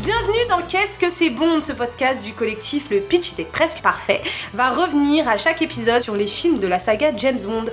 bienvenue dans Qu'est-ce que c'est bon ce podcast du collectif Le Pitch était presque parfait va revenir à chaque épisode sur les films de la saga James Bond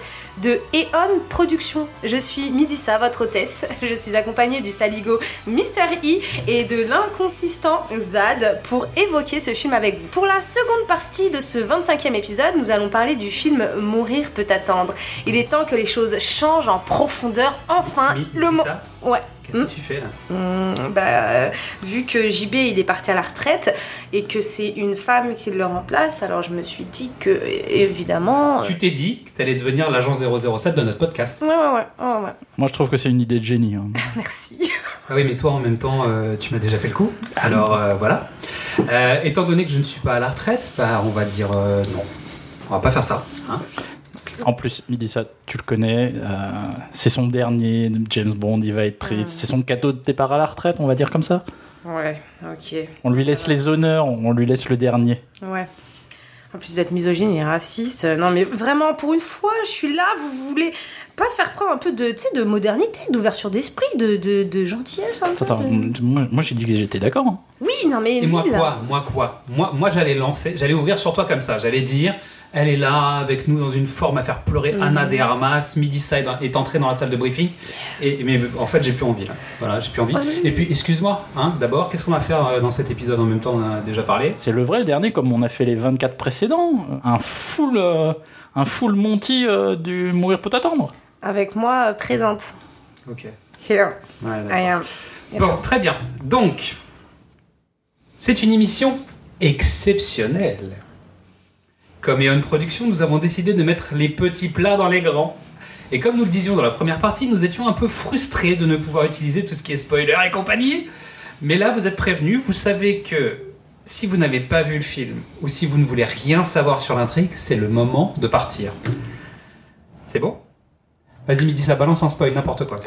de Eon Productions. Je suis Midissa, votre hôtesse. Je suis accompagnée du saligo Mister E et de l'inconsistant Zad pour évoquer ce film avec vous. Pour la seconde partie de ce 25e épisode, nous allons parler du film Mourir peut attendre. Il est temps que les choses changent en profondeur. Enfin, Mi- Ah, le mot. Mélissa, Ouais. Hmm. Qu'est-ce que tu fais là Mm, bah, euh, vu que JB il est parti à la retraite et que c'est une femme qui le remplace, alors je me suis dit que é- évidemment. euh, Tu t'es dit que t'allais devenir l'agent 007 de notre podcast. Ouais, ouais, ouais, ouais, ouais. Moi, je trouve que c'est une idée de génie. hein. merci. Ah oui, mais toi en même temps, euh, tu m'as déjà fait le coup. Alors euh, voilà. Euh, étant donné que je ne suis pas à la retraite, bah on va dire euh, non. On va pas faire ça. hein. En plus, Midissa, tu le connais, euh, c'est son dernier James Bond, il va être triste. C'est son cadeau de départ à la retraite, on va dire comme ça. Ouais, ok. On lui laisse les honneurs, on lui laisse le dernier. Ouais. En plus d'être misogyne et raciste, euh, non mais vraiment pour une fois, je suis là, vous voulez pas faire preuve un peu de, tu sais, de modernité, d'ouverture d'esprit, de, de, de gentillesse un peu, Attends, de- moi, moi, j'ai dit que j'étais d'accord. hein. Oui, non mais Et moi lui, là. quoi Moi quoi Moi, moi j'allais lancer, j'allais ouvrir sur toi comme ça. J'allais dire, elle est là avec nous dans une forme à faire pleurer Anna de Armas. Midissa est, dans- est entrée dans la salle de briefing. Et mais en fait j'ai plus envie là. Voilà, j'ai plus envie. Et puis excuse-moi. hein, D'abord, qu'est-ce qu'on va faire euh, dans cet épisode en même temps On en a déjà parlé. C'est le vrai, le dernier, comme on a fait les 24 précédents. Un full, euh, un full Monty euh, du Mourir peut attendre. Avec moi euh, présente. Ok. Here Ouais, d'accord. I am. Bon, très bien. Donc, c'est une émission exceptionnelle. Comme Eon Production, nous avons décidé de mettre les petits plats dans les grands. Et comme nous le disions dans la première partie, nous étions un peu frustrés de ne pouvoir utiliser tout ce qui est spoiler et compagnie. Mais là, vous êtes prévenus, vous savez que si vous n'avez pas vu le film ou si vous ne voulez rien savoir sur l'intrigue, c'est le moment de partir. C'est bon Vas-y, Midi, ça balance un spoil, n'importe quoi.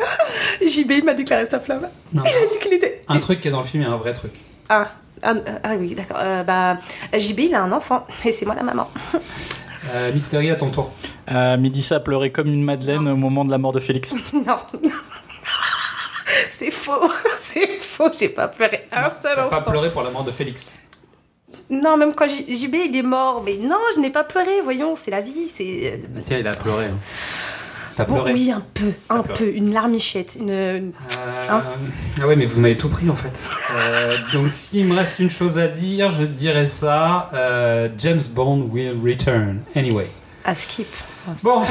JB il m'a déclaré sa flamme. Non. Il a dit qu'il était. Un truc qui est dans le film est un vrai truc. Ah, ah, ah oui, d'accord. Euh, bah, JB, il a un enfant et c'est moi la maman. Euh, Mystery, à ton tour. Euh, Midissa a pleuré comme une madeleine au moment de la mort de Félix. Non. C'est faux, c'est faux, j'ai pas pleuré un seul T'as instant. pas pleuré pour la mort de Félix. Non, même quand J- JB il est mort, mais non, je n'ai pas pleuré, voyons, c'est la vie, c'est. Bah, si, il a pleuré. hein. T'as Bon, pleuré. oui, un peu, un pleuré. peu, une larmichette, une. une- Euh, Hein ah ouais, mais vous m'avez tout pris en fait. Euh, donc s'il me reste une chose à dire, je dirais ça. euh, James Bond will return. Anyway. à skip. Bon,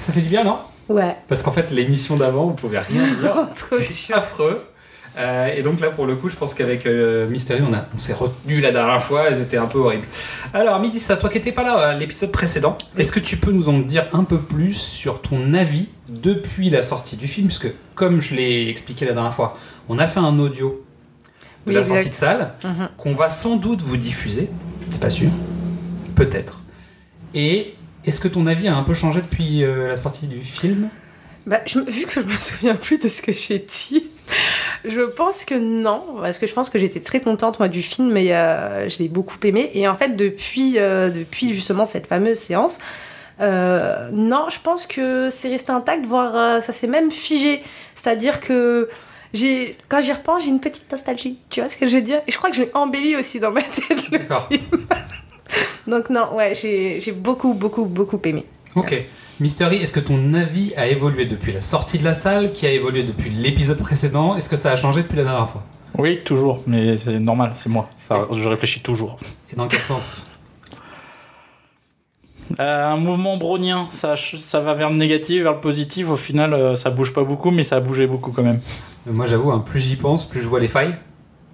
ça fait du bien, non Ouais. Parce qu'en fait, l'émission d'avant, vous pouvez rien dire. Trop C'est affreux. Euh, et donc là, pour le coup, je pense qu'avec euh, Mystery, on, a- on s'est retenu la dernière fois et c'était un peu horrible. Alors, Midissa, toi qui n'étais pas là à l'épisode précédent, est-ce que tu peux nous en dire un peu plus sur ton avis depuis la sortie du film Parce que, comme je l'ai expliqué la dernière fois, on a fait un audio de Oui, la exact. sortie de salle Mhm. qu'on va sans doute vous diffuser. C'est pas sûr. Peut-être. Et est-ce que ton avis a un peu changé depuis euh, la sortie du film Bah, je me- vu que je me souviens plus de ce que j'ai dit, je pense que non, parce que je pense que j'étais très contente moi du film et euh, je l'ai beaucoup aimé. Et en fait, depuis, euh, depuis justement cette fameuse séance, euh, non, je pense que c'est resté intact, voire euh, ça s'est même figé. C'est-à-dire que j'ai, quand j'y repense, j'ai une petite nostalgie. Tu vois ce que je veux dire Et je crois que je l'ai embelli aussi dans ma tête. le- D'accord. Donc non, ouais, j'ai j'ai beaucoup, beaucoup, beaucoup aimé. Ok. Mystery, est-ce que ton avis a évolué depuis la sortie de la salle, qui a évolué depuis l'épisode précédent Est-ce que ça a changé depuis la dernière fois Oui, toujours, mais c'est normal, c'est moi. Ça, je réfléchis toujours. Et dans quel sens Euh, un mouvement brownien, ça, ch- ça va vers le négatif, vers le positif. Au final, euh, ça bouge pas beaucoup, mais ça a bougé beaucoup quand même. Moi, j'avoue, hein, plus j'y pense, plus je vois les failles,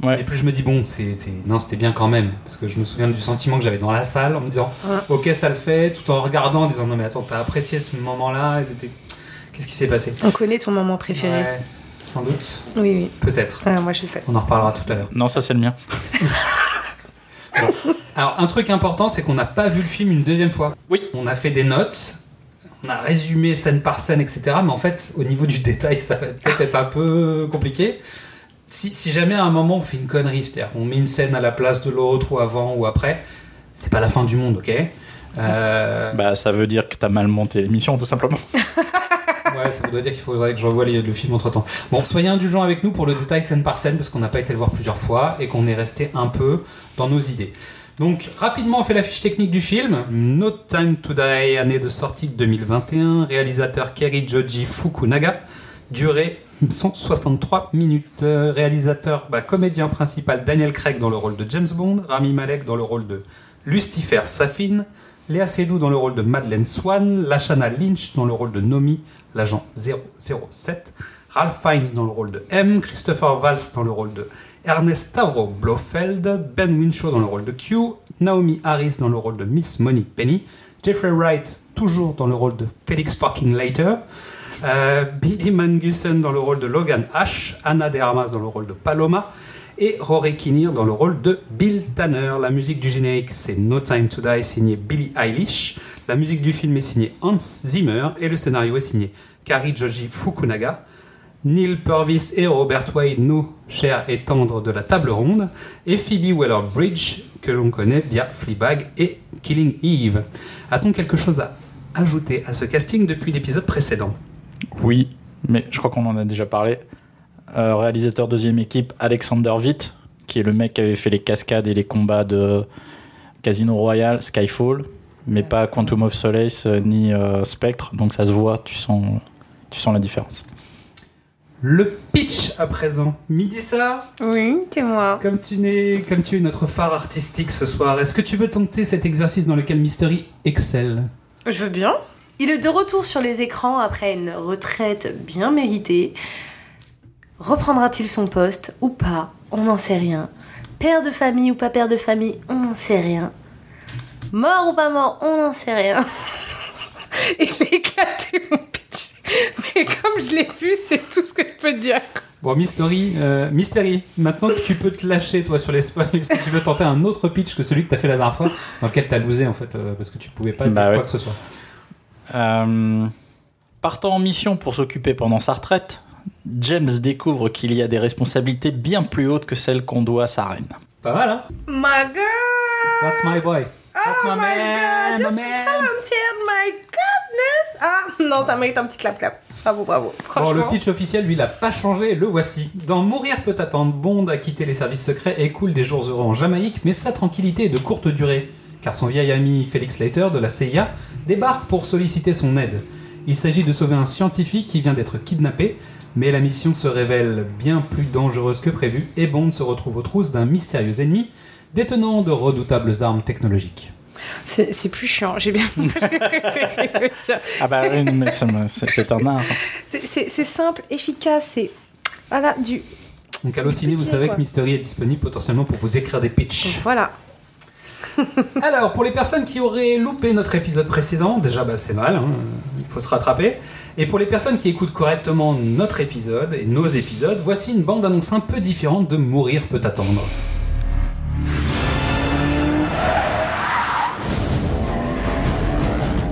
et Ouais. plus je me dis bon, c'est, c'est- non, c'était bien quand même, parce que je me souviens du sentiment que j'avais dans la salle en me disant, Ouais. ok, ça le fait, tout en regardant, en disant non mais attends, t'as apprécié ce moment-là, et c'était, qu'est-ce qui s'est passé On connaît ton moment préféré. Ouais, sans doute, Oui, oui. peut-être. Ah, moi je sais. On en reparlera tout à l'heure. Non, ça c'est le mien. Alors, un truc important, c'est qu'on n'a pas vu le film une deuxième fois. Oui. On a fait des notes, on a résumé scène par scène, etc. Mais en fait, au niveau du détail, ça va peut-être être un peu compliqué. Si, si jamais à un moment on fait une connerie, c'est-à-dire on met une scène à la place de l'autre, ou avant, ou après, c'est pas la fin du monde, ok Euh, Bah, ça veut dire que t'as mal monté l'émission, tout simplement. Ouais, ça voudrait dire qu'il faudrait que je revoie les- le film entre temps. Bon, soyez indulgents avec nous pour le détail scène par scène, parce qu'on n'a pas été le voir plusieurs fois et qu'on est resté un peu dans nos idées. Donc, rapidement, on fait la fiche technique du film. No Time to Die, année de sortie 2021, réalisateur Kerry Joji Fukunaga, durée 163 minutes. Euh, Réalisateur, bah, comédien principal Daniel Craig dans le rôle de James Bond, Rami Malek dans le rôle de Lucifer Safin, Léa Seydoux dans le rôle de Madeleine Swan, Lashana Lynch dans le rôle de Nomi, l'agent 007, Ralph Fiennes dans le rôle de M, Christopher Valls dans le rôle de Ernest Tavro Blofeld, Ben Winshaw dans le rôle de Q, Naomi Harris dans le rôle de Miss Monique Penny, Jeffrey Wright toujours dans le rôle de Felix fucking Leiter, euh, Billy Mangussen dans le rôle de Logan H, Anna De Armas dans le rôle de Paloma et Rory Kinnear dans le rôle de Bill Tanner. La musique du générique c'est No Time to Die signé Billie Eilish. La musique du film est signée Hans Zimmer et le scénario est signé Kari Joji Fukunaga. Neil Purvis et Robert Wade, nous, chers et tendres de la table ronde, et Phoebe Waller-Bridge, que l'on connaît via Fleabag et Killing Eve. A-t-on quelque chose à ajouter à ce casting depuis l'épisode précédent Oui, mais je crois qu'on en a déjà parlé. Euh, réalisateur deuxième équipe, Alexander Witt, qui est le mec qui avait fait les cascades et les combats de Casino Royale, Skyfall, mais pas Quantum of Solace euh, ni euh, Spectre, donc ça se voit, tu sens, tu sens la différence. Le pitch à présent. Midissa, Oui, c'est moi. comme tu, n'es, comme tu es notre phare artistique ce soir, est-ce que tu veux tenter cet exercice dans lequel Mystery excelle Je veux bien. Il est de retour sur les écrans après une retraite bien méritée. Reprendra-t-il son poste ou pas On n'en sait rien. Père de famille ou pas père de famille On n'en sait rien. Mort ou pas mort On n'en sait rien. Il est éclaté mon pitch. Mais comme je l'ai vu, c'est tout ce que je peux dire. Bon, Mystery, euh, Mystery, maintenant que tu peux te lâcher, toi, sur les spoils, est-ce que tu veux tenter un autre pitch que celui que t'as fait la dernière fois, dans lequel t'as losé, en fait, euh, parce que tu pouvais pas dire Bah ouais. quoi que ce soit Euh, partant en mission pour s'occuper pendant sa retraite, James découvre qu'il y a des responsabilités bien plus hautes que celles qu'on doit à sa reine. Pas mal, hein My God That's my boy. That's Oh my, man, my man. my goodness Ah non, ça mérite un petit clap-clap. Bravo, bravo. Bon, le pitch officiel, lui, il a pas changé, le voici. Dans Mourir peut attendre, Bond a quitté les services secrets et coule des jours heureux en Jamaïque, mais sa tranquillité est de courte durée, car son vieil ami Felix Leiter de la CIA débarque pour solliciter son aide. Il s'agit de sauver un scientifique qui vient d'être kidnappé, mais la mission se révèle bien plus dangereuse que prévu et Bond se retrouve aux trousses d'un mystérieux ennemi détenant de redoutables armes technologiques. C'est c'est plus chiant, j'ai bien préféré le tien. Ah bah oui, mais ça me- c'est c'est un art. C'est- C'est c'est simple, efficace, c'est. Voilà, du. Donc, à ciné, vous Petit, savez quoi. que Mystery est disponible potentiellement pour vous écrire des pitchs. Voilà. Alors, pour les personnes qui auraient loupé notre épisode précédent, déjà bah, c'est mal, hein, il faut se rattraper. Et pour les personnes qui écoutent correctement notre épisode et nos épisodes, voici une bande-annonce un peu différente de Mourir peut attendre.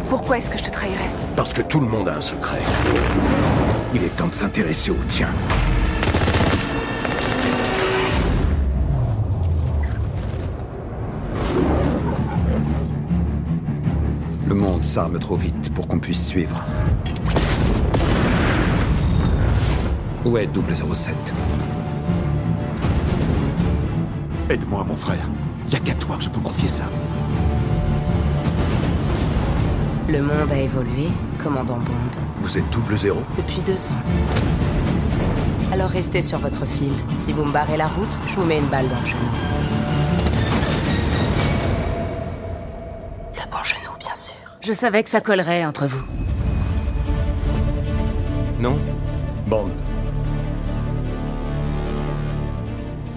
Pourquoi est-ce que je te trahirais Parce que tout le monde a un secret. Il est temps de s'intéresser au tien. Le monde s'arme trop vite pour qu'on puisse suivre. Où est 007 Aide-moi, mon frère. Y a qu'à toi que je peux confier ça. Le monde a évolué, commandant Bond, Vous êtes double zéro depuis deux ans. Alors restez sur votre fil. Si vous me barrez la route, je vous mets une balle dans le genou. Le bon genou, bien sûr. Je savais que ça collerait entre vous. Non Bond.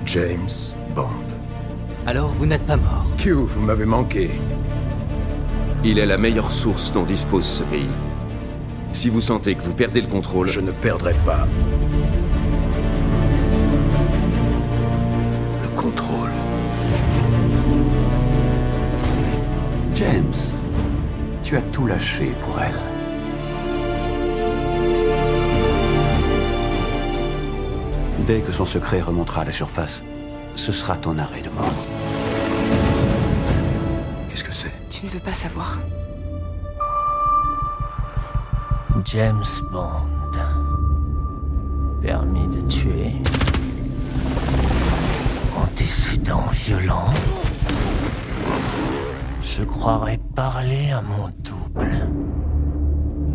James Bond. Alors vous n'êtes pas mort. Q, vous m'avez manqué. Il est la meilleure source dont dispose ce pays. Si vous sentez que vous perdez le contrôle, Je ne perdrai pas. Le contrôle. James, tu as tout lâché pour elle. Dès que son secret remontera à la surface, ce sera ton arrêt de mort. Qu'est-ce que c'est Tu ne veux pas savoir. James Bond. Permis de tuer. Antécédent violent. Je croirais parler à mon double.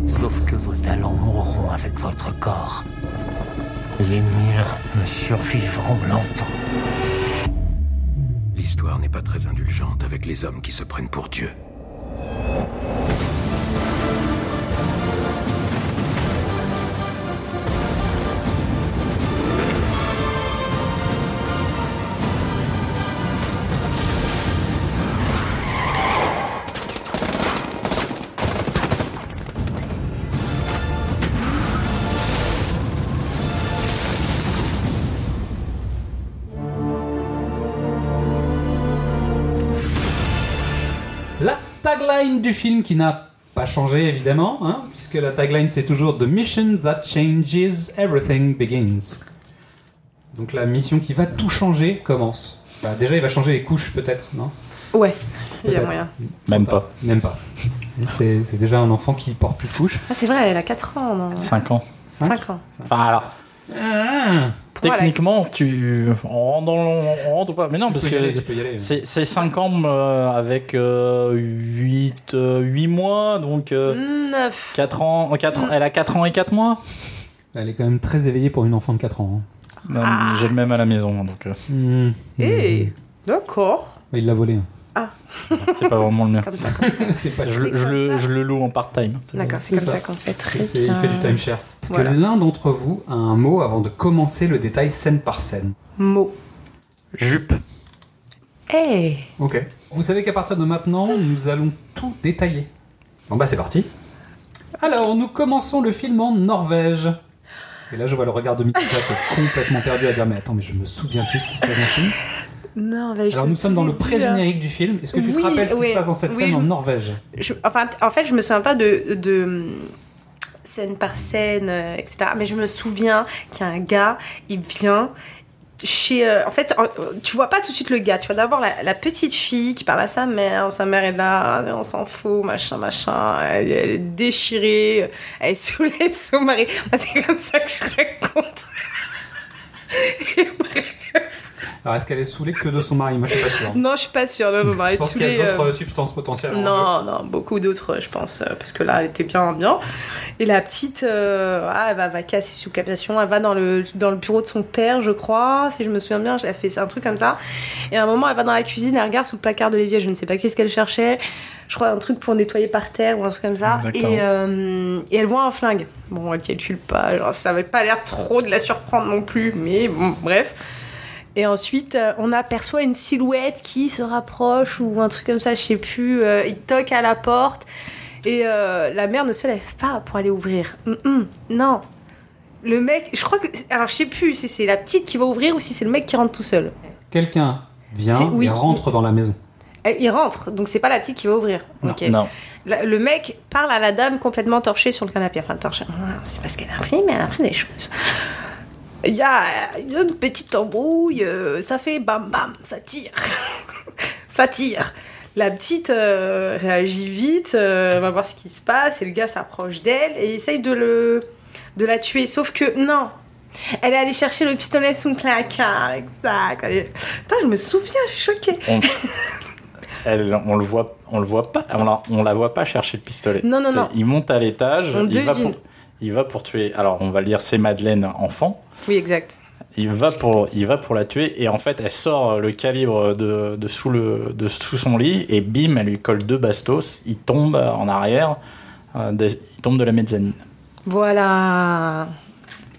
Sauf que vos talents mourront avec votre corps. Les miens me survivront longtemps. L'histoire n'est pas très indulgente avec les hommes qui se prennent pour Dieu. La tagline du film qui n'a pas changé évidemment, hein, puisque la tagline c'est toujours The Mission That Changes Everything Begins. Donc la mission qui va tout changer commence. Bah, déjà il va changer les couches peut-être, non Ouais, il y a Peut-être. moyen. Même pas. Même pas. C'est c'est déjà un enfant qui porte plus de couches. Ah, c'est vrai, elle a 4 ans. non 5 ans. Cinq 5 ans. Enfin, alors, Ah, Pour moi, elle a- techniquement, tu. On rentre, dans- on rentre ou pas Mais non, tu parce peux y aller, que. tu peux y aller. C'est 5 ans euh, avec 8, mois, donc Mm. euh, Neuf. 4 ans, 4 elle a 4 ans et 4 mois Elle est quand même très éveillée pour une enfant de 4 ans. hein. Non, J'ai le même à la maison, donc euh, Hmm. Eh, d'accord. Il l'a volé. hein. c'est pas vraiment le mien. Comme ça, comme ça. C'est pas Je, le- je le, je le loue en part-time. D'accord, c'est C'est comme ça. ça, qu'on fait. Très C'est- Il bien. fait du timeshare. Est-ce Voilà. que l'un d'entre vous a un mot avant de commencer le détail scène par scène Mot. Jupe. Eh. Ok. Vous savez qu'à partir de maintenant, nous allons tout détailler. Bon bah c'est parti. Alors, nous commençons le film en Norvège. Et là, je vois le regard de Mikita qui est complètement perdu à dire Mais attends, mais je me souviens plus ce qui se passe dans le film. Non, bah, je Alors, nous sais sommes dans le plus, là. pré-générique du film. Est-ce que tu te Oui, rappelles ce qui oui, se passe dans cette oui, scène je- en Norvège Je- enfin, t- en fait, je me souviens pas de, de hum, scène par scène, euh, etc. Mais je me souviens qu'il y a un gars, il vient chez. euh, en fait, en- tu vois pas tout de suite le gars. Tu vois d'abord la, la petite fille qui parle à sa mère. Sa mère est là, on s'en fout, machin, machin. Elle, elle est déchirée, elle est saoulée de son mari. Moi, C'est comme ça que je raconte. Et bref. Alors, est-ce qu'elle est saoulée que de son mari Moi, je suis pas sûr. non, je suis pas sûre. Non, non, non, elle Je est pense qu'il y a saoulée, d'autres euh, euh, substances potentielles. en jeu. non, non, beaucoup d'autres, je pense, euh, parce que là, elle était bien, bien. Et la petite, euh, ah, elle va vaquer sous captation, elle va dans le, dans le bureau de son père, je crois, si je me souviens bien, elle fait un truc comme ça. Et à un moment, elle va dans la cuisine, elle regarde sous le placard de l'évier, je ne sais pas qu'est-ce qu'elle cherchait, je crois un truc pour nettoyer par terre ou un truc comme ça. Exactement. Et, euh, et elle voit un flingue. Bon, elle calcule pas, genre, ça avait pas l'air trop de la surprendre non plus, mais bon, bref. Et ensuite, euh, on aperçoit une silhouette qui se rapproche ou un truc comme ça, je sais plus. euh, il toque à la porte et euh, la mère ne se lève pas pour aller ouvrir. Hum, hum, non. Le mec, je crois que. Alors, je sais plus si c'est la petite qui va ouvrir ou si c'est le mec qui rentre tout seul. Quelqu'un C'est- vient oui. et rentre dans la maison. Euh, Il rentre, donc c'est pas la petite qui va ouvrir. Non, Ok. non. La- Le mec parle à la dame complètement torchée sur le canapé. Enfin, torchée, on sait pas ce qu'elle a pris, mais elle a pris des choses. Il y a, il y a une petite embrouille, euh, ça fait bam bam, ça tire. ça tire. La petite euh, réagit vite, euh, va voir ce qui se passe, et le gars s'approche d'elle et essaye de, le, de la tuer. Sauf que non, elle est allée chercher le pistolet sous le placard, exact. Elle est- Putain, je me souviens, je suis choquée. On, elle, on le voit, on le voit pas, on la, on la voit pas chercher le pistolet. Non, non, non. Il monte à l'étage, On il va, devine. pour, il va pour tuer. Alors, on va le dire, c'est Madeleine enfant. Oui, exact. Il va pour, il va pour la tuer et en fait, elle sort le calibre de, de sous le, de sous son lit et bim, elle lui colle deux bastos. Il tombe euh, en arrière, euh, des- il tombe de la mezzanine. Voilà.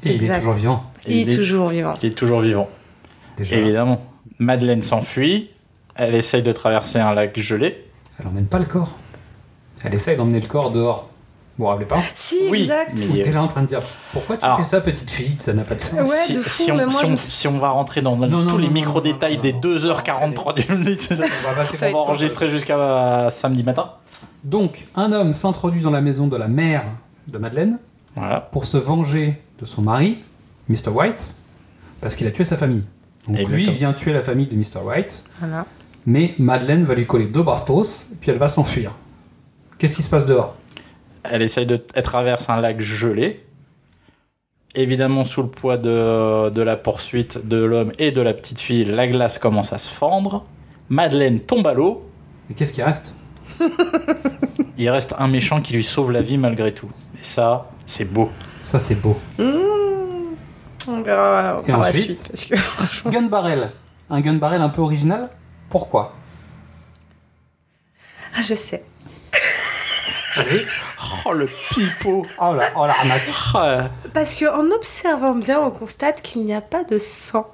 Et il est Exact. toujours vivant. Et il est toujours vivant. il est toujours vivant. Déjà. Évidemment. Madeleine s'enfuit. Elle essaye de traverser un lac gelé. Elle emmène pas le corps. Elle essaye d'emmener le corps dehors. Vous vous rappelez pas Si, Oui, exact. mais- Vous Et, T'es euh, là en train de dire Pourquoi tu Alors- fais ça, petite fille Ça n'a pas de sens. Ouais, si, de fou, si on, mais moi, je si on- me- si on va rentrer dans non, non, tous les non, micro-détails non, non, des non, 2h43 du minute, c'est ça On va passer Ça va qu'on va pour- enregistrer jusqu'à euh, samedi matin. Donc, un homme s'introduit dans la maison de la mère de Madeleine Voilà. pour se venger de son mari, Mr. White, parce qu'il a tué sa famille. Donc, lui, il Exactement. vient tuer la famille de Mr. White, Voilà. mais Madeleine va lui coller deux bastos, puis elle va s'enfuir. Qu'est-ce qui se passe dehors Elle essaye de. Elle traverse un lac gelé. Évidemment, sous le poids de, de la poursuite de l'homme et de la petite fille, la glace commence à se fendre. Madeleine tombe à l'eau. Mais qu'est-ce qui reste Il reste un méchant qui lui sauve la vie malgré tout. Et ça, c'est beau. Ça, c'est beau. On verra euh, Et par la ensuite suite. Parce que franchement. Gun barrel. Un gun barrel un peu original Pourquoi Ah, je sais. Vas-y. Oh le pipeau Oh là, oh l'arnaque. Ah. Parce que en observant bien, on constate qu'il n'y a pas de sang.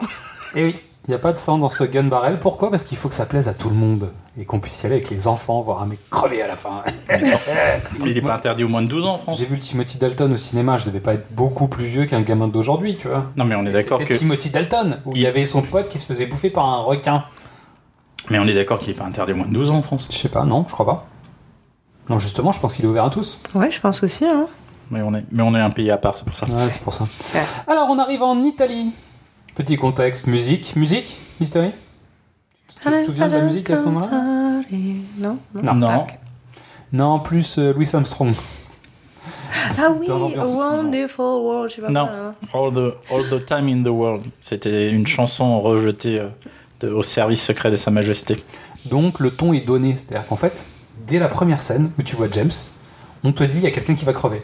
Et Eh oui, il n'y a pas de sang dans ce gun barrel. Pourquoi Parce qu'il faut que ça plaise à tout le monde. Et qu'on puisse y aller avec les enfants, voir un mec crever à la fin. Il est pas interdit au moins de 12 ans en France. J'ai vu le Timothy Dalton au cinéma, je devais pas être beaucoup plus vieux qu'un gamin d'aujourd'hui, tu vois. Non mais on est Et d'accord c'était que Timothy Dalton, où il y avait son pote qui se faisait bouffer par un requin. mais on est d'accord qu'il est pas interdit au moins de 12 ans en France. Je sais pas, non, je crois pas. Non, justement, je pense qu'il est ouvert à tous. Ouais, je pense aussi. Hein. Mais on est mais on est un pays à part, c'est pour ça. Ouais, c'est pour ça. Ouais. Alors, on arrive en Italie. Petit contexte, musique. Musique, Mystery Ah Tu te souviens de la musique à ce moment-là Non, non. Non. non. Non, plus euh, Louis Armstrong. Ah oui, Dans l'ambiance, a Wonderful World, je sais pas Non. quoi, hein. All the all the time in the world. C'était une chanson rejetée euh, de- au service secret de Sa Majesté. Donc le ton est donné, c'est-à-dire qu'en fait, dès la première scène où tu vois James, on te dit il y a quelqu'un qui va crever.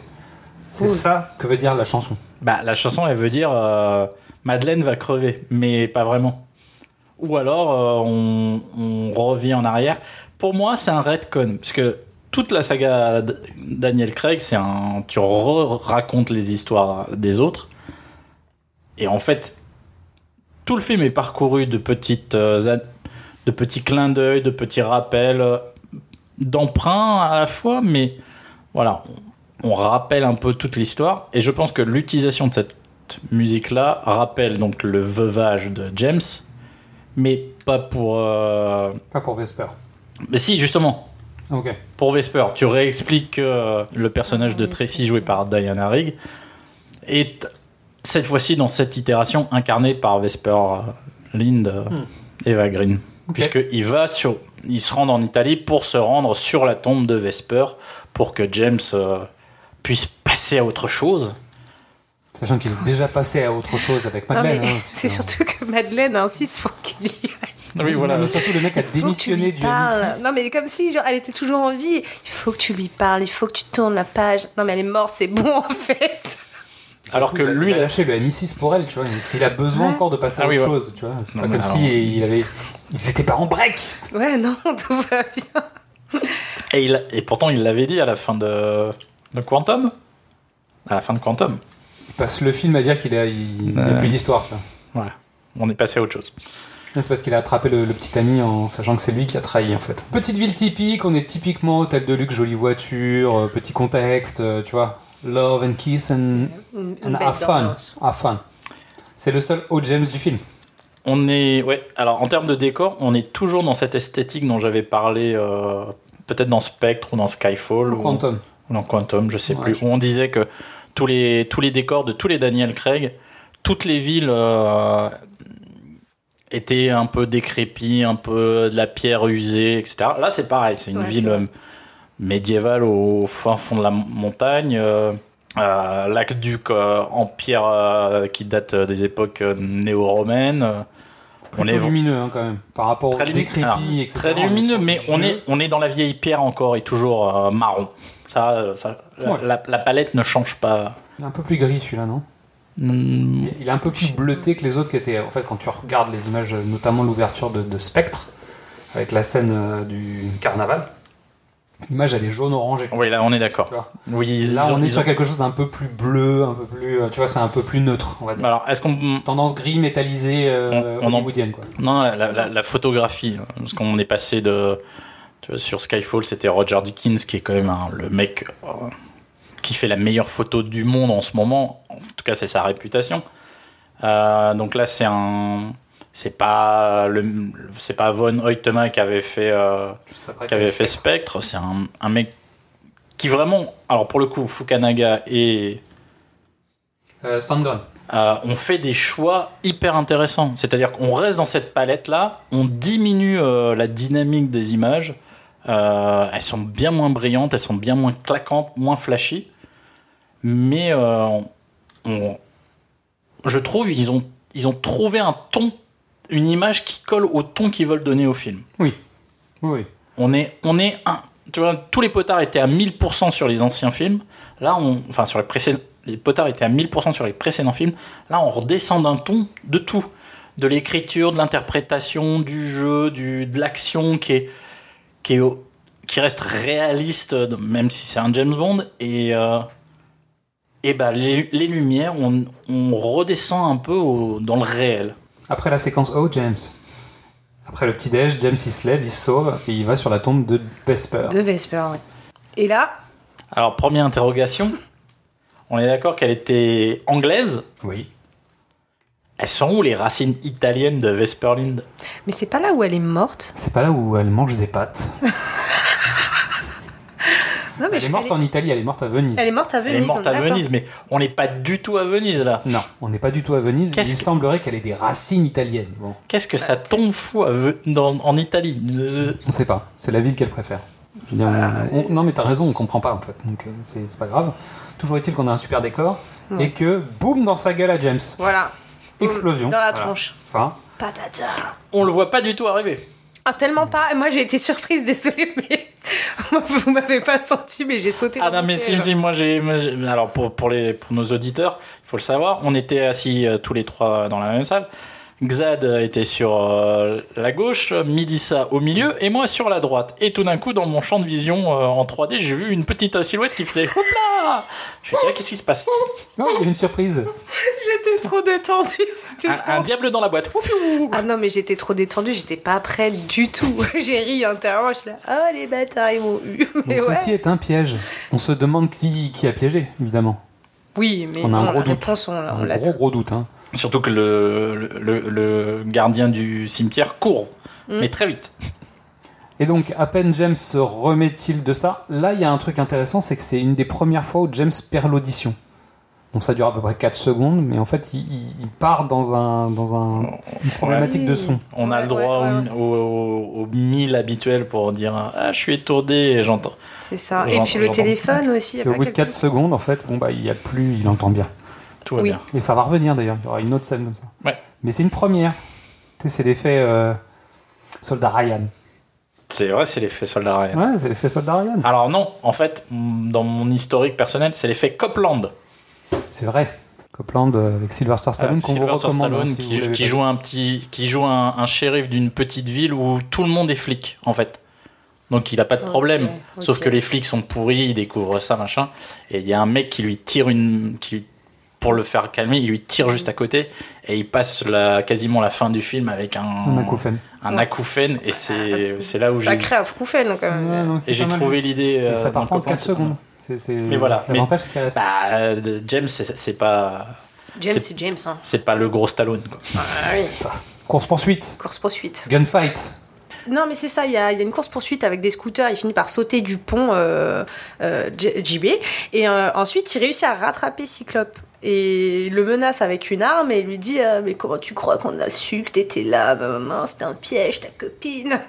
C'est Oui. ça que veut dire la chanson. Bah la chanson elle veut dire euh, Madeleine va crever, mais pas vraiment. Ou alors euh, on, on revient en arrière. Pour moi c'est un redcon parce que toute la saga d- Daniel Craig c'est un tu re- racontes les histoires des autres et en fait tout le film est parcouru de petites euh, ad- de petits clins d'œil, de petits rappels, euh, d'emprunts à la fois, mais voilà, on, on rappelle un peu toute l'histoire. Et je pense que l'utilisation de cette musique-là rappelle donc le veuvage de James, mais pas pour. euh, Pas pour Vesper. Mais si, justement, Ok. pour Vesper, tu réexpliques euh, le personnage de Tracy joué par Diana Rigg est cette fois-ci dans cette itération incarnée par Vesper euh, Lind euh, Eva Green puisque il va sur il se rend en Italie pour se rendre sur la tombe de Vesper pour que James euh, puisse passer à autre chose Sachant qu'il est déjà passé à autre chose avec Non, Ah, mais Madeleine. hein, c'est parce que- surtout que Madeleine insiste pour qu'il y aille. Ah oui voilà Mais surtout le mec a Faut que tu démissionné lui du parles. M6. Non, mais comme si genre, elle était toujours en vie. Il faut que tu lui parles, il faut que tu tournes la page. Non, mais elle est morte, c'est bon en fait. alors que Surtout, il a- lui il a là, lâché le M6 pour elle, tu vois. Il a besoin encore de passer à Ah oui, autre ouais. chose, tu vois. C'est Non, pas mais comme alors- si il avait. Ils étaient pas en break. Ouais, non, tout va bien. et, il- et pourtant il l'avait dit à la fin de, de Quantum à la fin de Quantum Il passe le film à dire qu'il a, il... il y a Euh. plus d'histoire, tu vois. voilà on est passé à autre chose Ah, C'est parce qu'il a attrapé le, le petit ami en sachant que c'est lui qui a trahi en fait. Petite ville typique, on est typiquement hôtel de luxe, jolie voiture, euh, petit contexte, euh, tu vois. Love and kiss and, Une- une and belle have fun. ambiance. Have fun. C'est le seul haut James du film. On est, ouais. Alors en termes de décor, on est toujours dans cette esthétique dont j'avais parlé, euh, peut-être dans Spectre ou dans Skyfall ou, Quantum. ou dans Quantum, je sais Ouais, plus. je- Où on disait que tous les tous les décors de tous les Daniel Craig, toutes les villes euh, étaient un peu décrépies, un peu de la pierre usée, etc. Là, c'est pareil. C'est une Ouais, ville c'est vrai. euh, médiévale au fin fond de la montagne. euh, euh, L'aqueduc euh, en pierre euh, qui date euh, des époques euh, néo-romaines. euh, On est lumineux hein, quand même. Par rapport au très lumi- décrépit, alors, etc. très lumineux, sur mais du on jeu. est, on est dans la vieille pierre encore et toujours euh, marron. Ça, euh, ça la- Ouais. la, la palette ne change pas. Un peu plus gris celui-là, non Mm, Il est un peu plus bleuté que les autres qui étaient. En fait, quand tu regardes les images, notamment l'ouverture de, de Spectre, avec la scène euh, du carnaval, l'image elle est jaune-orangée. Oui, là, on est d'accord. Tu vois. Oui, Là, ils ont- on est ils sur ont- quelque chose d'un peu plus bleu, un peu plus. euh, Tu vois, c'est un peu plus neutre, on va dire. Alors, est-ce qu'on Tendance gris métallisé euh, Bah. On- on en- hollywoodienne, quoi. Non, la, la- la- la photographie, hein, parce qu'on est passé de. Tu vois, sur Skyfall, c'était Roger Dickens, qui est quand même un- le mec euh, qui fait la meilleure photo du monde en ce moment. En tout cas, c'est sa réputation. Euh, donc là, c'est un. C'est pas, le, c'est pas Von Hoytema qui avait fait, euh, Juste après, qui avait fait Spectre. C'est un, un mec qui vraiment. Alors pour le coup, Fukanaga et Euh, Sandgren. euh, on fait des choix hyper intéressants. C'est-à-dire qu'on reste dans cette palette-là, on diminue euh, la dynamique des images Euh, elles sont bien moins brillantes, elles sont bien moins claquantes, moins flashy. Mais euh, on- on- je trouve ils ont, ils ont trouvé un ton, une image qui colle au ton qu'ils veulent donner au film. Oui. Oui. On est, on est un. Tu vois, tous les potards étaient à 1000% sur les anciens films. Là, on, enfin, sur les précédents, les potards étaient à 1000% sur les précédents films. Là, on redescend d'un ton de tout, de l'écriture, de l'interprétation, du jeu, du de l'action qui est, qui est, au- qui reste réaliste, euh, même si c'est un James Bond. Et euh, et ben les, les lumières, on, on redescend un peu au- dans le réel. Après la séquence Oh, James. Après le petit-déj, James il se lève, il se sauve et il va sur la tombe de Vesper. De Vesper, ouais. Et là, Alors, première interrogation. On est d'accord qu'elle était anglaise. Oui. Elles sont où les racines italiennes de Vesperlind mais c'est pas là où elle est morte. C'est pas là où elle mange des pâtes. Non, mais Elle je- est morte en Italie, elle est morte à Venise. elle est morte à Venise. Elle est morte on à d'accord. Venise, mais on n'est pas du tout à Venise là. Non, on n'est pas du tout à Venise. Il Qu'est-ce que- semblerait qu'elle ait des racines italiennes. Bon, Qu'est-ce que Bah, ça tombe fou à Ve- dans- en Italie Euh, on sait pas. C'est la ville qu'elle préfère. Je veux dire, on- on- non, mais t'as raison, on comprend pas en fait. Donc euh, c'est c'est pas grave. Toujours est-il qu'on a un super décor et que boum dans sa gueule à James. Voilà. Explosion. Dans la Voilà. tronche. Enfin, Patata. On le voit pas du tout arriver. Ah, tellement pas. Moi, j'ai été surprise, désolée, mais moi, vous m'avez pas senti, mais j'ai sauté. Ah dans non, mon mais si, siège. si, moi j'ai. moi, j'ai- Alors pour, pour, les, pour nos auditeurs, il faut le savoir, on était assis euh, tous les trois dans la même salle. Xad euh, était sur euh, la gauche, Midissa au milieu et moi sur la droite. Et tout d'un coup, dans mon champ de vision euh, en 3D, j'ai vu une petite euh, silhouette qui faisait Hop là Je me disais, qu'est-ce qui se passe Oh, non, il y a une surprise. J'étais trop détendue. C'était un, trop. un diable dans la boîte. Foufiou. Ah non, mais j'étais trop détendue, j'étais pas prête du tout. j'ai ri intérieurement, je suis là, oh les bâtards, ils m'ont eu. Mais Donc, ouais. Ceci est un piège. On se demande qui, qui a piégé, évidemment. Oui, mais On a un bon, gros la doute. réponse, on, l'a- on Un l'a. gros gros doute. Hein. Surtout que le, le- le, le gardien du cimetière court, Mm. mais très vite. Et donc, à peine James se remet-il de ça, là, il y a un truc intéressant, c'est que c'est une des premières fois où James perd l'audition. Bon, ça dure à peu près 4 secondes, mais en fait, il, il- il part dans, un, dans un, une problématique de son. On a Ouais, le droit ouais, ouais, aux mille habituels pour dire Ah, je suis étourdé, et j'entends. C'est ça. Et J'entends- puis le j'entends. téléphone aussi. y a Et au pas bout de quelqu'un- 4 secondes, en fait, bon, bah, il y a plus, il entend bien. Tout va Oui. bien. Et ça va revenir d'ailleurs, il y aura une autre scène comme ça. Ouais. Mais c'est une première. Tu sais, C'est l'effet euh, soldat Ryan. C'est vrai, c'est l'effet soldat Ryan. Ouais, c'est l'effet soldat Ryan. Alors, non, en fait, mm, dans mon historique personnel, c'est l'effet Copland. C'est vrai. Copland euh, avec Sylvester Stallone Euh, qu'on vous Ah. Sylvester recommande. Stallone hein, si vous qui, l'avez qui pas joue un petit, qui joue un, un shérif d'une petite ville où tout le monde est flic en fait. Donc il a pas de Ok, problème. Sauf ok. que les flics sont pourris, ils découvrent ça machin. Et il y a un mec qui lui tire une, qui lui- pour le faire calmer, il lui tire juste à côté et il passe la, quasiment la fin du film avec un, Un acouphène. un acouphène. Et c'est, c'est là où j'ai, Ah, Mm. Sacré à euh, Froufen quand même. Ouais, non, c'est et j'ai pas mal. trouvé l'idée. Mais euh, ça part dans pas en Copland, 4 c'est pas mal. secondes. C'est- c'est- Mais voilà. Mais- L'avantage c'est qu'il reste. Bah, euh, James, c'est, c'est pas, James, C'est- c'est James. Hein. c'est pas le gros Stallone. quoi. Ah oui. C'est ça. Course poursuite. Course poursuite. Gunfight. Non, mais c'est ça, il y, a il y a une course-poursuite avec des scooters. Il finit par sauter du pont euh, euh, J- JB. Et euh, ensuite, il réussit à rattraper Cyclope. Et il le menace avec une arme et il lui dit euh, Mais comment tu crois qu'on a su que t'étais là, ma maman C'était un piège, ta copine.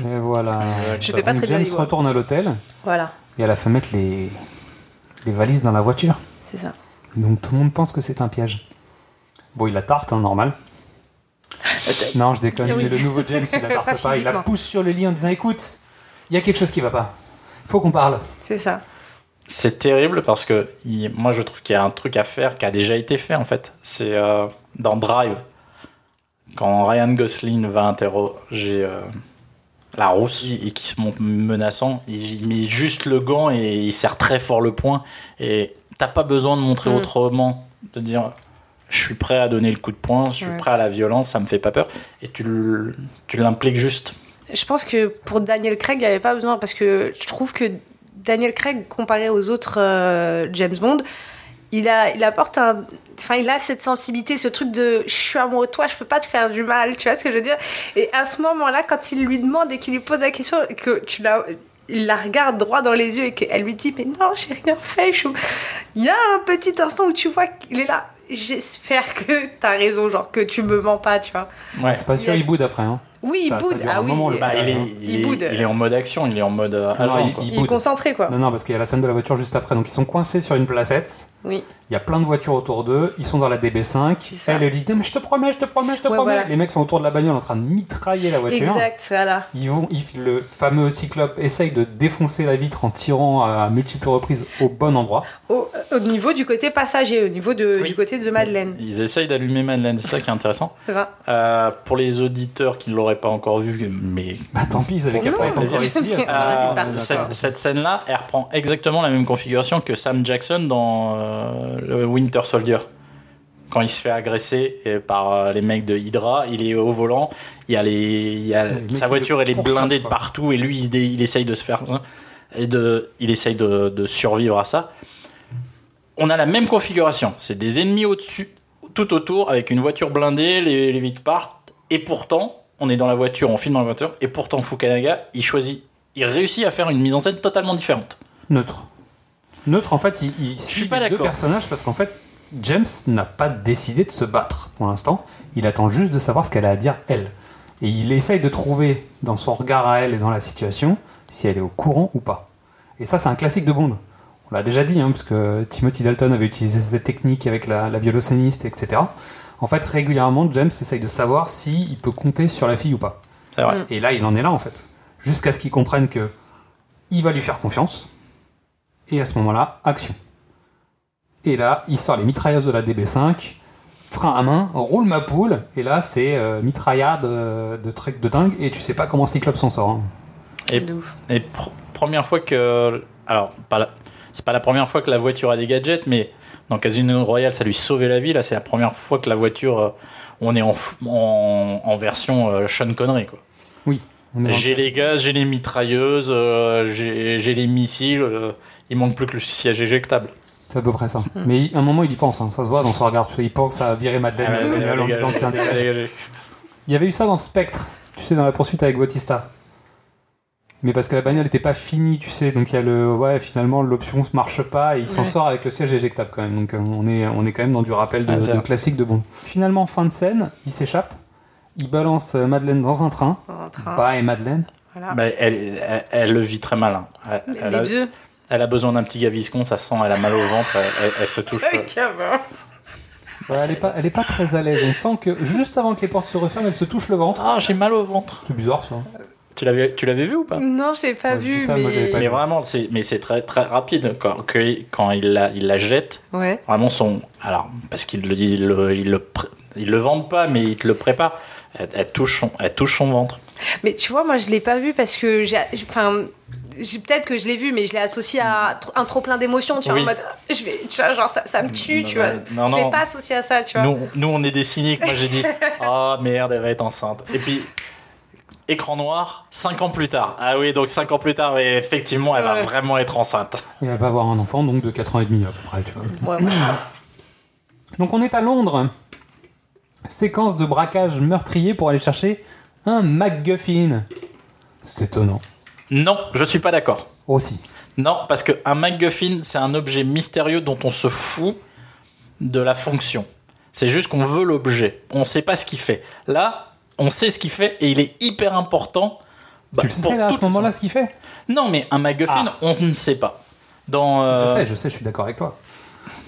Et voilà. Je fais pas Donc très bien James les voix. retourne à l'hôtel Voilà, et elle a fait mettre les... les valises dans la voiture. c'est ça. Donc tout le monde pense que c'est un piège. Bon, il la tarte, hein, normal. Non, je déconne. Ah Oui. C'est le nouveau James, il la Pas tarte pas. Il la physiquement. pousse sur le lit en disant Écoute, il y a quelque chose qui va pas. Faut qu'on parle. C'est ça. C'est terrible parce que il- moi je trouve qu'il y a un truc à faire qui a déjà été fait en fait. C'est euh, dans Drive, quand Ryan Gosling va interroger euh, la rousse et qui se montre menaçant, il met juste le gant et il serre très fort le poing. Et t'as pas besoin de Mm. montrer autrement, de dire je suis prêt à donner le coup de poing, je suis Ouais. prêt à la violence, ça me fait pas peur. Et tu l- tu l'impliques juste. Je pense que pour Daniel Craig, il n'y avait pas besoin parce que je trouve que Daniel Craig, comparé aux autres euh, James Bond, il, a, il apporte un. Enfin, il a cette sensibilité, ce truc de je suis amoureux de toi, je peux pas te faire du mal, tu vois ce que je veux dire Et à ce moment-là, quand il lui demande et qu'il lui pose la question, que tu la, il la regarde droit dans les yeux et qu'elle lui dit Mais non, j'ai rien fait, je- il y a un petit instant où tu vois qu'il est là, j'espère que t'as raison, genre que tu me mens pas, tu vois. Ouais. C'est pas sûr, Yes. il boude après. hein. Oui, il Ça- ça boude. dure un Ah oui. moment, le Bah, il, est, Il il est- boude. il est en mode action, il est en mode euh, agent. Non, quoi. il- Il est boude. concentré, quoi. Non, non, parce qu'il y a la scène de la voiture juste après. Donc ils sont coincés sur une placette. Oui. Il y a plein de voitures autour d'eux. Ils sont dans la C'est DB5. ça. Elle elle lui dit Non, mais je te promets, je te promets, je te Ouais, promets. voilà. Les mecs sont autour de la bagnole en train de mitrailler la voiture. Exact, voilà. Ils vont, ils- le fameux cyclope essaye de défoncer la vitre en tirant à multiples reprises au bon endroit. Au, au niveau du côté passager, au niveau de, Oui. du côté de Madeleine. Ils essayent d'allumer Madeleine, c'est ça qui est intéressant. C'est ça. Euh, pour les auditeurs qui ne l'auraient pas encore vu, mais Bah tant pis, ils avaient qu'à Non. pas être encore ici. à ce On Euh, aurait moment-là. dit de partir, cette, quoi. cette scène-là, elle reprend exactement la même configuration que Sam Jackson dans euh, le Winter Soldier. Quand il se fait agresser et par euh, les mecs de Hydra, il est au volant, il y a les, il y a- Les mecs qui sa voiture, le elle est pourchassent, blindée de quoi. partout et lui, il, se dé- il essaye de se faire hein, et de, il essaye de, de survivre à ça. On a la même configuration, c'est des ennemis au-dessus, tout autour, avec une voiture blindée, les, les vitres partent, et pourtant, on est dans la voiture, on filme dans la voiture, et pourtant Fukunaga, il choisit, il réussit à faire une mise en scène totalement différente. Neutre. Neutre, en fait, il, il suit pas les deux d'accord. personnages parce qu'en fait, James n'a pas décidé de se battre pour l'instant. Il attend juste de savoir ce qu'elle a à dire, elle. Et il essaye de trouver dans son regard à elle et dans la situation si elle est au courant ou pas. Et ça, c'est un classique de Bond. On l'a déjà dit, hein, parce que Timothy Dalton avait utilisé cette technique avec la, la violoncelliste, etc. En fait, régulièrement, James essaye de savoir s'il peut compter sur la fille ou pas. C'est vrai. Et là, il en est là, en fait. Jusqu'à ce qu'il comprenne que il va lui faire confiance. Et à ce moment-là, action. Et là, il sort les mitrailleuses de la DB5, frein à main, roule ma poule. Et là, c'est euh, mitraillade euh, de trucs de dingue. Et tu sais pas comment Cyclope s'en sort. hein. Et- De ouf. Et pr- première fois que. Alors, pas la- c'est pas la première fois que la voiture a des gadgets, mais dans Casino Royale, ça lui sauvait la vie. Là, c'est la première fois que la voiture. euh, on est en, f- en, en version euh, Sean Connery, quoi. Oui. On est J'ai dans- les gaz, j'ai les mitrailleuses, euh, j'ai j'ai les missiles. euh, il manque plus que le siège éjectable. C'est à peu près ça. Mais à un moment, il y pense. hein. Ça se voit dans son regard. parce qu'il pense à virer Madeleine Ah de la bagnole en disant tiens, dégage. Il y avait eu ça dans Spectre, tu sais, dans la poursuite avec Bautista. Mais parce que la bagnole n'était pas finie, tu sais, donc il y a le. Ouais, finalement, l'option ne marche pas et il s'en Ouais. sort avec le siège éjectable quand même. Donc euh, on est, on est quand même dans du rappel de, Ah, c'est de vrai. classique de bon. Finalement, fin de scène, il s'échappe, il balance euh, Madeleine dans un train. En train. Bye Madeleine. Voilà. Bah, elle, elle, elle le vit très mal. hein. Elle, Les elle a, deux. elle a besoin d'un petit gaviscon, ça sent, elle a mal au ventre, elle, elle- elle se touche. euh, Ouais, elle, est pas, elle est pas très à l'aise. On sent que juste avant que les portes se referment, elle se touche le ventre. Ah, j'ai mal au ventre. C'est bizarre ça. Tu l'avais tu l'avais vu ou pas Non, je l'ai pas Ouais, je dis vu, ça, moi, j'avais mais... pas Mais vraiment, c'est mais c'est très très rapide quand, que- quand il la il la jette. Ouais. Vraiment son alors parce qu'il le il le il le, pr- il le vend pas mais il te le prépare. Elle, elle touche son elle touche son ventre. Mais tu vois, moi, je l'ai pas vu parce que j'ai... Enfin... j'ai- Peut-être que je l'ai vu, mais je l'ai associé à tr- un trop plein d'émotions, tu vois, Oui. en mode, ah, je vais, tu vois, genre, ça, ça me tue, Non, tu vois. non, je non. l'ai pas associé à ça, tu vois. Nous nous on est des cyniques. Moi j'ai dit ah merde elle va être enceinte. Et puis écran noir 5 ans plus tard. Ah oui donc 5 ans plus tard mais effectivement elle va Ouais. vraiment être enceinte. Et elle va avoir un enfant, donc de 4 ans et demi à peu près, tu vois. Ouais, ouais. Donc on est à Londres. Séquence de braquage meurtrier pour aller chercher un MacGuffin. C'est étonnant. Non je suis pas d'accord. Aussi. Non, parce que un MacGuffin, c'est un objet mystérieux dont on se fout de la fonction. C'est juste qu'on veut l'objet. On ne sait pas ce qu'il fait. Là, on sait ce qu'il fait et il est hyper important. bah, tu le pour sais là à ce toutes- moment-là ce qu'il fait Non, mais un MacGuffin, on ne sait pas. Dans, euh, Je sais, je sais, je suis d'accord avec toi.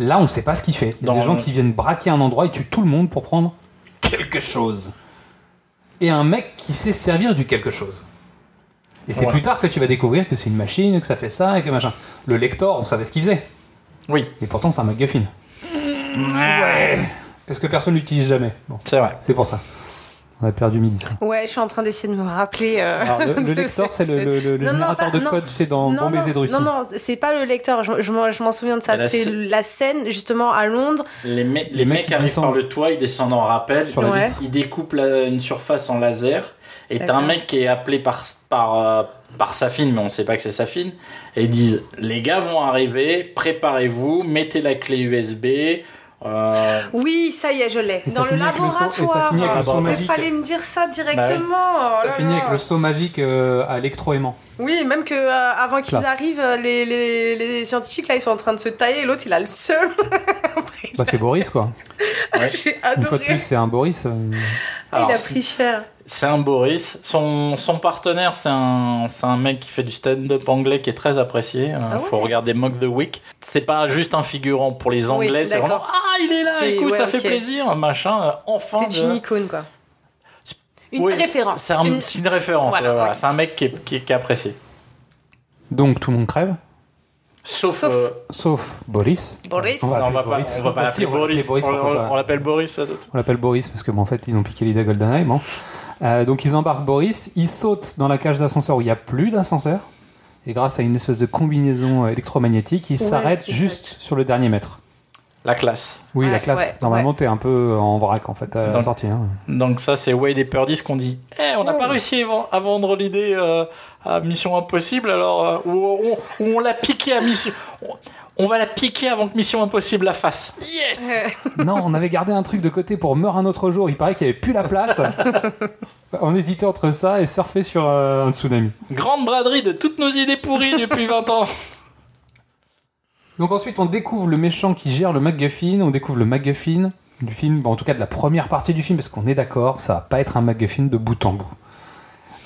Là, on sait pas ce qu'il fait. Il y a Dans- des gens qui viennent braquer un endroit et tuent tout le monde pour prendre quelque chose. Et un mec qui sait servir du quelque chose. Et c'est Ouais. plus tard que tu vas découvrir que c'est une machine, que ça fait ça et que machin. Le lector, on savait ce qu'il faisait. Oui, Et pourtant, c'est un MacGuffin. Ouais. Parce que personne l'utilise jamais. Bon. c'est vrai. C'est pour ça. On a perdu midi. Ouais, je suis en train d'essayer de me rappeler. euh, Alors, le, de le lecteur, c'est le, cette- le- le- le Non, non, générateur pas- de non. code, c'est dans Bon Baiser de Russie. non, non, c'est pas le lecteur, je, je m'en- je m'en souviens de ça. La C'est sc- la scène, justement, à Londres. Les, me- les mecs, mecs ils arrivent descendent. par le toit, ils descendent en rappel, Sur la Ouais. vitre. ils découpent la- une surface en laser, et t'as un D'accord. mec qui est appelé par, par, euh, par Safine, mais on sait pas que c'est Safine, et ils disent Les gars vont arriver, préparez-vous, mettez la clé USB. euh, Oui, ça y est, je l'ai. Et ça Dans le finit avec le saut- et laboratoire. Ah, bah, ça finit avec le saut Il magique. Bah fallait me dire ça directement. Oh Ça là finit là. avec le saut magique euh, à électro-aimant. Oui, même que euh, avant qu'ils Classe. arrivent, euh, les, les- les scientifiques là, ils sont en train de se tailler. et L'autre, il a le seum. Bah, c'est Boris, quoi. ouais. J'ai Une fois de adoré. plus, c'est un Boris. euh, Alors, il a c'est- pris cher. C'est un Boris. Son, son partenaire, c'est un, c'est un mec qui fait du stand-up anglais qui est très apprécié. Il Ah ouais faut regarder Mock the Week. C'est pas juste un figurant pour les Oui, Anglais. c'est d'accord. vraiment Ah, il est là, C'est- écoute, ouais, ça ok. fait plaisir, machin. euh, Enfin. C'est de- une icône, quoi. C'est- Une Oui, référence. C'est un- Une- c'est une référence. Voilà, ouais, voilà. ouais. C'est un mec qui est, qui est- qui est apprécié. Donc tout le monde crève, Sauf. Sauf- euh, sauf Boris. Boris. On va non, on appeler va pas, Boris. on va pas Ah, si, l'appeler on va l'appeler Boris. Boris, On- pourquoi on- pas. on l'appelle Boris. ça, ça- On l'appelle Boris parce que, bon, en fait, ils ont piqué l'idée à GoldenEye. Bon. Euh, donc, ils embarquent Boris, ils sautent dans la cage d'ascenseur où il n'y a plus d'ascenseur. Et grâce à une espèce de combinaison euh, électromagnétique, ils Ouais, s'arrêtent exact. juste sur le dernier mètre. La classe. Oui, Ouais, la classe. ouais, Normalement, t'es un peu en vrac en fait à Dans- la sortie. hein. Donc ça, c'est Wade et Purdy ce qu'on dit. Eh, on n'a pas réussi à ven- à vendre l'idée euh, à Mission Impossible, alors euh, ou, on- ou on l'a piqué à Mission. On, on va la piquer avant que Mission Impossible la fasse. Yes. non, on avait gardé un truc de côté pour meurt un autre jour. Il paraît qu'il n'y avait plus la place. on hésitait entre ça et surfer sur euh, un tsunami. Grande braderie de toutes nos idées pourries depuis 20 ans. Donc ensuite, on découvre le méchant qui gère le MacGuffin, on découvre le MacGuffin du film, bon, en tout cas de la première partie du film, parce qu'on est d'accord, ça va pas être un MacGuffin de bout en bout.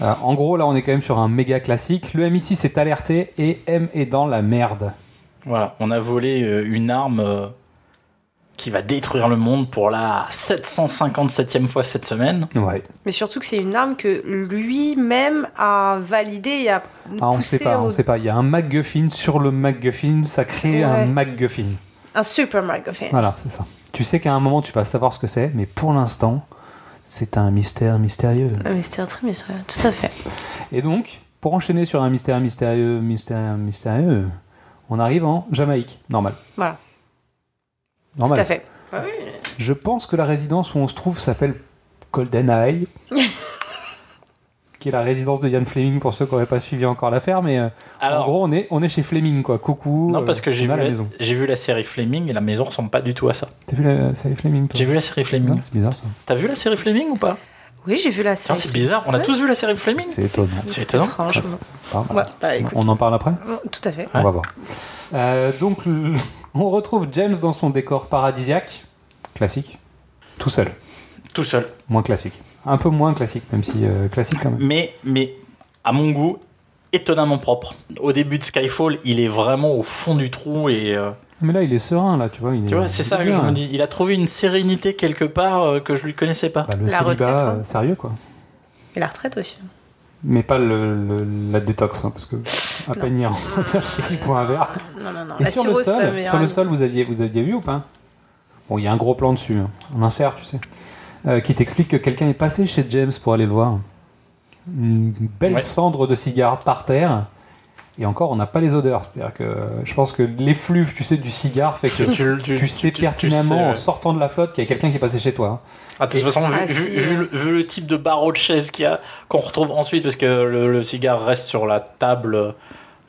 Euh, en gros, là, on est quand même sur un méga classique. Le MI6 est alerté et M est dans la merde. Voilà, on a volé euh, une arme euh, qui va détruire le monde pour la 757e fois cette semaine. Ouais. Mais surtout que c'est une arme que lui-même a validée et a Ah, on poussée sait pas, au- on sait pas. Il y a un MacGuffin sur le MacGuffin, ça crée Ouais. un MacGuffin. un super MacGuffin. Voilà, c'est ça. Tu sais qu'à un moment, tu vas savoir ce que c'est, mais pour l'instant, c'est un mystère mystérieux. Ah, mais c'était un très mystérieux, tout à fait. Et donc, pour enchaîner sur un mystère mystérieux, mystère mystérieux, on arrive en Jamaïque. Normal. Voilà, Normal. tout à fait. Je pense que la résidence où on se trouve s'appelle GoldenEye. qui est la résidence de Ian Fleming pour ceux qui n'auraient pas suivi encore l'affaire, mais euh, en gros, on est, on est chez Fleming, quoi. Coucou. euh, non parce que vu j'ai vu, la la- maison. j'ai vu la série Fleming et la maison ressemble pas du tout à ça. T'as vu la série Fleming, toi J'ai vu la série Non, Fleming. C'est bizarre, ça. T'as vu la série Fleming ou pas Oui, j'ai vu la Tiens, série. c'est bizarre, on a tous vu la série Fleming C'est étonnant. C'est C'est étonnant. étrange. Ah, Ouais, bah, écoute, on en parle après tout à fait. On va voir. Euh, donc, le- on retrouve James dans son décor paradisiaque. Classique. Tout seul. Tout seul. Moins classique. Un peu moins classique, même si euh, classique quand même. Mais, mais, à mon goût, étonnamment propre. Au début de Skyfall, il est vraiment au fond du trou et. euh, Mais là, il est serein, là, tu vois. Il tu est- vois, c'est il est ça que je Mmh. bien. me dis. Il a trouvé une sérénité quelque part euh, que je lui connaissais pas. Bah, le La célibat, retraite, hein. euh, sérieux, quoi. Et la retraite aussi. Mais pas le, le- la détox, hein, parce que à peine hier, on a chéri pour un verre. Non, non, non. Et la sur le cirrhose, bah, ça sol, me sur le rend- sol, vous aviez, vous aviez vu ou pas Bon, il y a un gros plan dessus. hein. On insère, tu sais, Euh, qui t'explique que quelqu'un est passé chez James pour aller le voir. Une belle Ouais. cendre de cigare par terre. Et encore, on n'a pas les odeurs. C'est-à-dire que euh, je pense que l'effluve, tu sais, du cigare fait que tu, tu, sais tu- tu pertinemment sais, euh, en ouais. sortant de la flotte qu'il y a quelqu'un qui est passé chez toi. hein. Ah, de toute façon, vu, Ah, vu- si, vu ouais. le, vu le type de barreau de chaise qu'il y a, qu'on retrouve ensuite, parce que le, le cigare reste sur la table euh,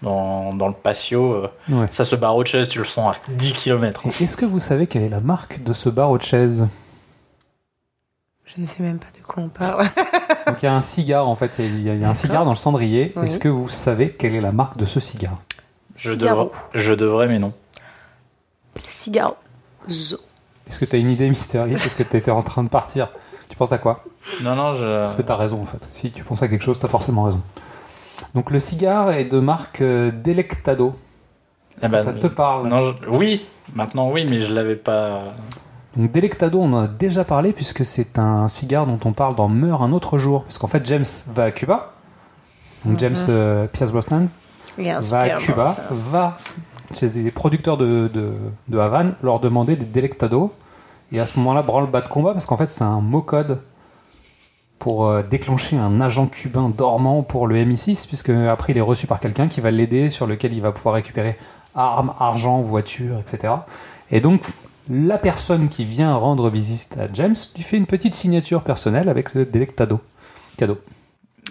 dans, dans le patio, euh, Ouais. ça, ce barreau de chaise, tu le sens à 10 km. Et Est-ce que vous savez quelle est la marque de ce barreau de chaise Je ne sais même pas de quoi on parle. Donc il y a un cigare en fait, il y a, il y a un cigare dans le cendrier. Oui. Est-ce que vous savez quelle est la marque de ce cigare Je, Cigaro. devrais, je devrais, mais non. Cigaro. Zo. Est-ce que tu as une idée mystérieuse Est-ce que tu étais en train de partir Tu penses à quoi Non, non, je. Parce que tu as raison en fait. Si tu penses à quelque chose, tu as forcément raison. Donc le cigare est de marque euh, Delectado. Est-ce Ah que bah, ça te parle Non, je- Oui, maintenant oui, mais je l'avais pas. Donc Delectado, on en a déjà parlé puisque c'est un cigare dont on parle dans Meurt un autre jour. Parce qu'en fait, James va à Cuba. Donc James euh, Pierce Brosnan Il y a un va à super Cuba, morceau. va chez les producteurs de, de, de Havane, leur demander des Delectado. Et à ce moment-là, branle bas de combat parce qu'en fait, c'est un mot code pour euh, déclencher un agent cubain dormant pour le MI6, puisque après, il est reçu par quelqu'un qui va l'aider, sur lequel il va pouvoir récupérer armes, argent, voitures, etc. Et donc, la personne qui vient rendre visite à James lui fait une petite signature personnelle avec le Delectado. Cadeau.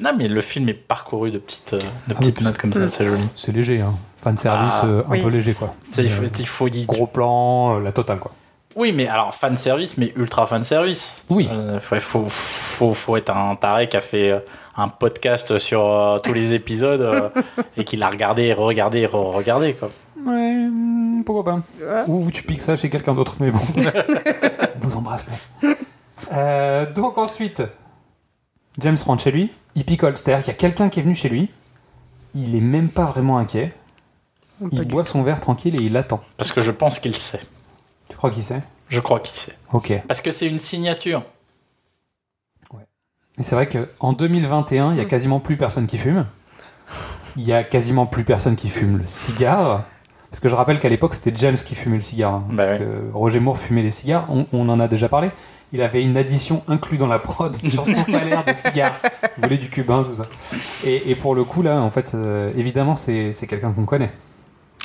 Non, mais le film est parcouru de petites, euh, de Ah petites oui, notes comme ça, c'est joli. C'est léger, hein. Fan service Ah, euh, un oui. peu léger, quoi. C'est- Il faut, Euh, il faut y- gros plan, euh, la totale, quoi. Oui, mais alors fan service, mais ultra fan service. Oui. Euh, faut, faut, faut, faut être un taré qui a fait euh, un podcast sur euh, tous les épisodes euh, et qui l'a regardé, regardé, regardé quoi. Ouais, hmm, pourquoi pas. Ou tu piques ça chez quelqu'un d'autre, mais bon. Vous embrasse, là. Euh, donc ensuite, James rentre chez lui, il picole. C'est-à-dire qu'il y a quelqu'un qui est venu chez lui, il est même pas vraiment inquiet, il boit son verre tranquille et il attend. Parce que je pense qu'il sait. Tu crois qu'il sait Je crois qu'il sait. Ok. Parce que c'est une signature. Mais c'est vrai qu'en 2021, il y a quasiment plus personne qui fume. Il y a quasiment plus personne qui fume le cigare. Parce que je rappelle qu'à l'époque, c'était James qui fumait le cigare. hein. Bah parce ouais. que Roger Moore fumait les cigares. On, on en a déjà parlé. Il avait une addition inclue dans la prod sur son salaire de cigare. Il voulait du cubain, tout ça. Et, et pour le coup, là, en fait, euh, évidemment, c'est c'est quelqu'un qu'on connaît.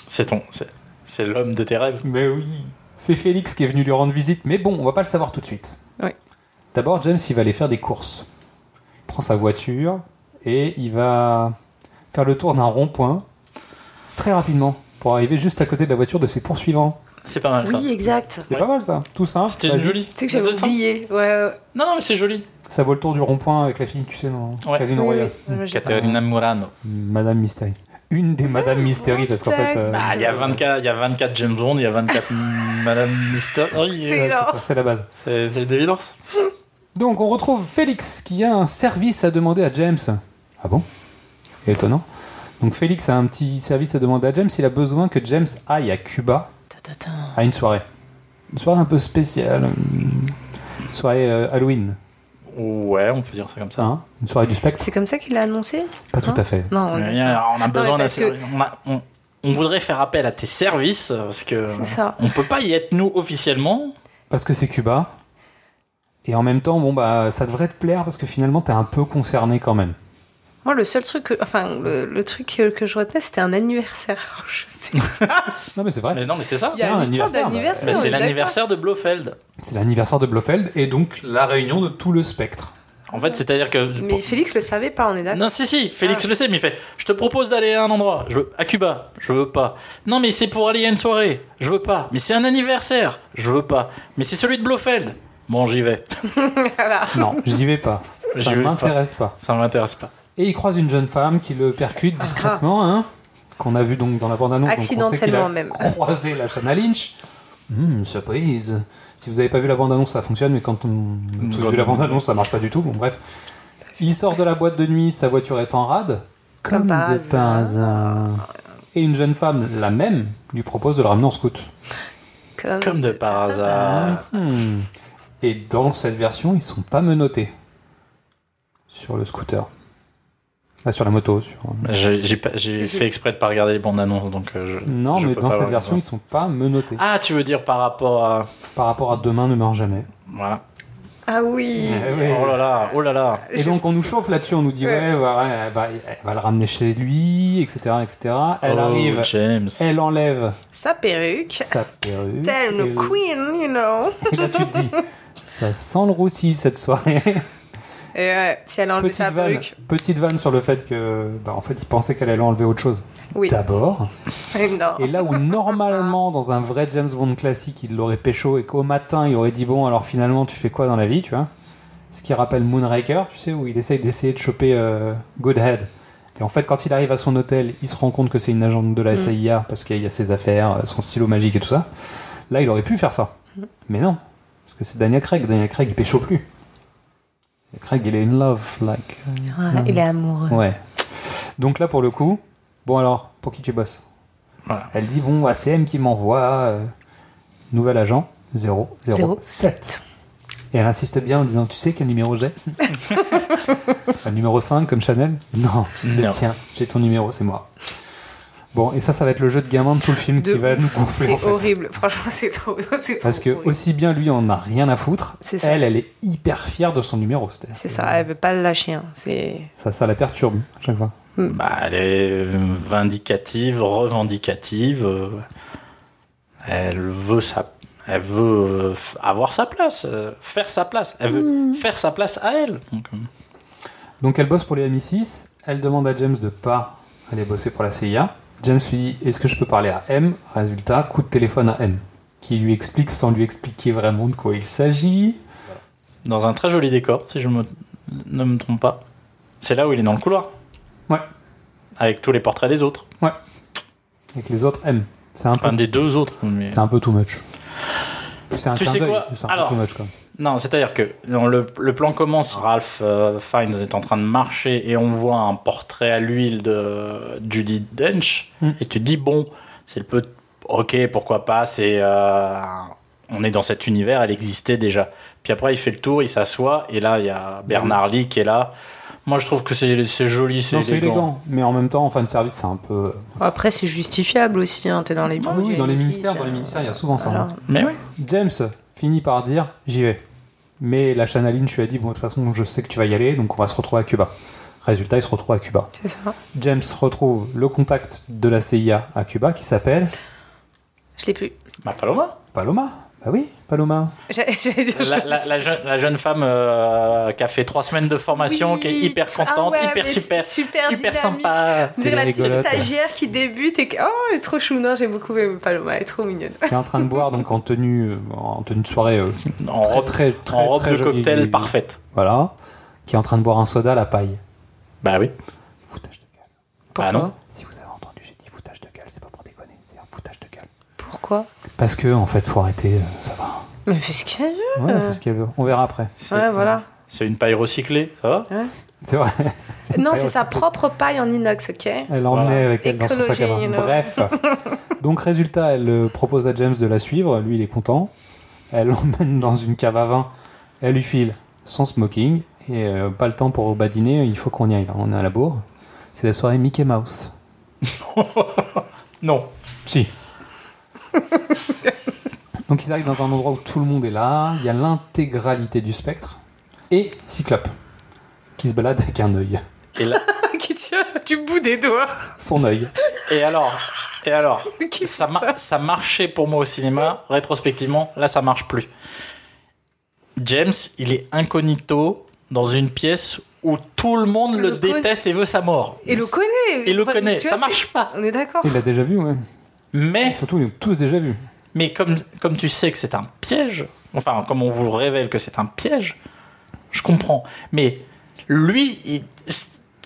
C'est ton. C'est, c'est l'homme de tes rêves. Mais oui. C'est Félix qui est venu lui rendre visite, mais bon, on va pas le savoir tout de suite. Ouais. D'abord, James, il va aller faire des courses. Il prend sa voiture et il va faire le tour d'un rond-point très rapidement pour arriver juste à côté de la voiture de ses poursuivants. C'est pas mal ça. Oui, exact. C'est pas mal ça, tout simple. C'était basique. joli. Tu sais que j'avais Ça- oublié. Ouais, ouais. Non, non, mais c'est joli. Ça vaut le tour du rond-point avec la fille, tu sais, dans Ouais. Casino Oui, Royale. oui, oui, j'ai- Caterina Murano. Madame Mystery. Une des Madame Mystery, parce qu'en fait. euh, Bah, il y a 24, il y a 24 James Bond, il y a 24 Madame Mystery. C'est ouais, énorme. c'est ça, c'est la base. C'est, c'est une évidence. Donc on retrouve Félix qui a un service à demander à James. Ah bon Étonnant. Donc Félix a un petit service à demander à James. Il a besoin que James aille à Cuba à une soirée. Une soirée un peu spéciale. Une soirée euh, Halloween. Ouais, on peut dire ça comme ça. hein une soirée du spectre. C'est comme ça qu'il l'a annoncé Pas tout à fait. Non, on Mais, euh, on a besoin d'un parce que- service. On, a- on- on voudrait faire appel à tes services euh, parce que C'est ça. on peut pas y être nous officiellement. Parce que c'est Cuba. Et en même temps, bon bah ça devrait te plaire parce que finalement t'es un peu concerné quand même. Moi, le seul truc que. Enfin, le, le truc que, que je retenais, c'était un anniversaire. Je sais. Non mais c'est Mais vrai. non, mais c'est ça. Il y a un une histoire anniversaire, d'anniversaire. Bah, on Ah, c'est est l'anniversaire de Blofeld. C'est l'anniversaire de Blofeld et donc la réunion de tout le spectre. En fait, c'est-à-dire que d'accord. Mais Félix le savait pas, on est d'accord. Non, si, si, Ah. Félix le sait, mais il fait Je te propose d'aller à un endroit, je veux, à Cuba, je veux pas. Non, mais c'est pour aller à une soirée, je veux pas. Mais c'est un anniversaire, je veux pas. Mais c'est celui de Blofeld. Bon, j'y vais. Voilà. Non, j'y vais pas. J'y Ça vais pas. m'intéresse pas. Ça m'intéresse pas. Et il croise une jeune femme qui le percute discrètement, hein, qu'on a vu donc dans la bande-annonce. donc on sait qu'il a Ah. Accidentellement même. Croisé la Shana Lynch. Hum, surprise. Si vous n'avez pas vu la bande-annonce, ça fonctionne, mais quand on a tous vu la bande-annonce, ça marche pas du tout. Bon, bref. Il sort de la boîte de nuit, sa voiture est en rade. Comme par de hasard. par hasard. Et une jeune femme, la même, lui propose de le ramener en scout. Comme... Comme de par hasard. Hum. Et dans cette version, ils sont pas menottés. Sur le scooter. Ah, sur la moto. Sur... J'ai j'ai pas- j'ai fait exprès de pas regarder les bandes annonces, donc euh, je. Non, je mais peux dans pas cette voir. version, ils sont pas menottés. Ah, tu veux dire par rapport à. Par rapport à Demain ne meurt jamais. Voilà. Ah oui. Oh là là, oh là là. Et donc, on nous chauffe là-dessus, on nous dit, ouais, voilà, elle, va, elle va le ramener chez lui, etc. etc. Elle Oh, arrive, James. elle enlève Sa perruque. sa perruque. Telle et une là- queen, you know. Et là, tu te dis, ça sent le roussi cette soirée. Et ouais, si elle a enlevé petite, sa vanne, perruque. petite vanne sur le fait que, bah, en fait, il pensait qu'elle allait enlever autre chose. Oui. D'abord. Non. Et là où normalement, dans un vrai James Bond classique, il l'aurait pécho et qu'au matin, il aurait dit Bon, alors finalement, tu fais quoi dans la vie, tu vois Ce qui rappelle Moonraker, tu sais, où il essaye d'essayer de choper euh, Goodhead. Et en fait, quand il arrive à son hôtel, il se rend compte que c'est une agente de la CIA parce qu'il y a ses affaires, euh, son stylo magique et tout ça. Là, il aurait pu faire ça. Mais non, parce que c'est Daniel Craig. Daniel Craig, il pécho plus. Daniel Craig, il est in love, like. Voilà, Il est amoureux. Ouais. Donc là, pour le coup, bon alors, pour qui tu bosses Voilà. Elle dit, bon, ACM qui m'envoie, euh, nouvel agent, 007. Et elle insiste bien en disant, tu sais quel numéro j'ai Un numéro 5 comme Chanel Non, le Non. tien, j'ai ton numéro, c'est moi. Bon, et ça, ça va être le jeu de gamin de tout le film De qui va nous gonfler. C'est en fait. horrible. Franchement, c'est trop. C'est trop. Parce que horrible. aussi bien lui en a rien à foutre, C'est ça. elle, elle est hyper fière de son numéro. c'est-à-dire C'est que ça, elle veut pas le lâcher. hein. C'est. Ça, ça la perturbe à chaque fois. Bah, elle est vindicative, revendicative. euh, Elle veut sa, elle veut euh, f- avoir sa place, euh, faire sa place. Elle veut Hmm. faire sa place à elle. Donc, euh, Donc elle bosse pour les MI6, elle demande à James de pas aller bosser pour la CIA. James lui dit Est-ce que je peux parler à M Résultat, coup de téléphone à M, qui lui explique sans lui expliquer vraiment de quoi il s'agit. dans un très joli décor, si je me- ne me trompe pas. C'est là où il est dans le couloir. Ouais. Avec tous les portraits des autres. Avec les autres M. C'est un peu, Enfin, des deux autres. mais- c'est un peu too much. C'est un Tu clin sais d'œil, quoi c'est un Alors, peu too much, quand même. Non, c'est-à-dire que dans le, le plan commence, Ah. Ralph euh, Fiennes est en train de marcher et on voit un portrait à l'huile de Judy Dench Hmm. Mm. et tu te dis bon, c'est le peu OK, pourquoi pas, c'est euh, on est dans cet univers, elle existait déjà. Puis après il fait le tour, il s'assoit et là il y a Bernard Lee qui est là. Moi je trouve que c'est c'est joli, c'est Non, c'est élégant. élégant, mais en même temps, en fin de service, c'est un peu. Après, c'est justifiable aussi, hein, t'es dans les Ah bouts, oui, il y a dans une les liste, ministères, dans euh, les ministères, il y a souvent ça. voilà. hein. Mais oui. James finit par dire J'y vais. Mais la Chanaline, tu lui as dit Bon, de toute façon, je sais que tu vas y aller, donc on va se retrouver à Cuba. Résultat, il se retrouve à Cuba. C'est ça. James retrouve le contact de la CIA à Cuba qui s'appelle Je l'ai plus. Bah, Paloma. Paloma. Bah oui, Paloma. J'ai- J'allais dire. je- La, la- la jeune, la jeune femme euh, qui a fait trois semaines de formation, Oui. qui est hyper Ah contente, ouais, hyper mais super, c'est super, hyper dynamique. sympa. On dirait la Télé petite rigolote. stagiaire qui débute et que. Oh, elle est trop chou. Non, j'ai beaucoup aimé Paloma, elle est trop mignonne. Qui est en train de boire, donc en tenue, euh, en tenue de soirée euh, En très, robe, très, très, en robe très de jolie. cocktail parfaite. Voilà. Qui est en train de boire un soda à la paille. Bah oui. Foutage de gueule. Pourquoi ah non. Si vous avez entendu, j'ai dit foutage de gueule, c'est pas pour déconner, c'est un foutage de gueule. Pourquoi Parce que, en fait, faut arrêter, euh, ça va. Mais fais ce qu'elle veut. Ouais, Euh. c'est ce qu'elle veut. On verra après. Ouais, voilà. C'est une paille recyclée, ça va C'est vrai. Non, pas c'est sa recyclé. propre paille en inox, ok Elle l'emmenait Voilà. avec elle dans son sac à main. Écologie, you know. Bref. Donc, résultat, elle euh, propose à James de la suivre. Lui, il est content. Elle l'emmène dans une cave à vin. Elle lui file son smoking. Et euh, pas le temps pour badiner. Il faut qu'on y aille. là. On est à la bourre. C'est la soirée Mickey Mouse. Non. Si. Donc, ils arrivent dans un endroit où tout le monde est là. Il y a l'intégralité du spectre. Et Cyclope, qui se balade avec un œil. Et, là- qui tient du bout des doigts. Son œil. et alors Et alors Qui ça, fait mar- ça marchait pour moi au cinéma, rétrospectivement, là ça marche plus. James, il est incognito dans une pièce où tout le monde Le le con- déteste et veut sa mort. Et le connaît. Et le Enfin, connaît, tu vois, ça marche c'est- pas. On est d'accord. Il l'a déjà vu, ouais. Mais Surtout, ils l'ont tous déjà vu. Mais comme, comme tu sais que c'est un piège, enfin, comme on vous révèle que c'est un piège, je comprends. Mais lui, il-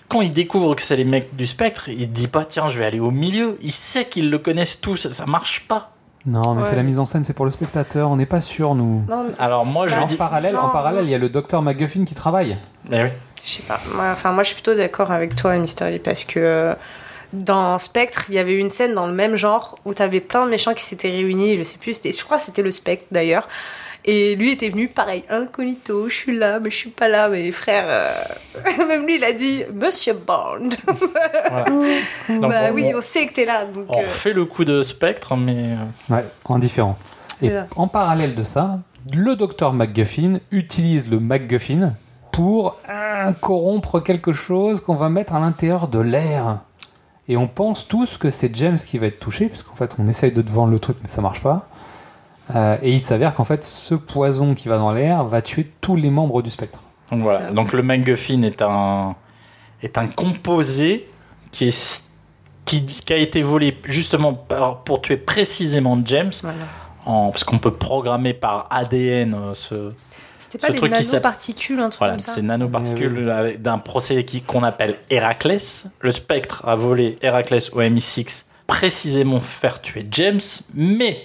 quand il découvre que c'est les mecs du spectre, il dit pas, tiens, je vais aller au milieu. Il sait qu'ils le connaissent tous, ça marche pas. Non, mais Ouais. c'est la mise en scène, c'est pour le spectateur, on n'est pas sûr, nous. Non, mais- Alors, moi, je Ah, en, lui dis. par- parallèle, non. en parallèle, il y a le docteur McGuffin qui travaille. Eh oui. Je sais pas. Moi, enfin, moi, je suis plutôt d'accord avec toi, Mystery, parce que euh, dans Spectre, il y avait une scène dans le même genre où t'avais plein de méchants qui s'étaient réunis. Je sais plus. c'était- Je crois que c'était le Spectre d'ailleurs. Et lui était venu pareil, incognito. Je suis là, mais je suis pas là. Mais frère, euh, même lui, il a dit Monsieur Bond. Voilà. Donc, bah on- oui, on, on sait que t'es là. Donc, on euh, fait le coup de spectre, mais. euh, Ouais, en différent. Et Voilà. en parallèle de ça, le docteur McGuffin utilise le McGuffin pour euh, corrompre quelque chose qu'on va mettre à l'intérieur de l'air. Et on pense tous que c'est James qui va être touché, parce qu'en fait, on essaye de te vendre le truc, mais ça marche pas. Euh, et il s'avère qu'en fait, ce poison qui va dans l'air va tuer tous les membres du spectre. Donc voilà. Donc le MacGuffin est un est un composé qui est qui, qui a été volé justement par- pour tuer précisément James, voilà. en, parce qu'on peut programmer par ADN euh, ce C'était pas Ce des truc qui s'appelle- nanoparticules, un truc voilà comme ça. ces nanoparticules avec- d'un procédé qui qu'on appelle Héraclès. Le spectre a volé Héraclès au MI6 précisément pour faire tuer James, mais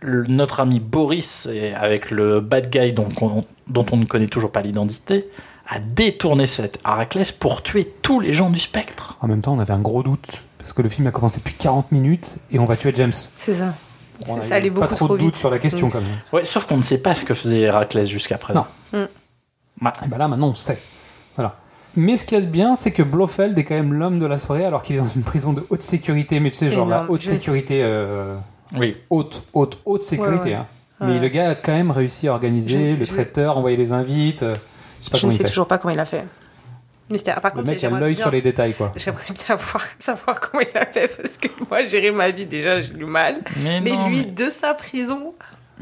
le- notre ami Boris, et avec le bad guy dont on, dont on ne connaît toujours pas l'identité, a détourné cet Héraclès pour tuer tous les gens du spectre. En même temps, on avait un gros doute parce que le film a commencé depuis 40 minutes et on va tuer James. C'est ça. On Ça- a ça eu allait beaucoup pas trop, trop de doute vite. sur la question Mm. quand même. Ouais, sauf qu'on ne sait pas ce que faisait Héraclès jusqu'à présent. Et ben là, maintenant, on sait. Voilà. Mais ce qu'il y a de bien, c'est que Blofeld est quand même l'homme de la soirée alors qu'il est dans une prison de haute sécurité. Mais tu sais, genre la Énorme. haute Je sais. sécurité, euh, Oui. haute, haute, haute sécurité. Ouais, ouais. hein. Ouais. Mais le gars a quand même réussi à organiser Je- le je- traiteur, envoyer les invites. euh, je sais Je pas ne comment il sais fait. toujours pas comment il a fait. Mystère. Par Le contre, mec a j'aimerais l'œil bien- sur les détails, quoi. J'aimerais bien voir- savoir comment il a fait parce que moi, gérer ma vie, déjà, j'ai du mal. Mais, Mais non, lui, de sa prison.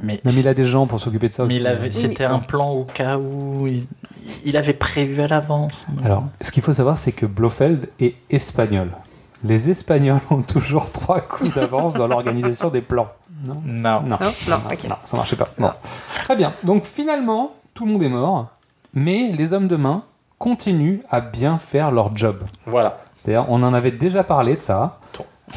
mais- Non, mais il a des gens pour s'occuper de ça Mais aussi. hein. il avait, c'était un plan au cas où il, il avait prévu à l'avance. Alors, ce qu'il faut savoir, c'est que Blofeld est espagnol. Les Espagnols ont toujours trois coups d'avance dans l'organisation des plans. Non non. Non, Non, non, Ah, ok. non, ça marchait pas. Bon. Très bien. Donc finalement, tout le monde est mort, mais les hommes de main continuent à bien faire leur job. Voilà. C'est-à-dire, on en avait déjà parlé de ça.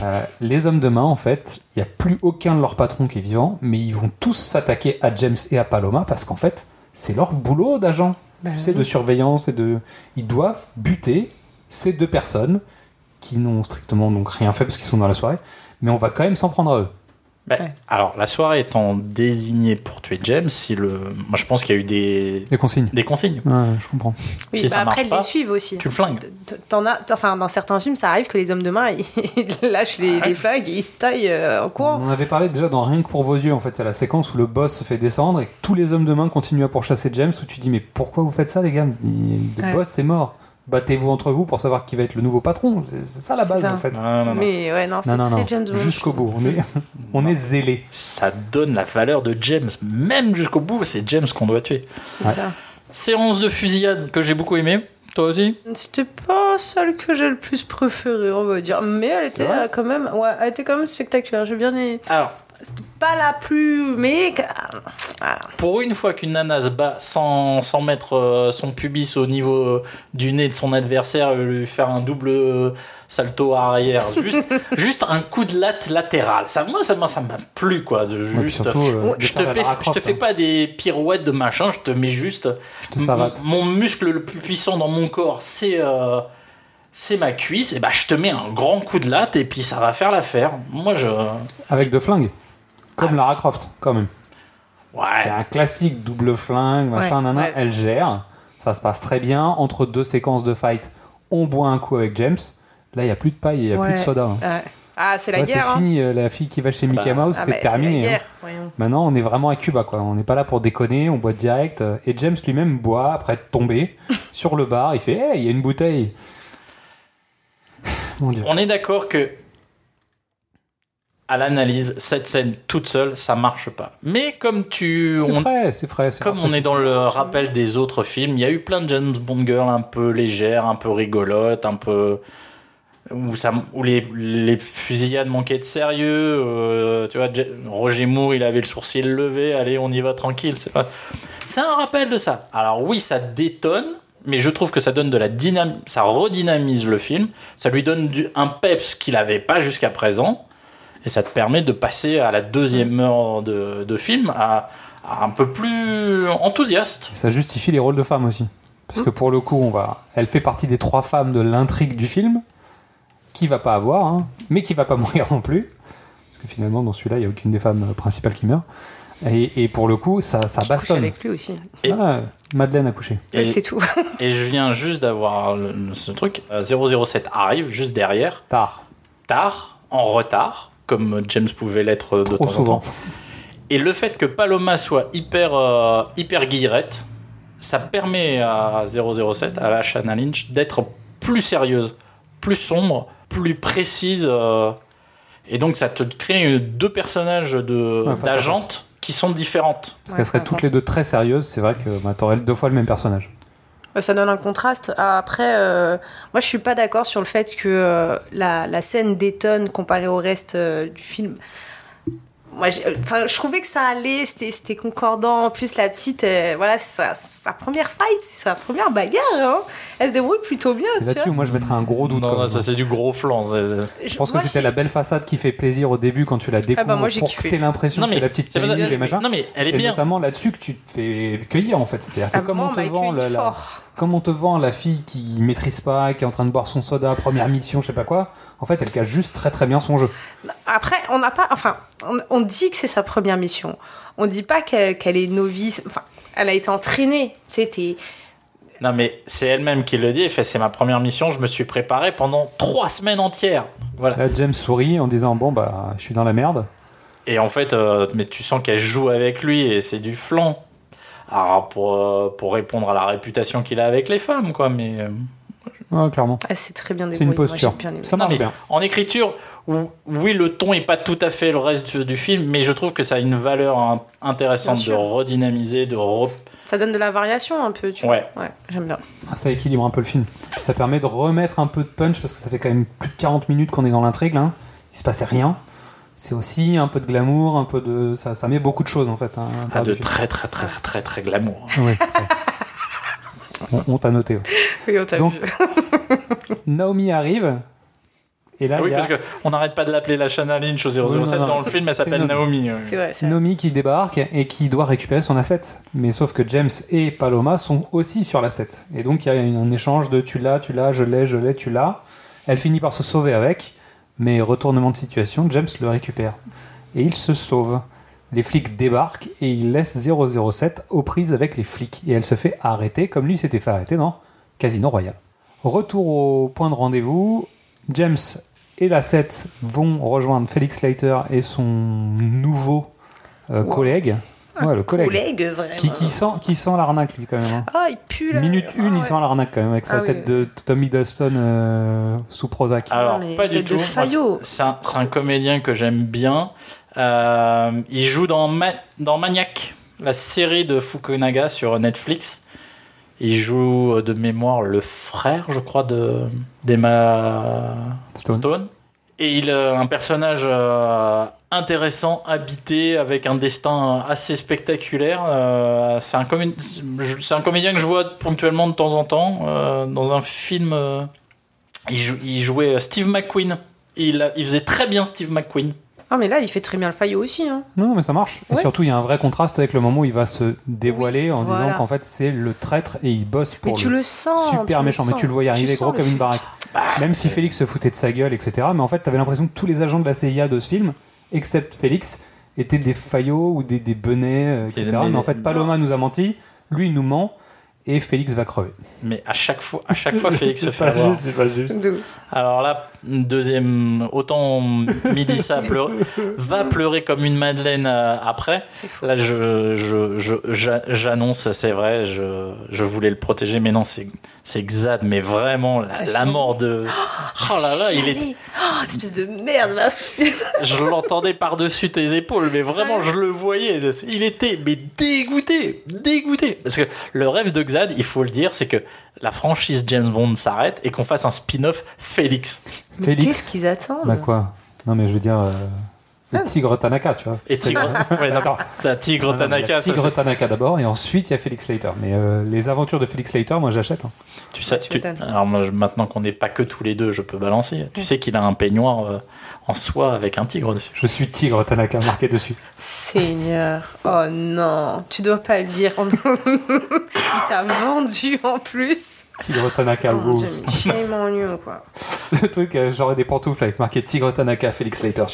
Euh, les hommes de main, en fait, il n'y a plus aucun de leurs patrons qui est vivant, mais ils vont tous s'attaquer à James et à Paloma parce qu'en fait, c'est leur boulot d'agent, tu sais, de surveillance et de. Ils doivent buter ces deux personnes qui n'ont strictement donc rien fait parce qu'ils sont dans la soirée, mais on va quand même s'en prendre à eux. Ben, Alors, la soirée étant désignée pour tuer James, si le... moi je pense qu'il y a eu des, Les consignes. des consignes. Ouais, je comprends. Oui, Si bah ça marche après, ils pas, les suivent aussi. Tu le flingues. T- T'en as, t- enfin, dans certains films, ça arrive que les hommes de main ils ils lâchent les, les flags et ils se taillent euh, en On courant. en avait parlé déjà dans Rien que pour vos yeux, en fait, à la séquence où le boss se fait descendre et que tous les hommes de main continuent à pourchasser James, où tu dis mais pourquoi vous faites ça les gars Il- Le Ouais. boss est mort. Battez-vous entre vous pour savoir qui va être le nouveau patron. C'est c'est ça la base ça. en fait. Non, non, non. Mais ouais, non, c'est Non, non, très non. James Bond. Jusqu'au bout. On est, on est zélé. Ça donne la valeur de James, même jusqu'au bout. C'est James qu'on doit tuer. C'est ça. Séance de fusillade que j'ai beaucoup aimé. Toi aussi C'était pas celle que j'ai le plus préférée, on va dire. Mais elle était euh, quand même, ouais, elle était quand même spectaculaire. J'ai bien aimé. Alors, C'était pas la plus, mais ah, pour une fois qu'une nana se bat sans, sans mettre euh, son pubis au niveau euh, du nez de son adversaire, euh, lui faire un double euh, salto arrière, juste, juste un coup de latte latéral. Ça, moi, ça m'a ça m'a plu, quoi. De Ouais, puis juste, surtout, euh, de je, te faire la fais, Lara je te Croft, fais hein. pas des pirouettes de machin, je te mets juste Je te savate. mon, mon muscle le plus puissant dans mon corps, c'est euh, c'est ma cuisse. Et bah, je te mets un grand coup de latte et puis ça va faire l'affaire. Moi, je Avec de flingues. Comme Ah. Lara Croft, quand même. C'est ouais. un classique double flingue, machin, Ouais, nana. ouais. Elle gère. Ça se passe très bien. Entre deux séquences de fight, on boit un coup avec James. Là, il n'y a plus de paille, il n'y a plus de Ouais. soda. hein. ouais. Ah, c'est la Ouais, guerre. c'est hein. fini, euh, la fille qui va chez Mickey bah, Mouse, Ah, bah, c'est la terminé. hein. guerre, voyons. Maintenant, on est vraiment à Cuba, quoi. On n'est pas là pour déconner, on boit direct. euh, Et James lui-même boit après être tombé sur le bar. Il fait Hey, il y a une bouteille Mon dieu. On est d'accord que à l'analyse, cette scène toute seule, ça marche pas. Mais comme tu, C'est on- frais, c'est frais. c'est comme on est rafraîchissant. dans le rappel des autres films, il y a eu plein de James Bond girls un peu légères, un peu rigolotes, un peu où ça, où les, les fusillades manquaient de sérieux. euh, tu vois, Ja- Roger Moore, il avait le sourcil levé. Allez, on y va tranquille. C'est pas. C'est un rappel de ça. Alors oui, ça détonne, mais je trouve que ça donne de la dynamique, ça redynamise le film, ça lui donne du, un peps qu'il n'avait pas jusqu'à présent, et ça te permet de passer à la deuxième heure de, de film à, à un peu plus enthousiaste. Ça justifie les rôles de femmes aussi. Parce que pour le coup, on va... elle fait partie des trois femmes de l'intrigue du film, qui va pas avoir, hein, mais qui va pas mourir non plus. Parce que finalement, dans celui-là, il n'y a aucune des femmes euh, principales qui meurt. Et, et pour le coup, ça, ça Qui couche bastonne. avec lui aussi. Et- Ah, Madeleine a couché. Mais Et, Bah, c'est tout. et je viens juste d'avoir le- le- ce truc. Euh, 007 arrive juste derrière, Tard. tard, en retard, comme James pouvait l'être de Trop temps en souvent. temps. Et le fait que Paloma soit hyper, euh, hyper guillerette, ça permet à 007, à la Shannon Lynch, d'être plus sérieuse, plus sombre, plus précise. euh, et donc ça te crée une- deux personnages de- Ouais, face à d'agentes qui sont différentes. Parce qu'elles seraient toutes les deux très sérieuses, c'est vrai que bah, t'aurais deux fois le même personnage. Ouais, Ça donne un contraste. Ah, Après, euh, moi, je suis pas d'accord sur le fait que euh, la, la scène détonne comparée au reste euh, du film. Moi, j'ai- euh, enfin, je trouvais que ça allait, c'était c'était concordant. En plus, la petite, euh, voilà, c'est sa, sa première fight, c'est sa première bagarre. hein. Elle se débrouille plutôt bien. C'est tu là-dessus vois. où moi je mettrais un gros doute. Non, quand non, même. ça c'est du gros flan. c'est- c'est- je pense moi, que c'était j'ai- la belle façade qui fait plaisir au début quand tu la découvres bah, moi, j'ai pour kiffé. que t'aies l'impression Non, que c'est mais- la petite c'est pas ça. Playboy et machin. Non mais elle est C'est bien. notamment là-dessus que tu te fais cueillir en fait. C'est-à-dire que Ah, comme moi, on, on te m'a vend accueilli la, la- fort. comme on te vend la fille qui maîtrise pas, qui est en train de boire son soda, première mission, je sais pas quoi, en fait elle cache juste très très bien son jeu. Après, on n'a pas. Enfin, on, on dit que c'est sa première mission. On dit pas qu'elle qu'elle est novice. Enfin, elle a été entraînée. C'était. Non mais c'est elle-même qui le dit. Elle fait, c'est ma première mission. Je me suis préparé pendant trois semaines entières. Voilà. Là James sourit en disant bon bah je suis dans la merde. Et en fait, euh, mais tu sens qu'elle joue avec lui et c'est du flan. Alors pour euh, pour répondre à la réputation qu'il a avec les femmes, quoi. Mais euh, Ouais, clairement. Ah, c'est très bien C'est une débrouillé. Moi, j'ai posture. bien aimé. Ça Non, marche mais bien. en écriture, ou- oui, le ton est pas tout à fait le reste du film, mais je trouve que ça a une valeur hein, Bien intéressante de sûr. redynamiser, de re... Ça donne de la variation un peu, tu Ouais. vois. Ouais, j'aime bien. Ah, Ça équilibre un peu le film. Puis ça permet de remettre un peu de punch parce que ça fait quand même plus de 40 minutes qu'on est dans l'intrigue. Là. Il se passait rien. C'est aussi un peu de glamour, un peu de. Ça, ça met beaucoup de choses en fait. hein, à Ah, l'intérieur de du film. très très très très très, très glamour. Ouais, ouais. On, on t'a noté. ouais. Oui, on t'a Donc- vu. Naomi arrive Et là, Ah oui, il y a parce qu'on n'arrête pas de l'appeler la Shana Lynch au 007 Oui, non, non, dans le c'est- film, elle c'est s'appelle Naomi. Naomi. euh. oui. C'est vrai, c'est vrai. Nomi qui débarque et qui doit récupérer son asset. Mais sauf que James et Paloma sont aussi sur l'asset. Et donc il y a une- un échange de tu l'as, tu l'as, je l'ai, je l'ai, tu l'as. Elle finit par se sauver avec, mais retournement de situation, James le récupère. Et il se sauve. Les flics débarquent et il laisse 007 aux prises avec les flics. Et elle se fait arrêter comme lui s'était fait arrêter dans Casino Royal. Retour au point de rendez-vous. James et la 7 vont rejoindre Felix Leiter et son nouveau euh, Wow. collègue. Ouais, le collègue. Collègue, vraiment. Qui, qui sent, qui sent l'arnaque, lui, quand même. hein. Ah, il pue là. Minute Ah, 1, ouais. il sent l'arnaque, quand même, avec sa Ah oui, tête de Tom Hiddleston euh, sous Prozac. Alors, mais pas du tête de tout. Moi, faillot. c'est- C'est un, c'est un comédien que j'aime bien. Euh, il joue dans, Ma- dans Maniac, la série de Fukunaga sur Netflix. Il joue euh, de mémoire le frère, je crois, de d'Emma Stone. Stone. Et il a un personnage euh, intéressant, habité, avec un destin euh, assez spectaculaire. Euh, c'est un, comé- je- c'est un comédien que je vois ponctuellement de temps en temps euh, dans un film. euh, il, jou- il jouait euh, Steve McQueen. Il, a- il faisait très bien Steve McQueen. Ah, mais là, il fait très bien le faillot aussi. Hein. Non, non, mais ça marche. Et Ouais. surtout, il y a un vrai contraste avec le moment où il va se dévoiler en voilà. disant qu'en fait, c'est le traître et il bosse Mais pour tu le le sens. Super méchant, mais sens. tu le Bah, euh, voyais arriver sens le gros comme une flic. baraque. Même si Félix se foutait de sa gueule, etc. Mais en fait, t'avais l'impression que tous les agents de la CIA de ce film, except Félix, étaient des faillots ou des, des benets, euh, etc. Et- Mais, mais- en fait, Paloma nous a menti, lui il nous ment, et Félix va crever. Mais à chaque fois, à chaque fois Félix se C'est fait pas avoir. juste, c'est pas juste. De- Alors là, deuxième, autant Midi ça pleure- va pleurer comme une madeleine euh, après. C'est faux. Là, je, je, je, j'a- j'annonce, c'est vrai, je, je voulais le protéger, mais non, c'est, c'est Xad, mais vraiment, la, la mort de. Oh là là, il est, Allez. Oh, espèce de merde, là. je l'entendais par-dessus tes épaules, mais vraiment, je le voyais. Il était, mais dégoûté, dégoûté. Parce que le rêve de Xad, il faut le dire, c'est que la franchise James Bond s'arrête et qu'on fasse un spin-off Félix. Mais Félix. Qu'est-ce qu'ils attendent Bah quoi Non, mais je veux dire. euh, Le tigre Tanaka, tu vois. Et Tigre, ouais, d'accord. T'as Tigre Ah Non, non, mais il y a Eh, Tanaka, ça, Tigre c'est- Tanaka d'abord, et ensuite il y a Félix Leiter. Mais euh, les aventures de Félix Leiter, moi j'achète. hein. tu sais, Tu tu- m'étonnes. alors moi, je- maintenant qu'on n'est pas que tous les deux, je peux balancer. Tu sais qu'il a un peignoir euh, en soie avec un tigre dessus. Je suis Tigre Tanaka marqué dessus. Seigneur, oh non, tu dois pas le dire. Oh non. Il t'a vendu en plus. Tigre Tanaka Oh, rules. Jamie, shame on you, quoi. Le truc, euh, j'aurais des pantoufles avec marqué Tigre Tanaka, Félix Leiter.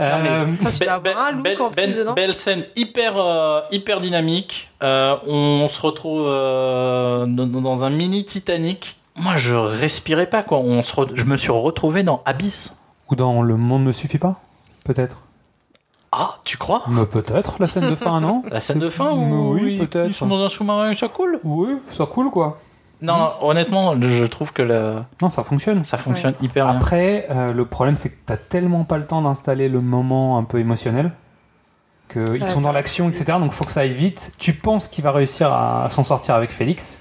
Euh, Ça, tu dois Be- Ben- avoir un be- look belle- en plus belle- dedans. belle scène hyper euh, hyper dynamique. Euh, on se retrouve euh, dans, dans un mini Titanic. Moi, je respirais pas quoi. On se re- je me suis retrouvé dans Abyss. Ou dans Le Monde ne suffit pas Peut-être. Ah, tu crois Mais peut-être, la scène de fin, non La scène de fin où Oui, ils- peut-être. ils sont dans un sous-marin et ça coule Oui, ça cool quoi. Non, non, honnêtement, je trouve que le- Non, ça fonctionne. ça fonctionne hyper bien. Après, euh, le problème, c'est que t'as tellement pas le temps d'installer le moment un peu émotionnel qu'ils Ouais, sont dans ça- l'action, etc. Donc, faut que ça aille vite. Tu penses qu'il va réussir à, à s'en sortir avec Félix,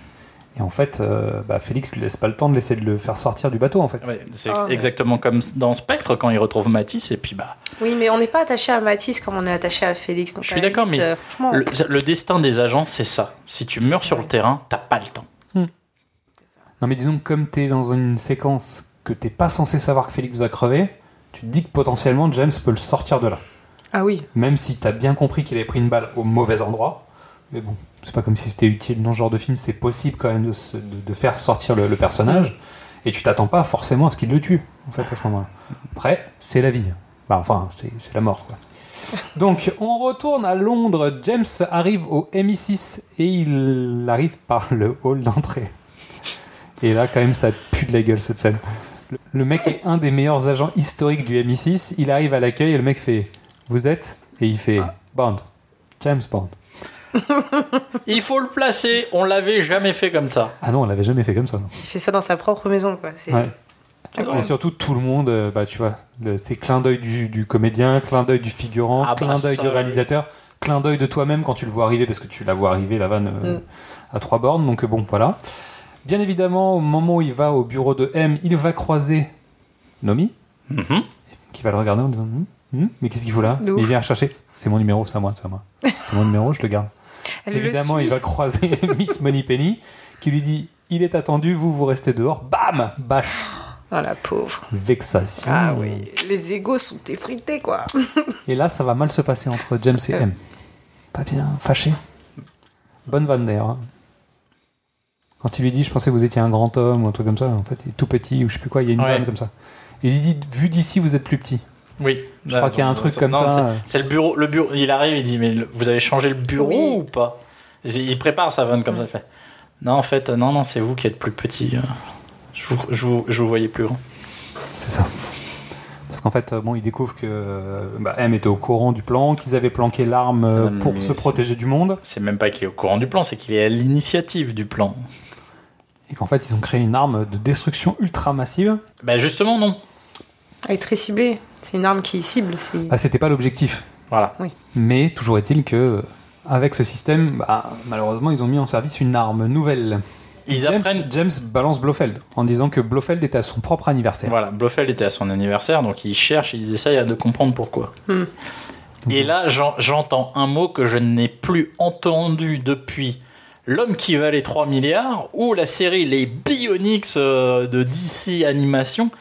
et en fait, euh, bah, Félix lui laisse pas le temps de laisser de le faire sortir du bateau, en fait. Ouais, c'est Ah, ouais. exactement comme dans Spectre quand il retrouve Matisse et puis bah Oui, mais on n'est pas attaché à Matisse comme on est attaché à Félix. donc Je suis à la d'accord, limite, mais euh, franchement, le, le destin des agents c'est ça. Si tu meurs sur le terrain, t'as pas le temps. Non, mais disons que comme t'es dans une séquence que t'es pas censé savoir que Félix va crever, tu te dis que potentiellement James peut le sortir de là. Ah oui. Même si t'as bien compris qu'il avait pris une balle au mauvais endroit. Mais bon, c'est pas comme si c'était utile dans ce genre de film. C'est possible quand même de, se- de- de faire sortir le, le personnage. Et tu t'attends pas forcément à ce qu'il le tue, en fait, à ce moment-là. Après, c'est la vie. Bah, enfin, c'est c'est la mort, quoi. Donc, on retourne à Londres. James arrive au MI6 et il arrive par le hall d'entrée. Et là, quand même, ça pue de la gueule, cette scène. Le- Le mec est un des meilleurs agents historiques du MI6. Il arrive à l'accueil et le mec fait vous êtes Et il fait Bond. James Bond. Il faut le placer, on l'avait jamais fait comme ça. Ah non, on l'avait jamais fait comme ça. Il fait ça dans sa propre maison, quoi. C'est Ouais. Tu vois. Et surtout, tout le monde, euh, bah, tu vois, le- c'est clin d'œil du, du comédien, clin d'œil du figurant, Ah bah clin d'œil ça, du réalisateur, clin d'œil de toi-même quand tu le vois arriver, parce que tu la vois arriver, la vanne, Mm. euh, à trois bornes. Donc euh, bon, voilà. Bien évidemment, au moment où il va au bureau de M, il va croiser Nomi, Mhm. qui va le regarder en disant Hum, hum, Mais qu'est-ce qu'il faut là Mm-hmm. De ouf. Il vient chercher. C'est mon numéro, c'est à moi, c'est à moi. C'est mon numéro, je le garde. Elle le Évidemment, suit. il va croiser Miss Moneypenny qui lui dit Il est attendu, vous, vous restez dehors. Bam Bâche Ah la pauvre. Vexation. Ah oui, les égaux sont effrités quoi. Et là, ça va mal se passer entre James et M. Pas bien, fâché. Bonne vanne d'ailleurs. hein. Quand il lui dit, je pensais que vous étiez un grand homme ou un truc comme ça, en fait, il est tout petit ou je sais plus quoi, il y a une Ouais. vanne comme ça. Il lui dit, vu d'ici, vous êtes plus petit. Oui. Bah, Je crois qu'il y a un truc comme Non, ça. c'est- C'est le bureau. Le bureau. Il arrive, il dit mais le- vous avez changé le bureau Oui. ou pas Il il prépare sa vanne comme ça. il fait non en fait non non c'est vous qui êtes plus petit. euh, Je vous, je vous, je vous voyais plus grand. C'est ça. Parce qu'en fait, euh, bon, il découvre que euh, bah, M était au courant du plan, qu'ils avaient planqué l'arme euh, Madame, pour Ah, mais se c'est- protéger du monde, C'est même pas qu'il est au courant du plan, c'est qu'il est à l'initiative du plan. et qu'en fait, ils ont créé une arme de destruction ultra massive. Bah justement non. Elle est très ciblée. C'est une arme qui cible. C'est... Bah, c'était pas l'objectif. Voilà. Mais toujours est-il que, euh, avec ce système, bah, malheureusement, ils ont mis en service une arme nouvelle. Ils James, apprennent. James balance Blofeld en disant que Blofeld était à son propre anniversaire. Voilà, Blofeld était à son anniversaire, donc ils cherchent, ils essayent de comprendre pourquoi. Hmm. Et là, j'en- j'entends un mot que je n'ai plus entendu depuis L'homme qui valait 3 milliards ou la série Les Bionics euh, de DC Animation.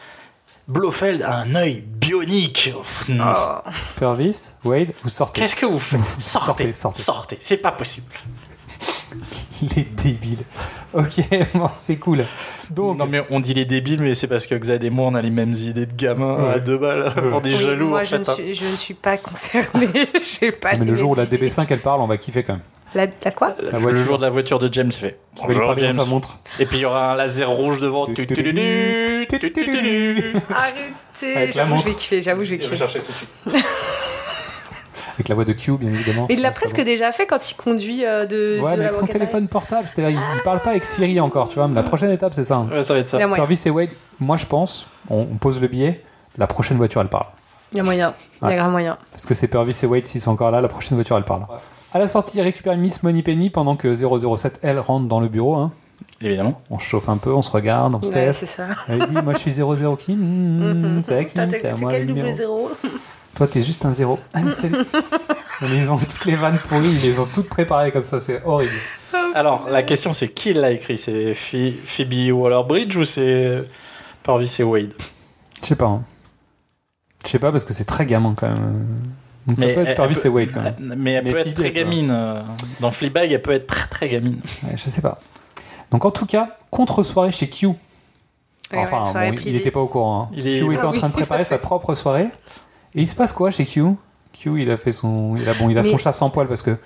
Blofeld a un œil bionique. Pff, non. Oh. Purvis, Wade, vous sortez. Qu'est-ce que vous faites Sortez, Sortez, sortez. sortez, c'est pas possible. Les débiles. Ok, bon, c'est cool. Donc, Non mais on dit les débiles, mais c'est parce que Xad et moi on a les mêmes idées de gamins Ouais. à deux balles, on est Oui, jaloux moi en je, fait. ne hein. suis, je ne suis pas concernée. J'ai pas Ah, mais le les jour où la idées. DB5 elle parle, on va kiffer quand même. La, la quoi La Le voiture. jour de la voiture de James fait. Je vais lui Bonjour parler James. dans sa montre. Et puis il y aura un laser rouge devant. Tu, tu, tu, tu, tu, tu, tu, tu. Arrêtez. Avec la J'avoue, je montre. vais kiffer. J'avoue, je vais Je kiffer. vais chercher tout de suite. Avec la voix de Q, bien évidemment. Mais il l'a sinon, c'est presque pas déjà fait quand il conduit euh, de, bon. Ouais, de la mais avec son banquette téléphone portable. C'est-à-dire, il ne parle pas avec Siri encore, tu vois. Mais la prochaine étape, c'est ça. hein. Ouais, ça va être ça. arrière. Il y a moyen. Purvis et Wade, moi je pense, on, on pose le billet, la prochaine voiture elle parle. Il y a moyen. Il y a Ouais. grave moyen. Parce que c'est Purvis et Wade, s'ils sont encore là, la prochaine voiture elle parle. À la sortie, il récupère Miss Money Penny pendant que 007 elle rentre dans le bureau. hein. Évidemment. On se chauffe un peu, on se regarde, on se Ouais, teste. c'est Mm, ça. Elle lui dit Moi je suis 00 qui Hmm, C'est à qui T'as- C'est à c'est moi le quel double numéro. zéro Toi, t'es juste un zéro. Ah, mais salut. Mais ils ont toutes les vannes pour lui, ils les ont toutes préparées comme ça, c'est horrible. Alors, la question c'est qui l'a écrit C'est Phi- Phoebe Waller-Bridge ou c'est Parvis et Wade Je sais pas. hein. Je sais pas parce que c'est très gamin quand même. Donc ça Mais peut être elle- Purvis elle et Wade quand même. Mais elle Mais peut être Phoebe, très quoi. gamine. euh, Dans Fleabag, elle peut être très très gamine. Ouais, je sais pas. Donc en tout cas, contre-soirée chez Q. Ouais, enfin, ouais, soirée bon, il- il privée. n'était pas au courant. hein. Il est- Q était Ah en train oui, de préparer ça, c'est- sa propre soirée. Et il se passe quoi chez Q Q, il a fait son, il a bon, il a Mais- son chat sans poil parce que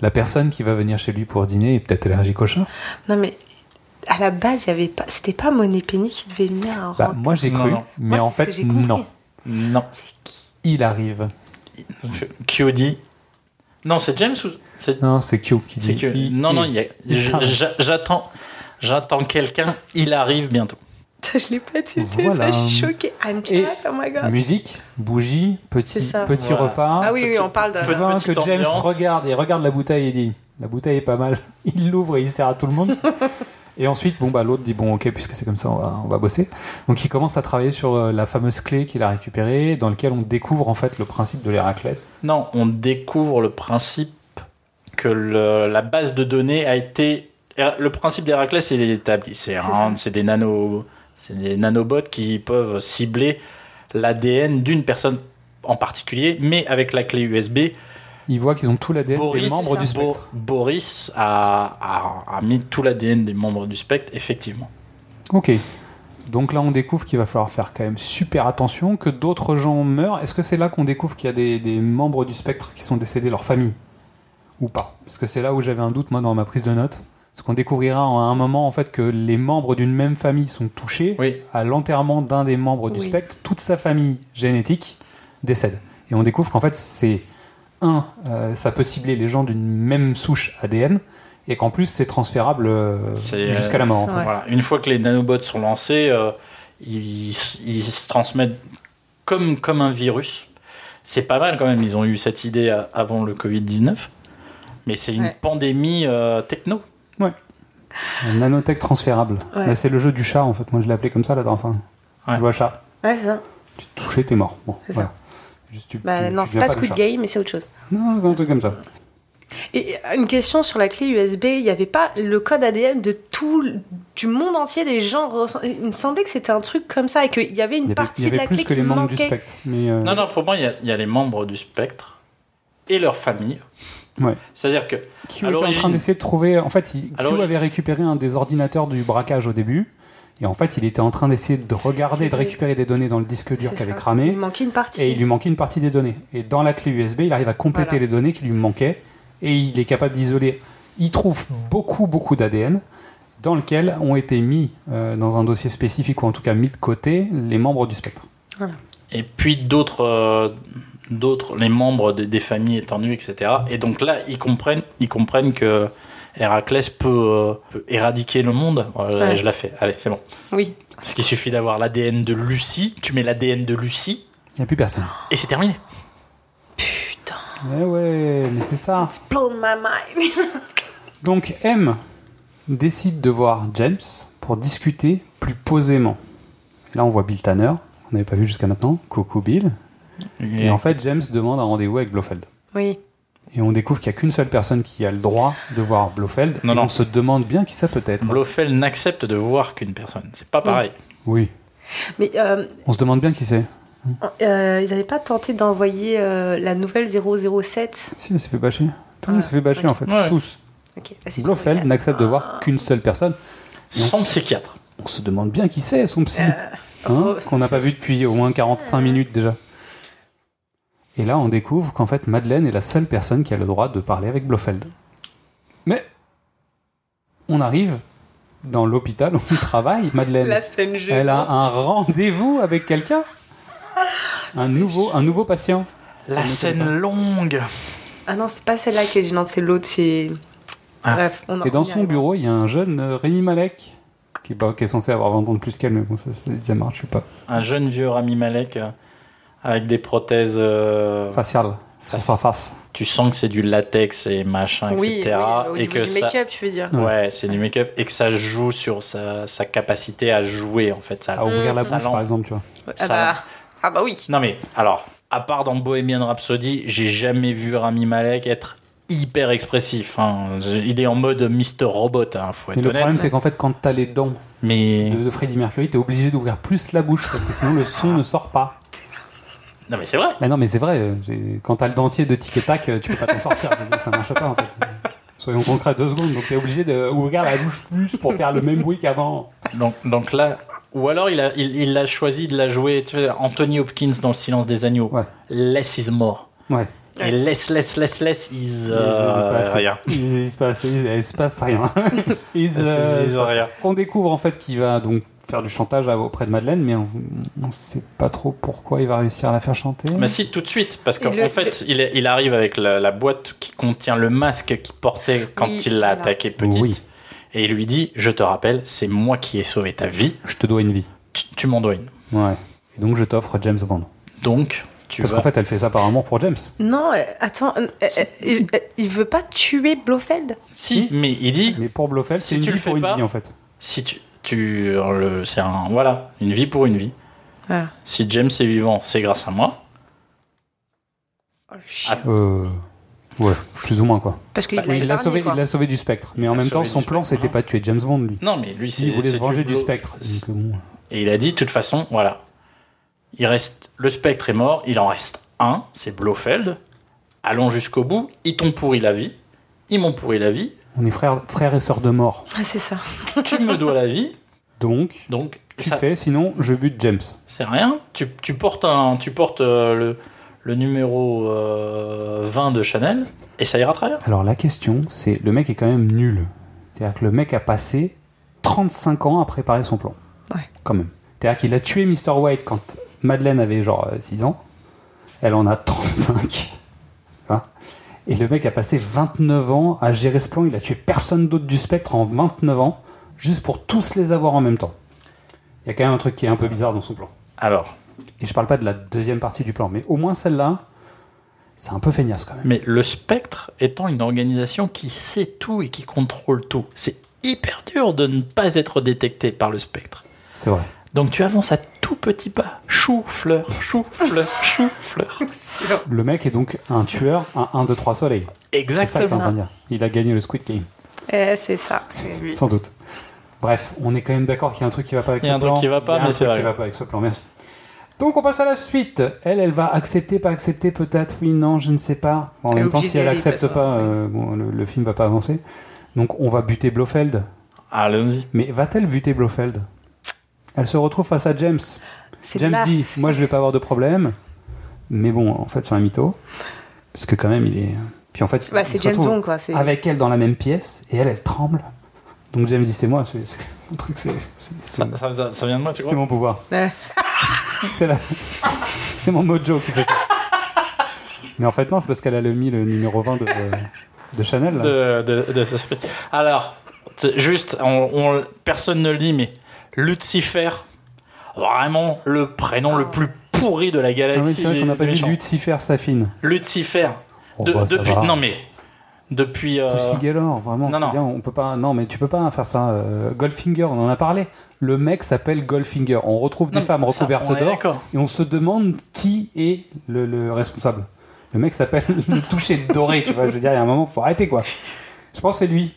la personne qui va venir chez lui pour dîner est peut-être allergique au chat. Non mais à la base, il y avait pas. C'était pas Monet Penny qui devait venir. à Bah, Rouen. moi j'ai Non, cru, non. mais Oh. Moi, en c'est ce fait que j'ai compris. non. Non. C'est qui Il arrive. Q dit. Non, c'est James ou c'est Non, c'est Q qui c'est dit. Q il- Non, il- non, il y a- il j- arrive. j- j'attends, j'attends quelqu'un. Il arrive bientôt. Putain, je l'ai pas testé. Voilà. Ça, je suis choquée. I'm Et- clap, oh my god. Musique, bougie, C'est petit, ça. petit Voilà. repas. Ah oui, oui, petit- on parle de. petit- Vin que petite James ambiance. regarde et regarde la bouteille et dit la bouteille est pas mal. Il l'ouvre et il sert à tout le monde. et ensuite, bon bah l'autre dit bon ok puisque c'est comme ça, on va, on va bosser. Donc il commence à travailler sur euh, la fameuse clé qu'il a récupérée, dans laquelle on découvre en fait le principe de l'Héraclète. Non, on découvre le principe que le- la base de données a été. er, Le principe d'Héraclès est établi. C'est un- c'est des, nano, c'est des nanobots qui peuvent cibler l'ADN d'une personne en particulier, mais avec la clé USB, Il voit qu'ils ont tout l'ADN des Boris, membres du Bo- spectre. Boris a, a- a mis tout l'ADN des membres du spectre, effectivement. Ok. Donc là, on découvre qu'il va falloir faire quand même super attention, que d'autres gens meurent. Est-ce que c'est là qu'on découvre qu'il y a des, des membres du spectre qui sont décédés, leur famille Ou pas Parce que c'est là où j'avais un doute, moi, dans ma prise de notes. Parce qu'on découvrira à un moment, en fait, que les membres d'une même famille sont touchés. Oui. À l'enterrement d'un des membres du Oui. spectre, toute sa famille génétique décède. Et on découvre qu'en fait, c'est. Un, euh, ça peut cibler les gens d'une même souche ADN. Et qu'en plus, c'est transférable euh, C'est, euh, jusqu'à la mort. en c'est- fait. Ouais. Voilà. Une fois que les nanobots sont lancés, euh, ils, ils se transmettent comme, comme un virus. C'est pas mal quand même, ils ont eu cette idée à- avant le Covid-19. Mais c'est une Ouais. pandémie euh, techno. Un nanotech transférable. Ouais. Bah, c'est le jeu du chat en fait. Moi je l'ai appelé comme ça là enfin. Ouais. Je vois chat. Ouais, c'est ça. Tu te touchais, t'es mort. Bon, C'est voilà. Juste, tu- Bah, tu- non, tu c'est deviens pas le Squid chat. Game, mais c'est autre chose. Non, c'est un truc comme ça. Et euh, une question sur la clé USB, il n'y avait pas le code ADN de tout le- du monde entier des gens. reço- Il me semblait que c'était un truc comme ça et qu'il y avait une Il y avait, partie il y de avait la plus clé que qui les membres du manquait. spectre. Mais euh, Non, non, pour moi, il y a- il y, a les membres du spectre et leur famille. Ouais. C'est-à-dire que. Q À était en train l'origine. d'essayer de trouver. En fait, il- À Q l'origine. avait récupéré un des ordinateurs du braquage au début. Et en fait, il était en train d'essayer de regarder, C'est de vrai. récupérer des données dans le disque dur C'est qu'avait ça. cramé. Il manquait une partie. Et il lui manquait une partie des données. Et dans la clé USB, il arrive à compléter Voilà. les données qui lui manquaient. Et il est capable d'isoler. Il trouve beaucoup, beaucoup d'ADN dans lequel ont été mis euh, dans un dossier spécifique, ou en tout cas mis de côté, les membres du spectre. Et puis d'autres. euh, d'autres les membres des- des familles étendues, etc. Et donc là, ils comprennent, ils comprennent que. Héraclès peut, euh, peut éradiquer le monde. Voilà, Ouais. Je la fais. Allez, c'est bon. Oui. Parce qu'il suffit d'avoir l'ADN de Lucie. Tu mets l'ADN de Lucie Il n'y a plus personne. et c'est terminé. Eh ouais, mais c'est ça. It's blown my mind. Donc M décide de voir James pour discuter plus posément. Là, on voit Bill Tanner, on n'avait pas vu jusqu'à maintenant. Coucou Bill. Et en fait, James demande un rendez-vous avec Blofeld. Oui. Et on découvre qu'il n'y a qu'une seule personne qui a le droit de voir Blofeld. Non, et non. On se demande bien qui ça peut être. Blofeld n'accepte de voir qu'une personne. C'est pas pareil. oui. Mais euh, On se demande bien qui c'est. euh, ils n'avaient pas tenté d'envoyer euh, la nouvelle 007 Si, elle s'est fait bâcher. Tout le Ouais, monde s'est fait bâcher Ah, ok. en fait. Ouais. Tous. Ok, là, c'est Blofeld formidable. n'accepte de voir qu'une seule personne. Et on- Sans psychiatre. On se demande bien qui c'est, son psy. Hein, oh, qu'on n'a pas c'est- vu depuis au moins 45 minutes déjà. Et là, on découvre qu'en fait, Madeleine est la seule personne qui a le droit de parler avec Blofeld. Mais on arrive dans l'hôpital où on travaille. Madeleine, La scène jeu. elle a un rendez-vous avec quelqu'un. Ah, Un nouveau, un nouveau patient. La scène longue. Ah non, c'est pas celle-là qui est gênante, c'est l'autre. C'est. Ah. Bref, on en Et on dans y son arrivera. bureau, il y a un jeune euh, Rémi Malek qui est, pas- qui est censé avoir 20 ans de plus qu'elle, mais bon, ça, c'est- ça marche, je sais pas. Un jeune vieux Rami Malek euh, avec des prothèses. euh, Facial, sur sa face. tu sens que c'est du latex et machin, Oui, etc. oui, au et niveau que du ça. make-up, tu veux dire. Ouais, c'est du make-up et que ça joue sur sa, sa capacité à jouer en fait. Ça, À ouvrir la Euh, ça bouche, l'en- par exemple, tu vois. Ah ça- bah, ah bah oui. Non mais alors, à part dans Bohemian Rhapsody, j'ai jamais vu Rami Malek être hyper expressif. hein. Je- Il est en mode Mr Robot, hein, faut être Mais le honnête. problème, c'est qu'en fait, quand t'as les dents Mais de, de Freddie Mercury, t'es obligé d'ouvrir plus la bouche parce que sinon le son ne sort pas. non mais c'est vrai. Mais non, mais c'est vrai, euh, c'est- quand t'as le dentier de tic et tac, euh, tu peux pas t'en sortir. Je veux dire, Ça marche pas en fait. Soyons concrets deux secondes, donc t'es obligé d'ouvrir la bouche plus pour faire le même bruit qu'avant. Donc, donc là, ou alors il a, il, il a choisi de la jouer tu sais, Anthony Hopkins dans Le Silence des Agneaux. Ouais. Less is more. Ouais. Et less, less, less, less is euh, Il se passe- rien. Il, il se passe, il, il se passe rien. Il se- Ils- ils- se ils ont passe- rien. On découvre en fait qu'il va donc faire du chantage à- auprès de Madeleine, mais on, on sait pas trop pourquoi il va réussir à la faire chanter. Mais si, tout de suite, parce qu'en Il Hmm. le- en fait, il, est- il arrive avec la, la boîte qui contient le masque qu'il portait quand Oui, il l'a voilà. attaqué petite. Oui. Et il lui dit, je te rappelle, c'est moi qui ai sauvé ta vie, Je te dois une vie. tu, tu m'en dois une. Ouais. Et donc je t'offre James Bond. Donc, tu Parce vas... qu'en fait, elle fait ça par amour pour James. Non, euh, attends, euh, euh, il, euh, il veut pas tuer Blofeld si, mais il dit, Mais pour Blofeld, Si c'est une tu le vie fais pour une pas- vie en fait. si tu... tu euh, le, c'est un... Voilà, une vie pour une vie. Voilà. Si James est vivant, c'est grâce à moi. Oh, le chien. Euh. Ouais, plus ou moins quoi. Parce qu'il bah, l'a il l'a séparé, sauvé, quoi. il l'a sauvé du spectre. Mais en l'a même temps, sauvé son du plan, spectre, c'était hein. pas de tuer James Bond lui. Non, mais lui, c'est... Il voulait se c'est venger du blo- spectre. C'est- Donc, euh, bon. Et il a dit, de toute façon, voilà. Il reste, le spectre est mort, il en reste un, c'est Blofeld. Allons jusqu'au bout, ils t'ont pourri la vie, ils m'ont pourri la vie, On est frères frère et sœurs de mort. Ah, c'est ça. tu me dois la vie, Donc, donc tu ça, fais, sinon je bute James. c'est rien. Tu, tu portes, un, tu portes euh, le, le numéro euh, 20 de Chanel et ça ira à travers. Alors la question, c'est le mec est quand même nul. C'est-à-dire que le mec a passé 35 ans à préparer son plan. Ouais. Quand même. C'est-à-dire qu'il a tué Mr. White quand Madeleine avait genre 6 ans. Elle en a 35. Hein Et le mec a passé 29 ans à gérer ce plan. Il a tué personne d'autre du spectre en 29 ans, juste pour tous les avoir en même temps. Il y a quand même un truc qui est un peu bizarre dans son plan. Alors, Et je parle pas de la deuxième partie du plan, mais au moins celle-là, c'est un peu feignasse quand même. mais le spectre étant une organisation qui sait tout et qui contrôle tout, c'est hyper dur de ne pas être détecté par le spectre. C'est vrai. Donc tu avances à tout petit pas. Chou, fleur, chou, fleur, chou, fleur. Le mec est donc un tueur à 1, 2, 3 soleil. C'est ça que t'es en train de dire. Il a gagné le Squid Game, Eh, c'est ça, c'est lui. sans doute. Bref, on est quand même d'accord qu'il y a un truc qui va pas avec Il y a ce un truc plan. qui va Il pas, y a un mais truc c'est qui vrai. va pas avec ce plan, merci. Donc on passe à la suite. Elle, elle va accepter, pas accepter, peut-être, oui, non, je ne sais pas. Bon, en Elle est même temps, obligée si elle d'y aller, de accepte toute façon, pas, oui. euh, bon, le, le film va pas avancer. Donc on va buter Blofeld. Allons-y. Mais va-t-elle buter Blofeld Elle se retrouve face à James. C'est James là. dit Moi, je vais pas avoir de problème. Mais bon, en fait, c'est un mytho. Parce que quand même, il est. Puis en fait, Bah, il c'est se James retrouve Bond, quoi. c'est- avec elle dans la même pièce et elle, elle tremble. Donc James dit C'est moi, c'est c'est- mon truc, c'est c'est- c'est- Ça, ça- ça- ça vient de moi, Ah, tu c'est crois mon pouvoir. Ouais. c'est la- c'est mon mojo qui fait ça. Mais en fait, non, c'est parce qu'elle a le mis le numéro 20 de, de Chanel. là. de, de- de- ça fait- Alors, c'est juste, on, on- personne ne le dit, mais Lucifer, vraiment le prénom le plus pourri de la Ah oui, galaxie. c'est vrai des- qu'on n'a des pas dit méchants. Lucifer Safine. Lucifer. Oh, De- bah, ça depuis, va. non mais, depuis. euh, Pussy Galore, vraiment. non, non. Bien, on peut pas. Non, mais tu peux pas faire ça. euh, Goldfinger, on en a parlé. Le mec s'appelle Goldfinger. On retrouve des non, femmes ça, recouvertes on est d'or d'accord. et on se demande qui est le, le responsable. Le mec s'appelle le toucher doré. Tu vois, je veux dire, il y a un moment, faut arrêter quoi. Je pense que c'est lui.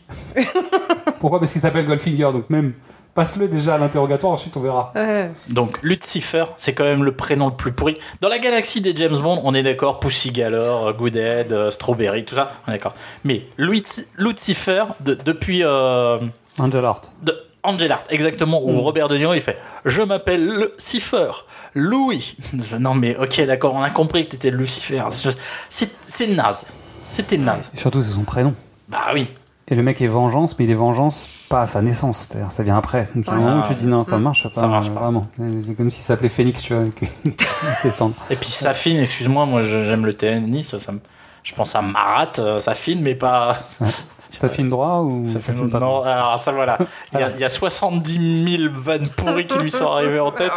Pourquoi Parce qu'il s'appelle Goldfinger. Donc même, passe-le déjà à l'interrogatoire. Ensuite, on verra. Ouais. Donc Lucifer, c'est quand même le prénom le plus pourri. Dans la galaxie des James Bond, on est d'accord, Pussy Galore, euh, Goodhead, euh, Strawberry, tout ça, on est d'accord. Mais Luci- Lucifer, de- depuis euh, Angel Hart. de Angel Hart, exactement, où Robert De Niro, il fait « Je m'appelle Lucifer, Louis ». Non mais ok, d'accord, on a compris que t'étais Lucifer. C'est- C'est c'est naze. C'était naze. Et surtout, c'est son prénom. Bah oui. Et le mec est vengeance, mais il est vengeance pas à sa naissance, c'est-à-dire ça vient après. Donc à un Ah, moment tu te dis non, ça Mm. marche pas, Ça marche euh, pas. vraiment. Euh, C'est comme s'il s'appelait Phoenix, tu vois, avec ses cendres. Et puis Safine, excuse-moi, moi je- j'aime le tennis, ça me- je pense à Marat, euh, Safine, mais pas... Ça filme droit ou Ça fait filme pas non, droit alors ça voilà. Il y, a, il y a 70 000 vannes pourries qui lui sont arrivées en tête.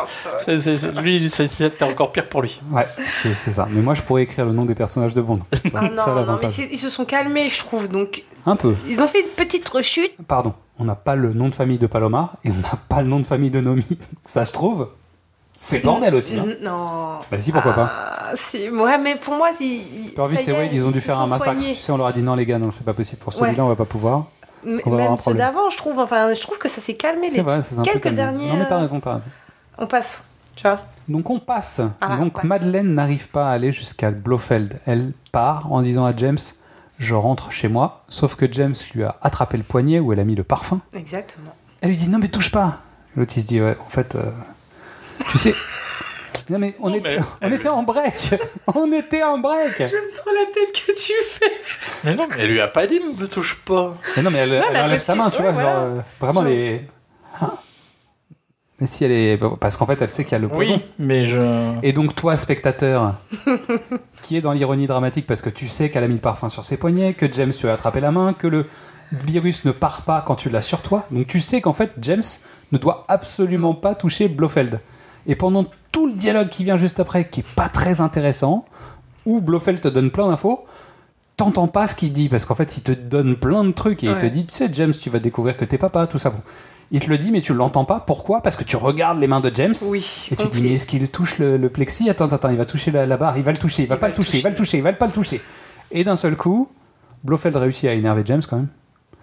C'est- c'est- c'est- lui, c'est- c'était encore pire pour lui. Ouais, c'est c'est ça. Mais moi je pourrais écrire le nom des personnages de Bond. C'est Ah ça, non, non, mais l'avantage. c'est- ils se sont calmés, je trouve. Donc, Un peu. ils ont fait une petite rechute. Pardon, on n'a pas le nom de famille de Paloma et on n'a pas le nom de famille de Nomi. Ça se trouve, c'est bordel aussi. hein. N- Non. Bah si, pourquoi pas. Ah, si. Ouais, mais pour moi, si. Purvis ça y et est, Wade, ils ont dû se faire un sont massacre. soignés. Tu sais, on leur a dit non les gars, non, c'est pas possible. Pour celui-là, Ouais. on va pas pouvoir. M- qu'on va avoir un Même ceux problème. d'avant, je trouve. Enfin, je trouve que ça s'est calmé. C'est Les... vrai, c'est un peu Eh, quelques calme. derniers, Non mais t'as euh, raison, t'as raison. On passe. Tu vois Donc on passe. Ah, Donc on passe. Madeleine n'arrive pas à aller jusqu'à Blofeld. Elle part en disant à James Je rentre chez moi. Sauf que James lui a attrapé le poignet où elle a mis le parfum. Exactement. Elle lui dit Non, mais touche pas L'autre il se dit Ouais, en fait, euh, tu sais. Non, mais on, Non, était, mais- on était en break On était en break J'aime trop la tête que tu fais. Mais non, mais elle lui a pas dit, ne me touche pas. mais Non, mais elle, elle la enlève sa main, tu petite- vois. ouais, genre, voilà. euh, vraiment, Genre- les. Hein mais si elle est. Parce qu'en fait, elle sait qu'il y a le poison. Oui, mais je. Et donc toi, spectateur, qui est dans l'ironie dramatique parce que tu sais qu'elle a mis le parfum sur ses poignets, que James lui a attrapé la main, que le virus ne part pas quand tu l'as sur toi. Donc tu sais qu'en fait, James ne doit absolument pas toucher Blofeld. Et pendant tout le dialogue qui vient juste après, qui est pas très intéressant, où Blofeld te donne plein d'infos, t'entends pas ce qu'il dit parce qu'en fait, il te donne plein de trucs et il Ouais. te dit, tu sais, James, tu vas découvrir que t'es papa, tout ça. Bon. Il te le dit, mais tu l'entends pas. Pourquoi Parce que tu regardes les mains de James. Oui, Et tu te dis, mais compris. est-ce qu'il touche le, le plexi Attends, attends, attends, il va toucher la, la barre, il va le toucher, il va pas le toucher, il va le toucher, il va pas le toucher. Et d'un seul coup, Blofeld réussit à énerver James quand même,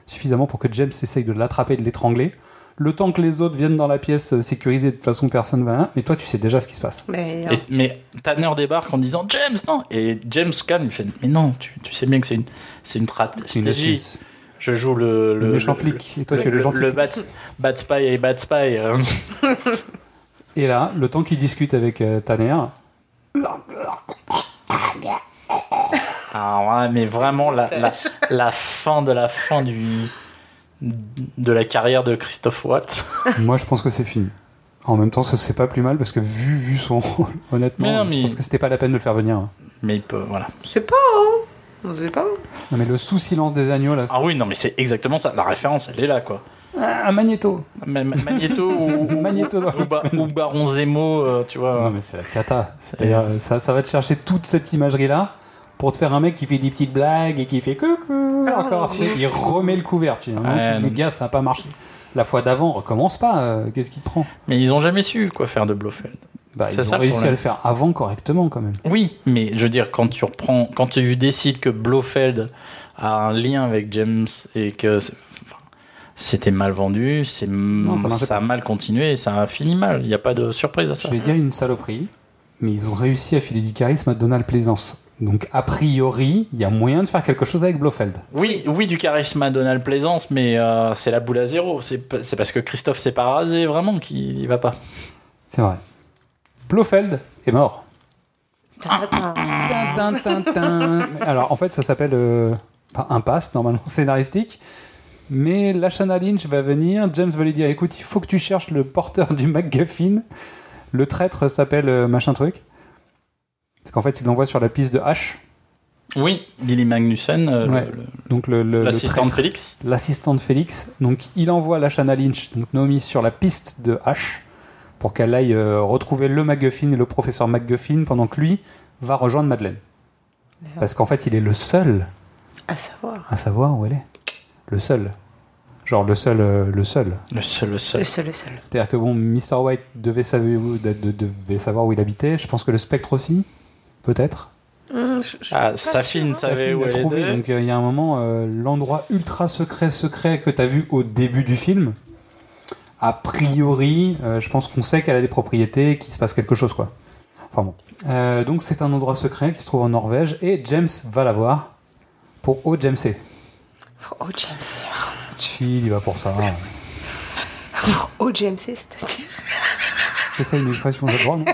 suffisamment pour que James essaye de l'attraper, de l'étrangler. Le temps que les autres viennent dans la pièce euh, sécurisée, de toute façon personne va là, mais toi tu sais déjà ce qui se passe. Mais, hein, Et- mais Tanner débarque en disant James, non Et James calme, il fait Mais non, tu, tu sais bien que c'est une, c'est une tra- C'est une stratégie. astuce. Je joue le. Le méchant flic, et toi tu es le gentil. Le flic. bat, bat spy et bat spy. euh. Et là, le temps qu'il discute avec euh, Tanner, Ah ouais, mais vraiment la, la, la fin de la fin du de la carrière de Christophe Watts. moi je pense que c'est fini. En même temps, ça c'est pas plus mal parce que vu, vu son rôle, honnêtement, Mais non, je mais- pense que c'était pas la peine de le faire venir. hein. Mais il peut, voilà. je sais pas, hein. On sait pas. Non mais le sous-silence des agneaux là, Ah oui, non, mais c'est exactement ça. La référence, elle est là, quoi. Ah, un magnéto. Même Magneto ou, ou- Magnéto dans ou Ba- ou Baron Zemo, euh, tu vois. Ah, Non, mais c'est la cata. C'est-à-dire, euh, ça, ça va te chercher toute cette imagerie-là pour te faire un mec qui fait des petites Ah, blagues et qui fait coucou encore. tu sais, il remet le couvert. Tu vois, Ouais, tu dis, non. gars, ça n'a pas marché. La fois d'avant, recommence pas. euh, Qu'est-ce qui te prend Mais ils ont jamais su quoi faire de Blofeld. bah, Ils C'est ont ça le réussi à problème. le faire avant correctement quand même. Oui, mais je veux dire, quand tu reprends, quand tu décides que Blofeld a un lien avec James et que c'est- enfin, c'était mal vendu, c'est ça marchait ça a mal continué et ça a fini mal. Il n'y a pas de surprise à Je ça. vais dire une saloperie, mais ils ont réussi à filer du charisme à Donald Plaisance. Donc a priori, il y a moyen de faire quelque chose avec Blofeld. Oui, oui, du charisme à Donald Plaisance, mais euh, c'est la boule à zéro. C'est p- c'est parce que Christophe s'est pas rasé vraiment qu'il y va pas. C'est vrai. Blofeld est mort. Ah. Tin, tin, tin, tin. Alors en fait, ça s'appelle euh, pas impasse normalement scénaristique. Mais Lashana Lynch va venir. James va lui dire écoute, il faut que tu cherches le porteur du MacGuffin. Le traître s'appelle euh, machin truc. Parce qu'en fait, il l'envoie sur la piste de H. Oui, Billy Magnussen, euh, le- Ouais. le- Donc le, le- le l'assistant de traître. Félix. l'assistant de Félix. Donc il envoie Lashana Lynch, donc Naomi, sur la piste de H pour qu'elle aille euh, retrouver le MacGuffin et le professeur MacGuffin pendant que lui va rejoindre Madeleine. Parce qu'en fait, il est le seul À savoir. à savoir où elle est. Le seul. Genre le seul, euh, le seul. Le seul, le seul. Le seul, le seul. C'est-à-dire que bon, Mr. White devait savoir, où- de- de- devait savoir où il habitait. Je pense que le spectre aussi, peut-être. Hum, je- je- Ah, pas Safine sûre, hein. savait film où l'a elle trouvé. était. Donc euh, il y a un moment, euh, l'endroit ultra secret secret que tu as vu au début du film, a priori, euh, je pense qu'on sait qu'elle a des propriétés, qu'il se passe quelque chose quoi. Enfin bon. Euh, donc c'est un endroit secret qui se trouve en Norvège et James va la voir pour O James C. Oh, James. Si, il y va pour ça. hein. Oh, James, c'est-à-dire. C'est ça une expression de droit. Non,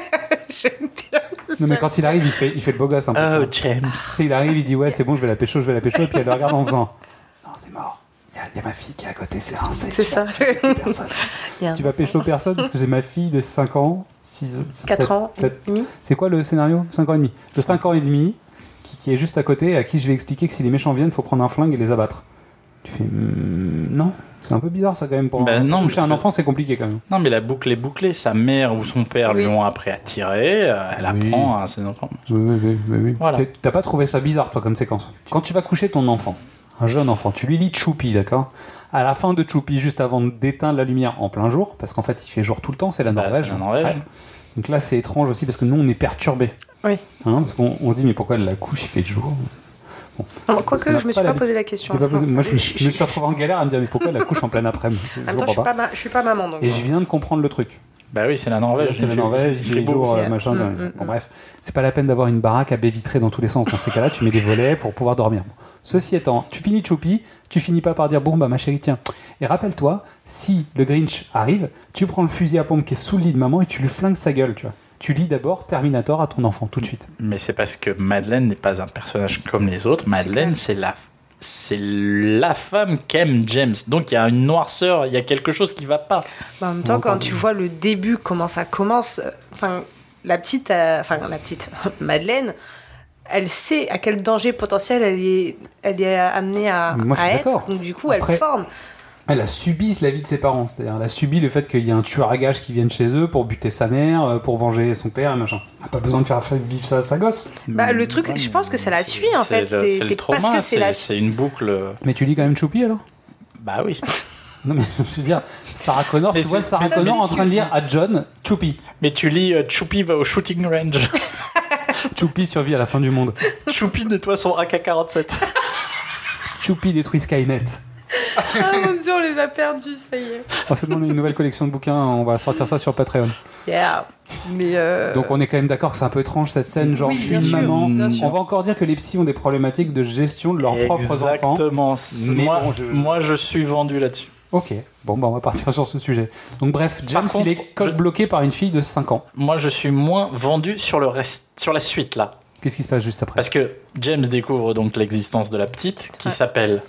J'aime bien. non mais quand il arrive, il fait, il fait le beau gosse hein, un peu. Oh, James. Après, il arrive, il dit ouais c'est bon, je vais la pécho, je vais la pécho, et puis elle le regarde en faisant. Non c'est mort. Il y a- il y, a ma fille qui est à côté, c'est un C'est ça. personne. Il y a un Tu vas pécho personne parce que j'ai ma fille de 5 ans, 6, 4 ans et demi. C'est quoi le scénario 5 ans et demi. De 5 ans et demi, qui, qui est juste à côté, et à qui je vais expliquer que si les méchants viennent, faut prendre un flingue et les abattre. Tu fais. hmm, non, c'est un peu bizarre ça quand même. Pour Ben non, toucher parce un que- enfant, c'est compliqué quand même. Non, mais la boucle est bouclée. Sa mère ou son père lui Oui. ont appris à tirer. euh, Elle Oui. apprend à ses enfants. Oui, oui, oui. oui, oui. Voilà. T'as- T'as pas trouvé ça bizarre, toi, comme séquence Quand tu vas coucher ton enfant, un jeune enfant, tu lui lis Choupi, d'accord À la fin de Choupi, juste avant d'éteindre la lumière en plein jour, parce qu'en fait, il fait jour tout le temps, c'est la Bah, Norvège. hein. c'est la Norvège. Bref. Donc là, c'est étrange aussi, parce que nous, on est perturbés. Oui. Hein, parce qu'on on se dit, mais pourquoi la couche, il fait jour Bon, Parce qu'on Quoique, n'a je me pas suis pas l'habitude. posé la question. hein. T'es pas posé- Moi, je me, Je- je me suis retrouvé en galère à me dire, mais pourquoi la couche en pleine après-midi Je En même temps, je suis comprends pas. pas, ma- je suis pas maman donc. Et je viens de comprendre le truc. Bah oui, c'est la Norvège. C'est la il fait- Norvège, il il fait fait beau. jour, Pierre. euh, machin. Mm, dans- mm, bon, mm. bref, c'est pas la peine d'avoir une baraque à baie vitrée dans tous les sens. Dans ces cas-là, tu mets des volets pour pouvoir dormir. Bon. Ceci étant, tu finis Choupi, tu finis pas par dire bon bah ma chérie tiens. Et rappelle-toi, si le Grinch arrive, tu prends le fusil à pompe qui est sous le lit de maman et tu lui flingues sa gueule, tu vois. Tu lis d'abord Terminator à ton enfant tout de suite. Mais c'est parce que Madeleine n'est pas un personnage comme les autres. Madeleine, c'est la, c'est la femme qu'aime James. Donc il y a une noirceur, il y a quelque chose qui va pas. Bah, en même temps, quand Encore. tu vois le début, comment ça commence, euh, enfin, la petite, euh, enfin, la petite Madeleine, elle sait à quel danger potentiel elle est, elle est amenée à, Mais moi, je à suis être. d'accord. Donc, du coup, elle Après- forme. Elle a subi la vie de ses parents, c'est-à-dire elle a subi le fait qu'il y a un tueur à gages qui vienne chez eux pour buter sa mère, euh, pour venger son père et machin. Elle a pas besoin de faire vivre ça à sa gosse. Bah, le truc, je pense que ça la suit, en fait. le- C'est- le c'est parce trauma, que c'est la- C'est une boucle. Mais tu lis quand même Choupi alors Bah oui. Non mais je veux dire, Sarah Connor, Mais tu vois c'est- Sarah ça, Connor c'est en train de dire à John, Choupi, Mais tu lis euh, Choupi va au shooting range. Choupi survit à la fin du monde, Choupi nettoie son AK-47. Choupi détruit Skynet. Ah mon dieu, on les a perdus, ça y est. On s'est demandé une nouvelle collection de bouquins, on va sortir ça sur Patreon. Yeah. Mais. euh, Donc on est quand même d'accord que c'est un peu étrange cette scène, genre Oui, je suis bien une sûr, maman. bien sûr. On va encore dire que les psys ont des problématiques de gestion de leurs propres enfants. Exactement. Mais Moi, bon, je- moi, je suis vendu là-dessus. Ok, bon bah on va partir sur ce sujet. Donc bref, James Par contre, il est code je- bloqué par une fille de 5 ans. Moi, je suis moins vendu sur le reste, sur la suite là, Qu'est-ce qui se passe juste après parce que James découvre donc l'existence de la petite qui Ouais. s'appelle.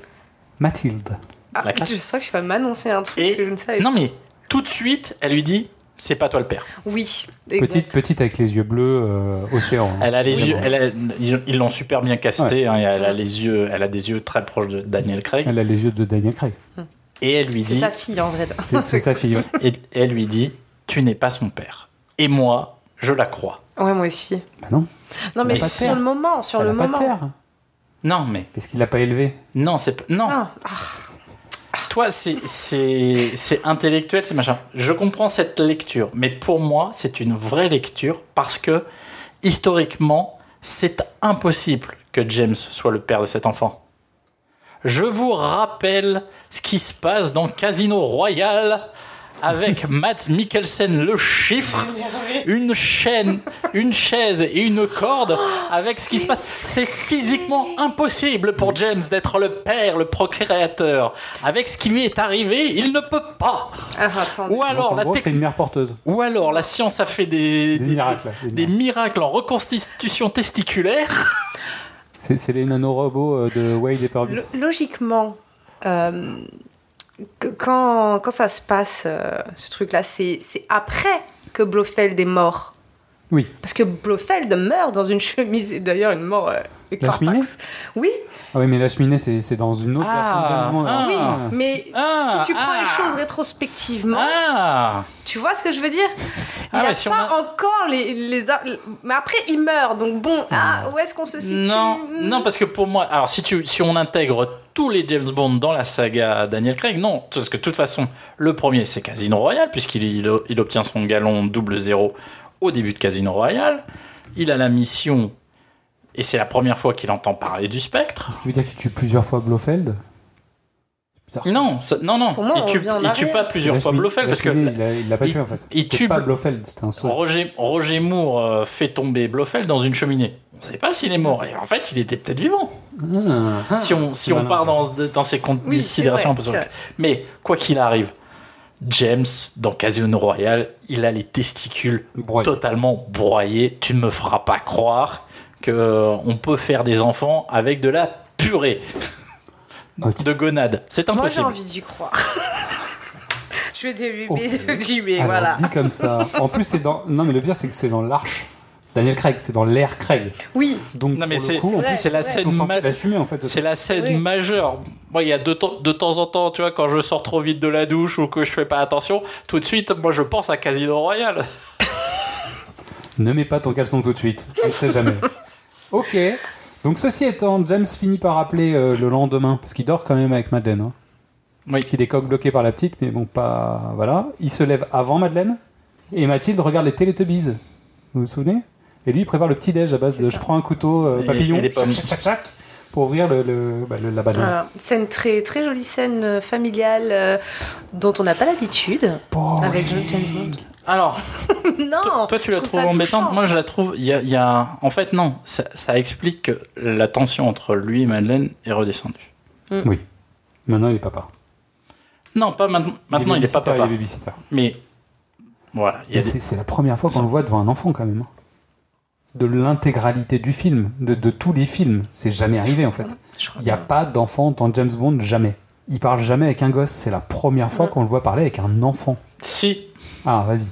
Mathilde. ah, la classe. je sens que je vas m'annoncer un truc Et- que je ne savais Non mais tout de suite, elle lui dit, c'est pas toi le père. pas. Oui. Petite, exact. petite avec les yeux bleus, euh, océan. hein. Elle a les Oui, yeux, bon. elle a- ils ils l'ont super bien casté. hein, et elle a les yeux, elle a des yeux très proches de Daniel Craig. Elle a les yeux de Daniel Craig. Et elle lui C'est dit, sa fille, en vrai. C'est c'est sa fille. ouais. et elle lui dit, tu n'es pas son père. Et moi, je la crois. Ouais, moi aussi. Bah non, Non, mais pas de sur père. le moment, sur elle le a pas de moment. père. Non mais Parce qu'il l'a pas élevé. non, c'est p- non. Ah, ah, toi, c'est- c'est c'est intellectuel, c'est machin. Je comprends cette lecture, mais pour moi, c'est une vraie lecture parce que historiquement, c'est impossible que James soit le père de cet enfant. Je vous rappelle ce qui se passe dans Casino Royal avec Matt Mikkelsen, le chiffre, une chaîne, une chaise et une corde avec ce qui se passe. C'est physiquement impossible pour James d'être le père, le procréateur. Avec ce qui lui est arrivé, il ne peut pas. Alors, ah, attendez. Ou alors, en la gros, tec- c'est une mère porteuse. ou alors la science a fait des, Des miracles, des des miracles en reconstitution testiculaire. C'est, c'est les nanorobots euh, de Wade et Purvis. Lo- logiquement, euh, que- quand, quand ça se passe, euh, ce truc-là, c'est c'est après que Blofeld est mort. Oui. Parce que Blofeld meurt dans une chemise, et d'ailleurs une mort. euh, corpax. cheminée Oui, Ah oui, mais la cheminée, c'est, c'est dans une autre version de Ah, James Bond. ah. oui, Ah. mais Ah, si tu prends les ah. choses rétrospectivement, Ah tu vois ce que je veux dire Il Ah, n'y a ouais, si on pas a- encore les, les. a- Mais après, il meurt, donc bon, ah, où est-ce qu'on se situe Hmm. Hmm. Non, non, parce que pour moi, alors si, tu, si on intègre tous les James Bond dans la saga Daniel Craig, non, parce que de toute façon, le premier c'est Casino Royale, puisqu'il il, il obtient son galon double zéro au début de Casino Royale. Il a la mission, et c'est la première fois qu'il entend parler du spectre. Ce qui veut dire qu'il tue plusieurs fois Blofeld. Bizarre. Non, ça- non, non, Pour moi, il on tue, revient en il tue arrière. pas plusieurs La fois cheminée- Blofeld, la parce que cheminée, il, a- il l'a pas il- tué en fait. il C'était tue pas Bl- Blofeld, c'était un saut. Roger, Roger Moore euh, fait tomber Blofeld dans une cheminée. On ne sait pas s'il est mort, et en fait, il était peut-être vivant. Ah, si on, si on part dans, dans ces Oui, c'est vrai, considérations un peu c'est sur- vrai. Mais quoi qu'il arrive, James, dans Casino Royale, il a les testicules Broyés. totalement broyés. Tu ne me feras pas croire que euh, on peut faire des enfants avec de la purée Ok. de gonade. C'est Moi, j'ai impossible. envie d'y croire. je suis des bébés, Ok. des bébés, Alors, voilà. dit comme ça. En plus, c'est dans. Non, mais le pire, c'est que c'est dans l'arche. Daniel Craig, c'est dans l'ère Craig. Oui, Donc, non mais pour le c'est coup, en vrai, plus, c'est la c'est ils scène sont ma- censés l'assumer en fait. ce c'est la scène Oui. majeure. Moi, il y a de, temps- de temps en temps, tu vois, quand je sors trop vite de la douche ou que je fais pas attention, tout de suite, moi, je pense à Casino Royale. Ne mets pas ton caleçon tout de suite, on ne sait jamais. ok. Donc ceci étant, James finit par appeler euh, le lendemain, parce qu'il dort quand même avec Madeleine. Hein. Oui. Qu'il est coq bloqué par la petite, mais bon, pas... Voilà. Il se lève avant Madeleine, et Mathilde regarde les Teletubbies. Vous vous souvenez Et lui, il prépare le petit-déj à base de « je prends un couteau euh, Et- papillon, et des pommes. chac, chac, chac, chac, pour ouvrir le, le- bah, le- la banane. Voilà. C'est une Euh, très, très jolie scène euh, familiale euh, dont on n'a pas l'habitude avec James Bond. Alors, non Toi, toi, tu la Ah, je trouves ça embêtante. touchant. Moi, je la trouve. Il y a, il y a- En fait, non. Ça, ça explique que la tension entre lui et Madeleine est redescendue. Mm. Oui. Maintenant, il est papa. Non, pas maintenant. Maintenant, il est pas babysitter, papa. Il est babysitter. Mais voilà. Il y a Et des- C'est c'est la première fois qu'on le voit devant un enfant quand même. hein. De l'intégralité du film, de, de tous les films. C'est jamais arrivé en fait. Je crois Il n'y a pas d'enfant dans James Bond, jamais. Il parle jamais avec un gosse. C'est la première fois qu'on le voit parler avec un enfant. Si, Ah, vas-y.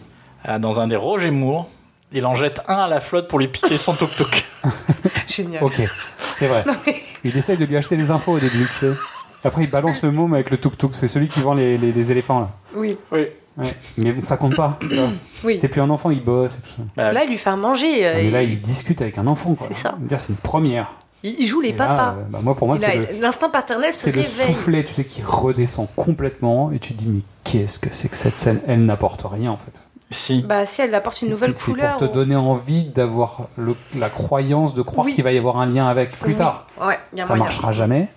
euh, dans un des Roger Moore, il en jette un à la flotte pour lui piquer son tuk-tuk. que- Génial. Ok, c'est vrai. Il essaye de lui acheter des infos au début. tu sais. Après, il balance le môme avec le tuk-tuk. C'est celui qui vend les, les- les éléphants là. Oui, oui. Ouais. Mais bon, ça compte pas. oui. C'est plus un enfant, il bosse et tout ça. Bah, Là, il lui faire manger. euh, Ah, Mais là, il... il discute avec un enfant. quoi. C'est ça. Dire, C'est une première. il joue les Et là, papas. euh, bah, moi, pour moi, Il a- c'est le, L'instinct paternel se C'est le réveille. soufflet, tu sais, qui redescend complètement et tu dis mais qu'est-ce que c'est que cette scène Elle n'apporte rien en fait. si. Bah, si elle apporte une C'est- nouvelle c'est- c'est couleur. pour ou- te donner envie d'avoir le- la croyance de croire Oui. qu'il va y avoir un lien avec plus Oui. tard. Ouais, il y a Ça moyen. marchera jamais,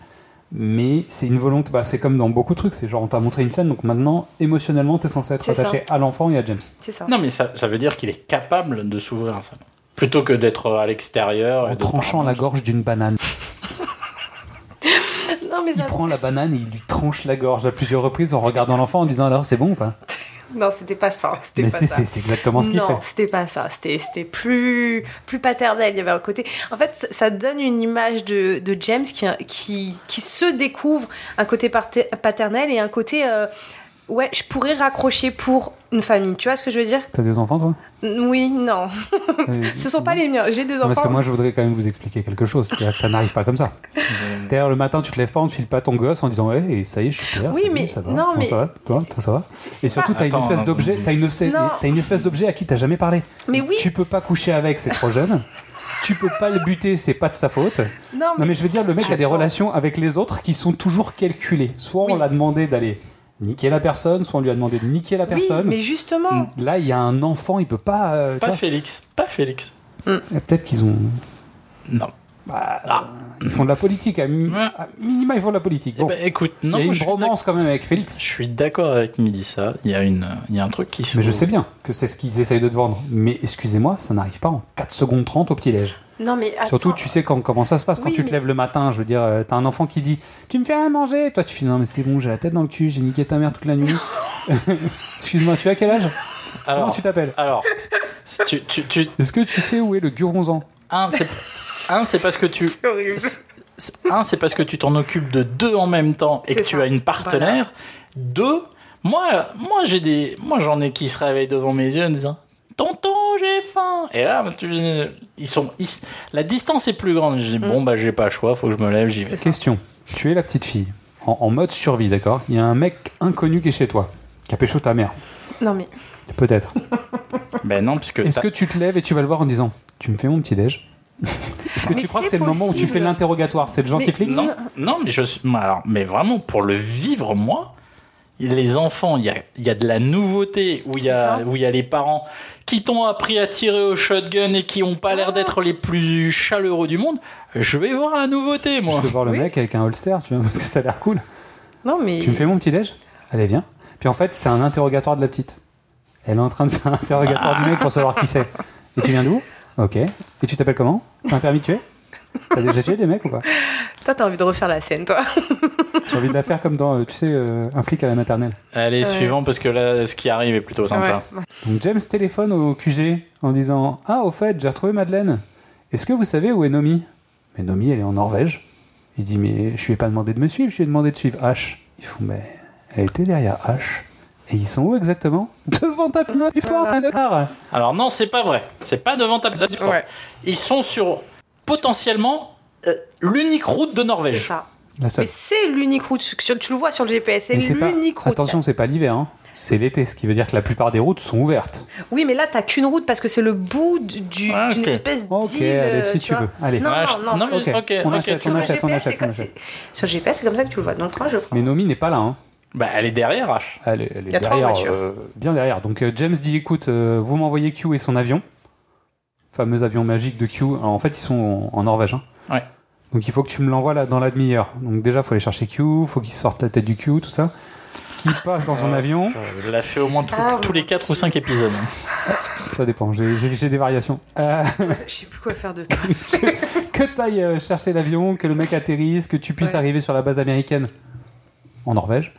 mais c'est une volonté. Bah, c'est comme dans beaucoup de trucs, c'est genre on t'a montré une scène, donc maintenant émotionnellement t'es censé être C'est ça. attaché à l'enfant et à James. C'est ça. Non, mais ça, ça veut dire qu'il est capable de s'ouvrir. ça. Plutôt que d'être euh, à l'extérieur. et En Bah, de tranchant la parler. gorge d'une banane. Non, mais Il ça- prend la banane et il lui tranche la gorge à plusieurs reprises en regardant l'enfant en disant alors c'est bon ou pas non, c'était pas ça. C'était Mais pas c'est ça. c'est- c'est exactement ce qu'il non, fait. c'était pas ça. C'était c'était plus plus paternel. Il y avait un côté. En fait, ça- ça donne une image de, de James qui, qui qui se découvre un côté parte- paternel et un côté euh, ouais, je pourrais raccrocher pour une famille. Tu vois ce que je veux dire T'as des enfants toi Euh, Oui, non. Ce sont pas les miens. J'ai des Non, parce que enfants. moi, je voudrais quand même vous expliquer quelque chose. C'est-à-dire que Ça n'arrive pas comme ça. D'ailleurs, le matin, tu te lèves pas, on ne file pas ton gosse en disant Ouais, et ça y est, je suis père. Oui, salut, mais- ça va, non, Comment mais- Ah. ça va, toi, toi, ça va. C'est- c'est Et surtout, pas- t'as une Attends, espèce non, d'objet, non. t'as une, espèce- Non. t'as une espèce d'objet à qui t'as jamais parlé. Mais oui. Tu peux pas coucher avec, c'est trop jeune. tu peux pas le buter, c'est pas de sa faute. Non, Non mais je veux dire, le mec a des Attends. relations avec les autres qui sont toujours calculées. Soit on Oui. l'a demandé d'aller niquer la personne, soit on lui a demandé de niquer la oui, personne. Mm. mais justement. Là, il y a un enfant, il peut pas. euh, Pas tu Félix. Pas Félix. vois, Peut-être qu'ils ont. Non. Bah, Ils font de la politique. À, mi- Ah. Ouais. à minima, ils font de la politique. Eh Bon, ben, écoute, il non, y a moi, une je suis d'ac- romance quand même avec Félix. je suis d'accord avec Midissa. Il y a une, il y a un truc qui. se- Mais je sais bien que c'est ce qu'ils essayent de te vendre. Mais excusez-moi, ça n'arrive pas en 4 secondes 30 au petit-déj. Non, mais attends. Surtout, tu sais quand, comment ça se passe quand Oui, tu te mais- lèves le matin. Je veux dire, euh, t'as un enfant qui dit Tu me fais rien manger Toi, tu fais Non, mais c'est bon, j'ai la tête dans le cul, j'ai niqué ta mère toute la nuit. Excuse-moi, tu as quel âge Comment Alors, tu t'appelles alors, tu, tu, tu- Est-ce que tu sais où est le guronzan un, c'est, un, c'est parce que tu, C'est horrible. c'est- un, c'est parce que tu t'en occupes de deux en même temps et C'est que tu ça. as une partenaire. Deux, moi, moi j'ai des, moi j'en ai qui se réveillent devant mes yeux en disant. Tonton, j'ai faim. Et là, tu- ils sont, ils- la distance est plus grande. Je dis Mm. bon bah j'ai pas le choix, faut que je me lève, j'y vais. Question. Tu es la petite fille, en, en mode survie, d'accord Il y a un mec inconnu qui est chez toi, qui a pécho ta mère, Non, mais. peut-être. Ben non, puisque Est-ce t'as- que tu te lèves et tu vas le voir en disant Tu me fais mon petit-déj Est-ce que Mais tu crois que c'est c'est le moment où tu possible. fais l'interrogatoire C'est le gentil Mais- flic Non, non, mais je suis- mais alors, mais vraiment pour le vivre moi, les enfants, il y a, il y a de la nouveauté où il y a C'est ça. où il y a les parents qui t'ont appris à tirer au shotgun et qui ont pas Ah. l'air d'être les plus chaleureux du monde. Je vais voir la nouveauté Je moi. veux voir le Oui. mec avec un holster, tu vois, parce que ça a l'air cool. Non, mais. Tu me fais mon petit-déj Allez, viens. Puis en fait, c'est un interrogatoire de la petite. Elle est en train de faire un interrogatoire du mec pour savoir qui c'est. Et tu viens d'où Ok. Et tu t'appelles comment T'as un permis de tuer T'as déjà tué des mecs ou pas Toi, t'as envie de refaire la scène, toi. J'ai envie de la faire comme dans, euh, tu sais, euh, un flic à la maternelle. Allez, Ouais. suivant parce que là ce qui arrive est plutôt sympa. Donc James téléphone au QG en disant Ah, au fait, j'ai retrouvé Madeleine. Est-ce que vous savez où est Nomi Mais Nomi, elle est en Norvège. Il dit Mais je lui ai pas demandé de me suivre, je lui ai demandé de suivre H. Ils font Mais elle était derrière H. Et ils sont où exactement Devant ta putain du porte, un connard Alors non, c'est pas vrai. C'est pas devant ta ta- Ouais. Ils sont sur potentiellement euh, l'unique route de C'est Norvège. ça. La seule. Mais c'est l'unique route. Tu, tu le vois sur le GPS, c'est Mais c'est pas- l'unique route. Attention, c'est pas l'hiver, hein. c'est l'été, ce qui veut dire que la plupart des routes sont ouvertes. Oui, mais là, t'as qu'une route parce que c'est le bout du- du- d'une Ah, ok. espèce d'île. Ok, allez, si euh, tu vois. veux. Allez. Non, Ouais, non, je- non. non, mais- Ok, ok, on ok, achète, sur Sur on le achète, on GPS, achète. c'est comme- on achète. c'est- Sur le GPS, c'est comme ça que tu le vois. Donc, toi, je prends. Mais Nomi n'est pas là, hein. Bah, elle est derrière H. Elle est, elle est Il y a trois derrière, voitures. euh, bien derrière. Donc euh, James dit écoute, euh, vous m'envoyez Q et son avion, fameux avion magique de Q. Alors, en fait, ils sont en, en Norvège. hein. Ouais. Donc il faut que tu me l'envoies là dans la demi-heure. Donc déjà, faut aller chercher Q, faut qu'il sorte la tête du Q, tout ça. Qui passe dans son avion, Ça, Elle l'a fait au moins tout- Ah, tous les oui. 4 ou 5 épisodes. ça dépend. J'ai- J'ai j'ai des variations. Euh, Je sais plus quoi faire de toi. que t'ailles euh, chercher l'avion, que le mec atterrisse, que tu puisses Ouais. arriver sur la base américaine en Norvège,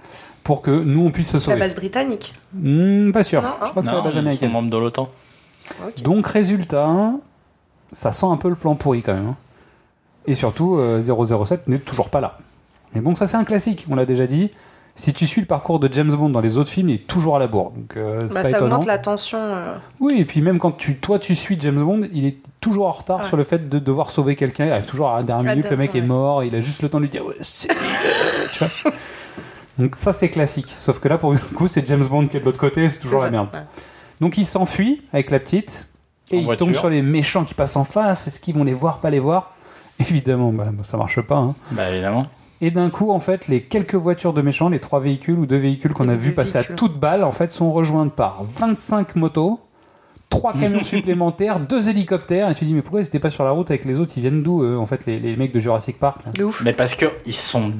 pour que nous on puisse se La sauver. base britannique. Hmm, pas sûr. Non, Je crois que c'est la Non, base ils sont américaine. membres de l'OTAN. Ok. Donc résultat, ça sent un peu le plan pourri quand même. hein. Et surtout, euh, 007 n'est toujours pas là. Mais bon, ça c'est un classique, on l'a déjà dit. Si tu suis le parcours de James Bond dans les autres films, il est toujours à la bourre. Donc euh, c'est Bah, pas ça étonnant. augmente la tension. euh. Oui, et puis même quand tu, toi tu suis James Bond, il est toujours en retard Ouais. sur le fait de devoir sauver quelqu'un. Il arrive toujours à la dernière À minute, le dernière, mec est ouais. mort, il a juste le temps de lui dire ouais, c'est. tu vois Donc ça c'est classique. Sauf que là pour le coup, c'est James Bond qui est de l'autre côté, c'est toujours C'est la ça. merde. Donc il s'enfuit avec la petite et En il voiture. tombe sur les méchants qui passent en face. Est-ce qu'ils vont les voir, pas les voir Évidemment, bah, bah, ça marche pas. hein. Bah évidemment. Et d'un coup, en fait, les quelques voitures de méchants, les trois véhicules ou deux véhicules qu'on Les a deux vus passer à véhicules. toute balle, en fait, sont rejointes par 25 motos, trois camions supplémentaires, deux hélicoptères. Et tu dis, mais pourquoi ils étaient pas sur la route avec les autres Ils viennent d'où, eux, en fait, les, les mecs de Jurassic Park là De ouf. Mais parce que ils sont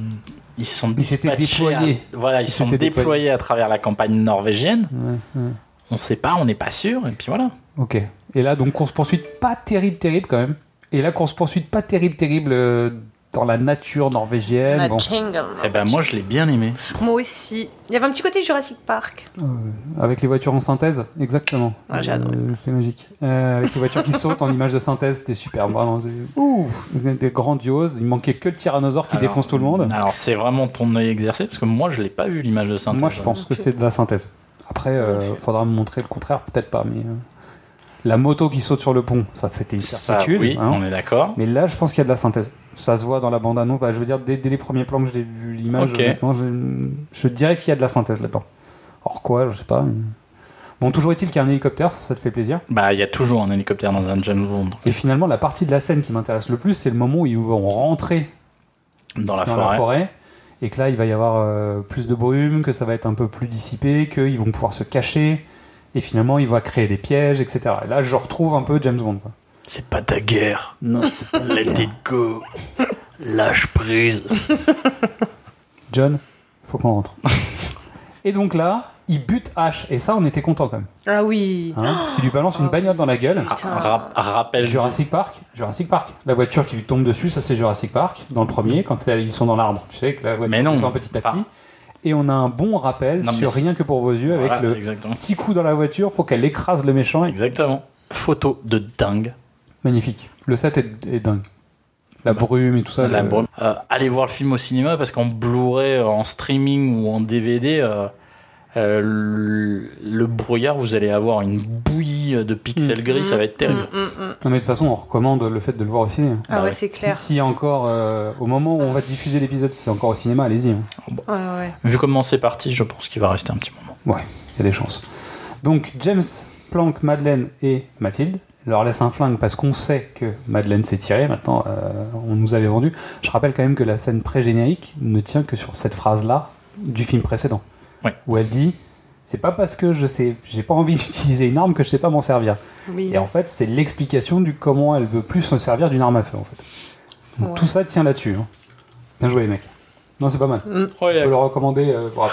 ils sont Ils étaient dispatchés à- déployés. voilà, ils, Ils sont étaient déployés, déployés. à travers la campagne norvégienne. Ouais, ouais. On sait pas, on n'est pas sûr et puis voilà. Ok. Et là, donc, course-poursuite pas terrible, terrible quand même. Et là, course-poursuite pas terrible, terrible euh, dans la nature norvégienne. La Bon, Chengam. Eh ben moi je l'ai bien aimé. Moi aussi. Il y avait un petit côté Jurassic Park. Avec les voitures en synthèse, exactement. Ouais, Ah, j'ai adoré. Euh, C'était magique. Euh, avec les voitures qui sautent en image de synthèse, c'était super. Vraiment, c'est- ouh, des grandioses. Il manquait que le tyrannosaure qui Alors, défonce tout le monde. Alors c'est vraiment ton œil exercé parce que moi je l'ai pas vu l'image de synthèse. Moi, je pense que c'est de la synthèse. Après, euh, faudra me montrer le contraire, peut-être pas, mais euh, la moto qui saute sur le pont, ça, c'était une ça certitude. oui, hein. on est d'accord. Mais là, je pense qu'il y a de la synthèse. Ça se voit dans la bande-annonce. Bah, je veux dire, dès, dès les premiers plans que j'ai vu l'image, Ok. honnêtement, je, je dirais qu'il y a de la synthèse là-dedans. Or quoi, je sais pas. mais- Bon, toujours est-il qu'il y a un hélicoptère, ça, ça te fait plaisir. Bah, il y a toujours un hélicoptère dans un James Bond. Et finalement, la partie de la scène qui m'intéresse le plus, c'est le moment où ils vont rentrer Dans la dans forêt. la forêt et que là il va y avoir euh, plus de brume, que ça va être un peu plus dissipé, qu'ils vont pouvoir se cacher et finalement il va créer des pièges, etc. Et là je retrouve un peu James Bond. quoi. C'est pas ta guerre. Non, Let it go. Lâche prise. John, faut qu'on rentre. et donc là il bute H et ça on était content quand même, Ah oui. hein, parce qu'il lui balance une bagnole dans la gueule. Ra- rappelle. Jurassic Park, Jurassic Park. La voiture qui lui tombe dessus, ça c'est Jurassic Park. Dans le premier, quand elle- ils sont dans l'arbre, tu sais que la voiture Mais non. descend petit à petit. Enfin. Et on a un bon rappel Non, mais sur c'est- rien que pour vos yeux avec Voilà, le Exactement. petit coup dans la voiture pour qu'elle écrase le méchant. et Exactement. Photo de dingue. Magnifique. Le set est, est dingue. La brume et tout ça. Bah, La le- brume. Euh, allez voir le film au cinéma parce qu'en Blu-ray, euh, en streaming ou en DVD, euh, euh, le, le brouillard, vous allez avoir une bouillie de pixels gris, ça va être terrible. Mm, mm, mm. Non mais de toute façon, on recommande le fait de le voir au cinéma. Ah Bah ouais, ouais. c'est Si, clair. si encore, euh, au moment où on va diffuser l'épisode, si c'est encore au cinéma, allez-y. hein. Ouais, ouais. Vu comment c'est parti, je pense qu'il va rester un petit moment. Il y a des chances. Donc James, Planck, Madeleine et Mathilde leur laissent un flingue parce qu'on sait que Madeleine s'est tirée. Maintenant, euh, on nous avait vendu. Je rappelle quand même que la scène pré-générique ne tient que sur cette phrase-là du film précédent, Ouais. où elle dit "C'est pas parce que je sais, j'ai pas envie d'utiliser une arme que je sais pas m'en servir." Oui. Et en fait, c'est l'explication du comment elle veut plus se servir d'une arme à feu, en fait. Donc, Ouais. Tout ça tient là-dessus. hein. Bien joué, les mecs. Non, c'est pas mal. On peut le recommander. euh, bravo.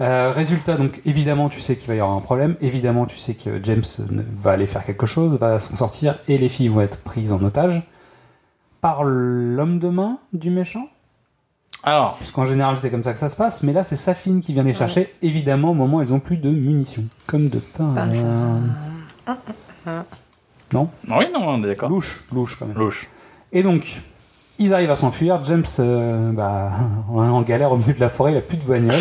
Euh, résultat, donc évidemment, tu sais qu'il va y avoir un problème. Évidemment, tu sais que euh, James ne- va aller faire quelque chose, va s'en sortir, et les filles vont être prises en otage par l'homme de main du méchant. Alors, Parce qu'en général, c'est comme ça que ça se passe. Mais là, c'est sa fille qui vient les chercher. Évidemment, au moment où elles ont plus de munitions, comme de pain. Euh, Par hasard. oui, non, on est d'accord. Louche, louche quand même. Louche. Et donc, ils arrivent à s'enfuir. James, euh, bah, on est en galère au milieu de la forêt, il a plus de bagnole.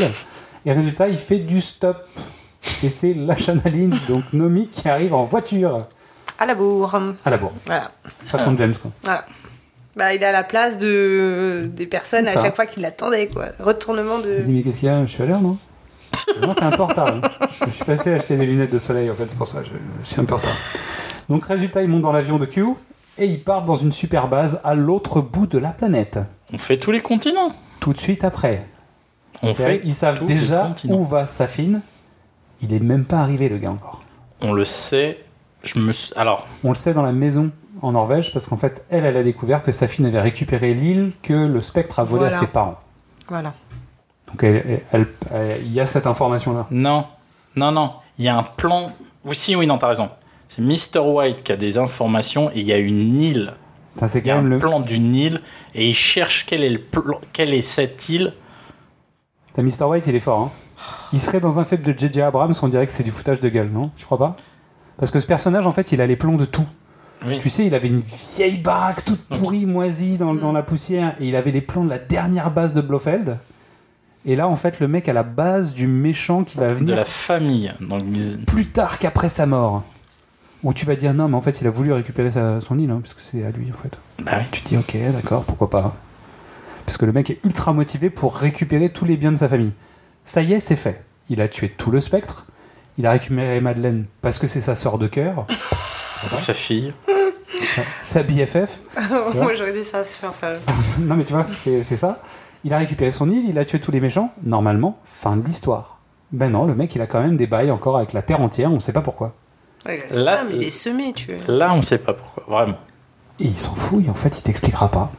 Et résultat, il fait du stop. Et c'est Lashana Lynch, donc Nomi, qui arrive en voiture À la bourre. à la bourre. Voilà. Façon James, quoi. voilà. Bah, il est à la place de... des personnes C'est à ça. chaque fois qu'il l'attendait, quoi. Retournement de. Il dit, mais qu'est-ce qu'il y a Je suis à l'heure, non Non, t'es un peu en retard. hein. Je suis passé acheter des lunettes de soleil, en fait, c'est pour ça, je, je suis un peu en retard. Donc, résultat, ils montent dans l'avion de Q et ils partent dans une super base à l'autre bout de la planète. On fait tous les continents. Tout de suite après. On C'est vrai, fait. ils savent tous les déjà continents. où va Safine. Il est même pas arrivé, le gars, encore. On le sait. Je me. suis- Alors, On le sait dans la maison en Norvège parce qu'en fait, elle, elle a découvert que Safine avait récupéré l'île que le spectre a volée Voilà. à ses parents. Voilà. Donc, elle- elle- elle- elle- il y a cette information-là. Non, non, non. Il y a un plan. Oui, si, oui, non, t'as raison. C'est Mr. White qui a des informations et il y a une île. Putain, C'est Il y a quand un même le. plan d'une île et il cherche quelle est, le plan- quelle est cette île. T'as Mr. White, il est fort. hein. Il serait dans un film de J.J. Abrams, on dirait que c'est du foutage de gueule, non Je crois pas. Parce que ce personnage, en fait, il a les plombs de tout. Oui. Tu sais, il avait une vieille baraque toute pourrie, moisie, dans, dans la poussière, et il avait les plans de la dernière base de Blofeld. Et là, en fait, le mec à la base du méchant qui va De venir la famille. Donc, mis- plus tard qu'après sa mort. Où tu vas dire non, mais en fait, il a voulu récupérer sa- son île, hein, parce que c'est à lui, en fait. bah oui. Tu te dis ok, d'accord, pourquoi pas. Parce que le mec est ultra motivé pour récupérer tous les biens de sa famille. Ça y est, c'est fait. Il a tué tout le spectre. Il a récupéré Madeleine parce que c'est sa sœur de cœur, Sa fille. sa- sa BFF. Moi, j'aurais dit ça sur ça. non mais tu vois, c'est c'est ça. Il a récupéré son île, il a tué tous les méchants. Normalement, fin de l'histoire. Ben non, le mec, il a quand même des bails encore avec la terre entière, on sait pas pourquoi. Ouais, il a le Là, seum, il est semé, tu vois. Là, on sait pas pourquoi. Vraiment. Et il s'en fout, et en fait, il t'expliquera pas.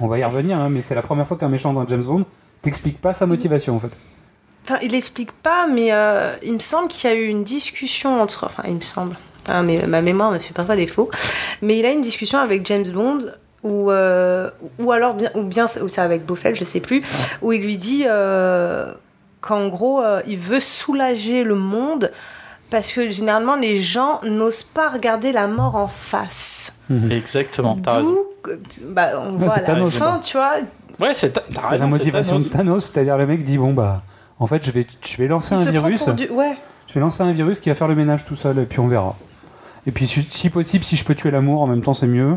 On va y revenir, hein, mais c'est la première fois qu'un méchant dans James Bond t'explique pas sa motivation, en fait. Enfin, il explique pas, mais euh, il me semble qu'il y a eu une discussion entre. Enfin, il me semble. Ah, mais ma mémoire me fait parfois défaut. Mais il a une discussion avec James Bond, ou euh, ou alors bien, ou bien ou c'est avec Beaufel, je sais plus, où il lui dit euh, qu'en gros, euh, il veut soulager le monde parce que généralement les gens n'osent pas regarder la mort en face. Exactement. T'as raison. D'où, bah, on Ouais, voit c'est à la Thanos, fin, bon. tu vois, Ouais, c'est ta- C'est t'as c'est raison, la c'est motivation de Thanos. Thanos, c'est-à-dire le mec dit bon bah en fait je vais je vais lancer il un se prend virus, pour du- Ouais. je vais lancer un virus qui va faire le ménage tout seul et puis on verra. Et puis si, si possible si je peux tuer l'amour en même temps c'est mieux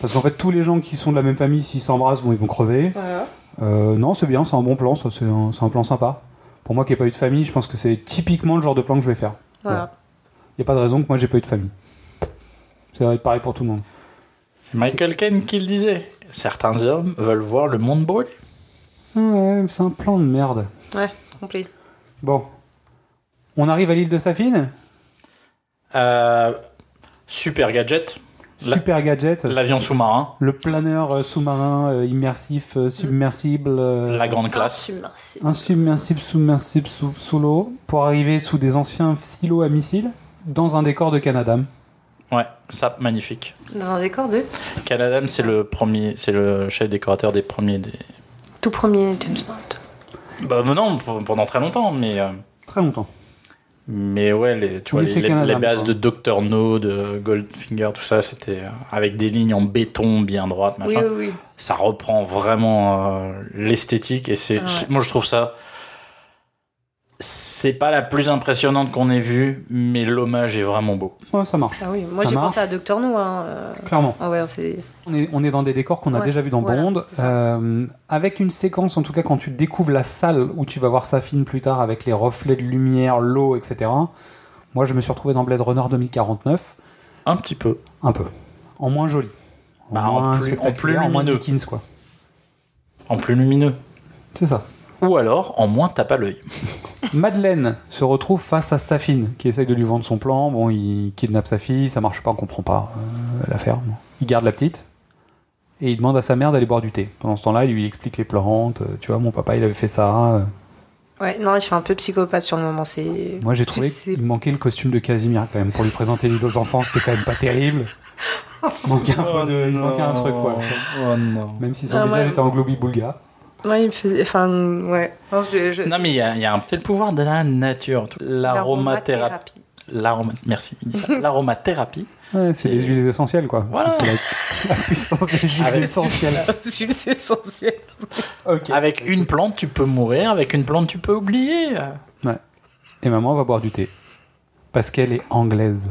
parce qu'en fait tous les gens qui sont de la même famille s'ils s'embrassent bon ils vont crever. Voilà. Euh, non c'est bien c'est un bon plan ça, c'est un, c'est un plan sympa. Pour moi qui n'ai pas eu de famille je pense que c'est typiquement le genre de plan que je vais faire. Voilà. Il n'y a pas de raison que moi j'ai pas eu de famille. Ça va être pareil pour tout le monde. C'est Michael Caine qui le disait. Certains hommes veulent voir le monde brûler. Ouais, c'est un plan de merde. Ouais, complet. Bon. On arrive à l'île de Safine Euh, super gadget. La- Super gadget. L'avion sous-marin. Le planeur euh, sous-marin euh, immersif, euh, submersible. euh, La Ah, grande classe. Merci. Insubmersible, submersible sous, sous l'eau, pour arriver sous des anciens silos à missiles, dans un décor de Canadam. Ouais, ça, magnifique. Dans un décor de Canadam, c'est le premier, c'est le chef décorateur des premiers des. tout premier James Bond. Bah mais non, p- pendant très longtemps, mais euh, Très longtemps. mais ouais, les, tu vois Oui, les, chez les- Canadam, les bases quoi. de Dr No, de Goldfinger, tout ça, c'était euh, avec des lignes en béton bien droites, Oui, machin. oui, oui. Ça reprend vraiment euh, l'esthétique et c'est, Ah ouais. c'est- moi je trouve ça. C'est pas la plus impressionnante qu'on ait vue, mais l'hommage est vraiment beau. Ouais, ça marche, Ah oui, moi Ça j'ai marche. pensé à Doctor No. Hein. euh, clairement. Ah ouais, c'est. On est, on est dans des décors qu'on a Ouais, déjà vus dans voilà, Bond, c'est ça. euh, avec une séquence, en tout cas quand tu découvres la salle où tu vas voir Safine plus tard avec les reflets de lumière, l'eau, etc. Moi, je me suis retrouvé dans Blade Runner 2049, Un petit peu. un peu. En moins joli. En Bah, en moins plus- en spectaculaire, plus en moins lumineux. Dickens, quoi. En plus lumineux. C'est ça. Ou alors, en moins tape à l'œil. Madeleine se retrouve face à Safine, qui essaye de lui vendre son plan. Bon, il kidnappe sa fille, ça marche pas, on comprend pas euh, l'affaire. Bon. Il garde la petite et il demande à sa mère d'aller boire du thé. Pendant ce temps-là, il lui explique les plantes. euh, tu vois, mon papa, il avait fait ça. euh. Ouais, non, je suis un peu psychopathe sur le moment. C'est. Moi, j'ai trouvé Tu sais- qu'il manquait le costume de Casimir quand même pour lui présenter les deux enfants, c'était quand même pas terrible. Il manquait un peu de, il manquait un truc, quoi. Oh non. Même si son Ah, visage ouais. était en globi-boulga. Ouais, il me faisait. Enfin, ouais. Non, je, je... Non, mais il y, a- il y a un petit pouvoir de la nature. Tout- L'aromathérapie. L'aromathérapie. L'aroma... Merci, il dit ça. L'aromathérapie. Ouais, c'est Et- les huiles essentielles, quoi. Voilà. C'est la, la puissance des huiles Avec- essentielles. C'est essentiel. Ok. Avec une plante, tu peux mourir. Avec une plante, tu peux oublier. Et maman va boire du thé. Parce qu'elle est anglaise.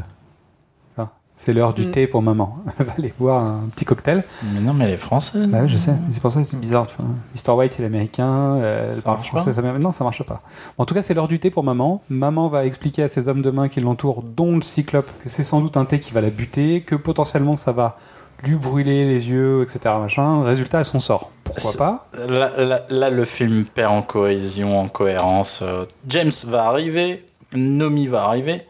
Enfin, C'est l'heure du Mm. thé pour maman. Elle va aller boire un petit cocktail. Mais non, mais elle est française. Bah oui, je sais. C'est pour ça que c'est bizarre. Tu vois. Mr. White, il est américain. euh, elle Ça parle marche français. pas sa mère- Non, ça marche pas. Bon, en tout cas, c'est l'heure du thé pour maman. Maman va expliquer à ses hommes de main qui l'entourent, dont le cyclope, que c'est sans doute un thé qui va la buter, que potentiellement ça va lui brûler les yeux, etc. Machin. Résultat, elle s'en sort. Pourquoi C'est- pas Là, là- là, le film perd en cohésion, en cohérence. Euh, James va arriver. Nomi va arriver.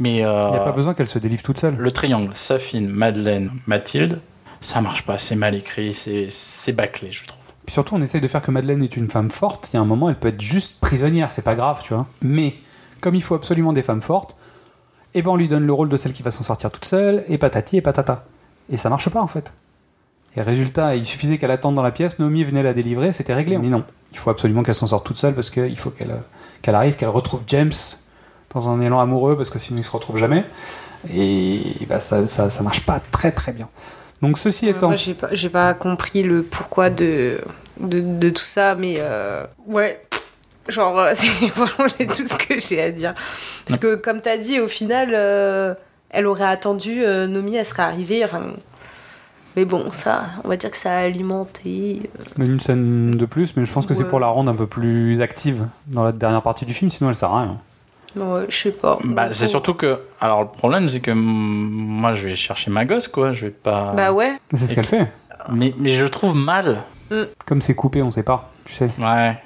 Mais euh, Il n'y a pas besoin qu'elle se délivre toute seule. le triangle, Safine, Madeleine, Mathilde, ça marche pas. C'est mal écrit. C'est, c'est bâclé, je trouve. Puis surtout, on essaye de faire que Madeleine est une femme forte. Il y a un moment, elle peut être juste prisonnière, c'est pas grave, tu vois. Mais comme il faut absolument des femmes fortes, eh ben on lui donne le rôle de celle qui va s'en sortir toute seule, et patati et patata. Et ça marche pas en fait. Et résultat, il suffisait qu'elle attende dans la pièce, Naomi venait la délivrer, c'était réglé. Mais non, il faut absolument qu'elle s'en sorte toute seule parce qu'il faut qu'elle euh, qu'elle arrive, qu'elle retrouve James dans un élan amoureux parce que sinon il se retrouve jamais. Et bah, ça, ça, ça marche pas très très bien. Donc ceci étant. Euh, Moi, j'ai pas, j'ai pas compris le pourquoi de, de, de tout ça, mais euh, ouais. Genre, euh, c'est vraiment j'ai tout ce que j'ai à dire. Parce que, comme t'as dit, au final, euh, elle aurait attendu, euh, Nomi, elle serait arrivée. Enfin, mais bon, ça, on va dire que ça a alimenté. Mais Une scène de plus, mais je pense que c'est Ouais. pour la rendre un peu plus active dans la dernière partie du film, sinon elle sert à rien. euh, Ouais, je sais pas. Bah, c'est Bon. surtout que. Alors, le problème, c'est que mm, moi, je vais chercher ma gosse, quoi. Je vais pas. Bah ouais. Mais C'est ce Et qu'elle fait. mais, mais je trouve mal. Comme c'est coupé, on sait pas, tu sais. Ouais.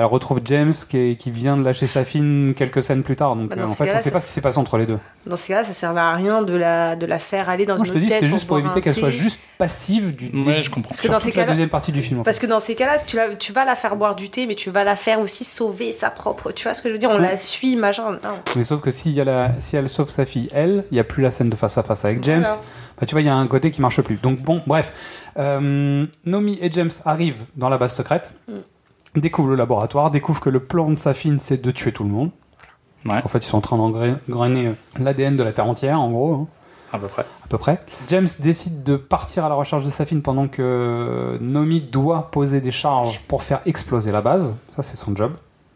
Elle retrouve James qui, est- qui vient de lâcher sa fine quelques scènes plus tard, donc Bah, euh, dans en ce fait on cas-là, sait pas ça- ce qui s'est passé entre les deux. Dans ces cas-là, ça servait à rien de la, de la faire aller dans Moi une je te autre dis, pièce. c'était juste pour boire éviter un qu'elle soit thé. juste passive du Ouais, début je comprends. Parce que sur dans toute ces la cas-là. deuxième partie du film. en Parce fait. que dans ces cas-là, si tu, la- tu vas la faire boire du thé, mais tu vas la faire aussi sauver sa propre. Tu vois ce que je veux dire On Ouais. la suit, machin. Non. Mais sauf que si, y a la, si elle sauve sa fille, elle, il n'y a plus la scène de face à face avec James. Voilà. Bah, tu vois, il y a un côté qui marche plus. Donc bon, bref. Euh, Nomi et James arrivent dans la base secrète, découvrent le laboratoire, découvrent que le plan de Safine, c'est de tuer tout le monde. Ouais. En fait, ils sont en train d'engrainer l'ADN de la Terre entière, en gros. hein À peu près. à peu près. James décide de partir à la recherche de Safine pendant que euh, Nomi doit poser des charges pour faire exploser la base. Ça, c'est son job.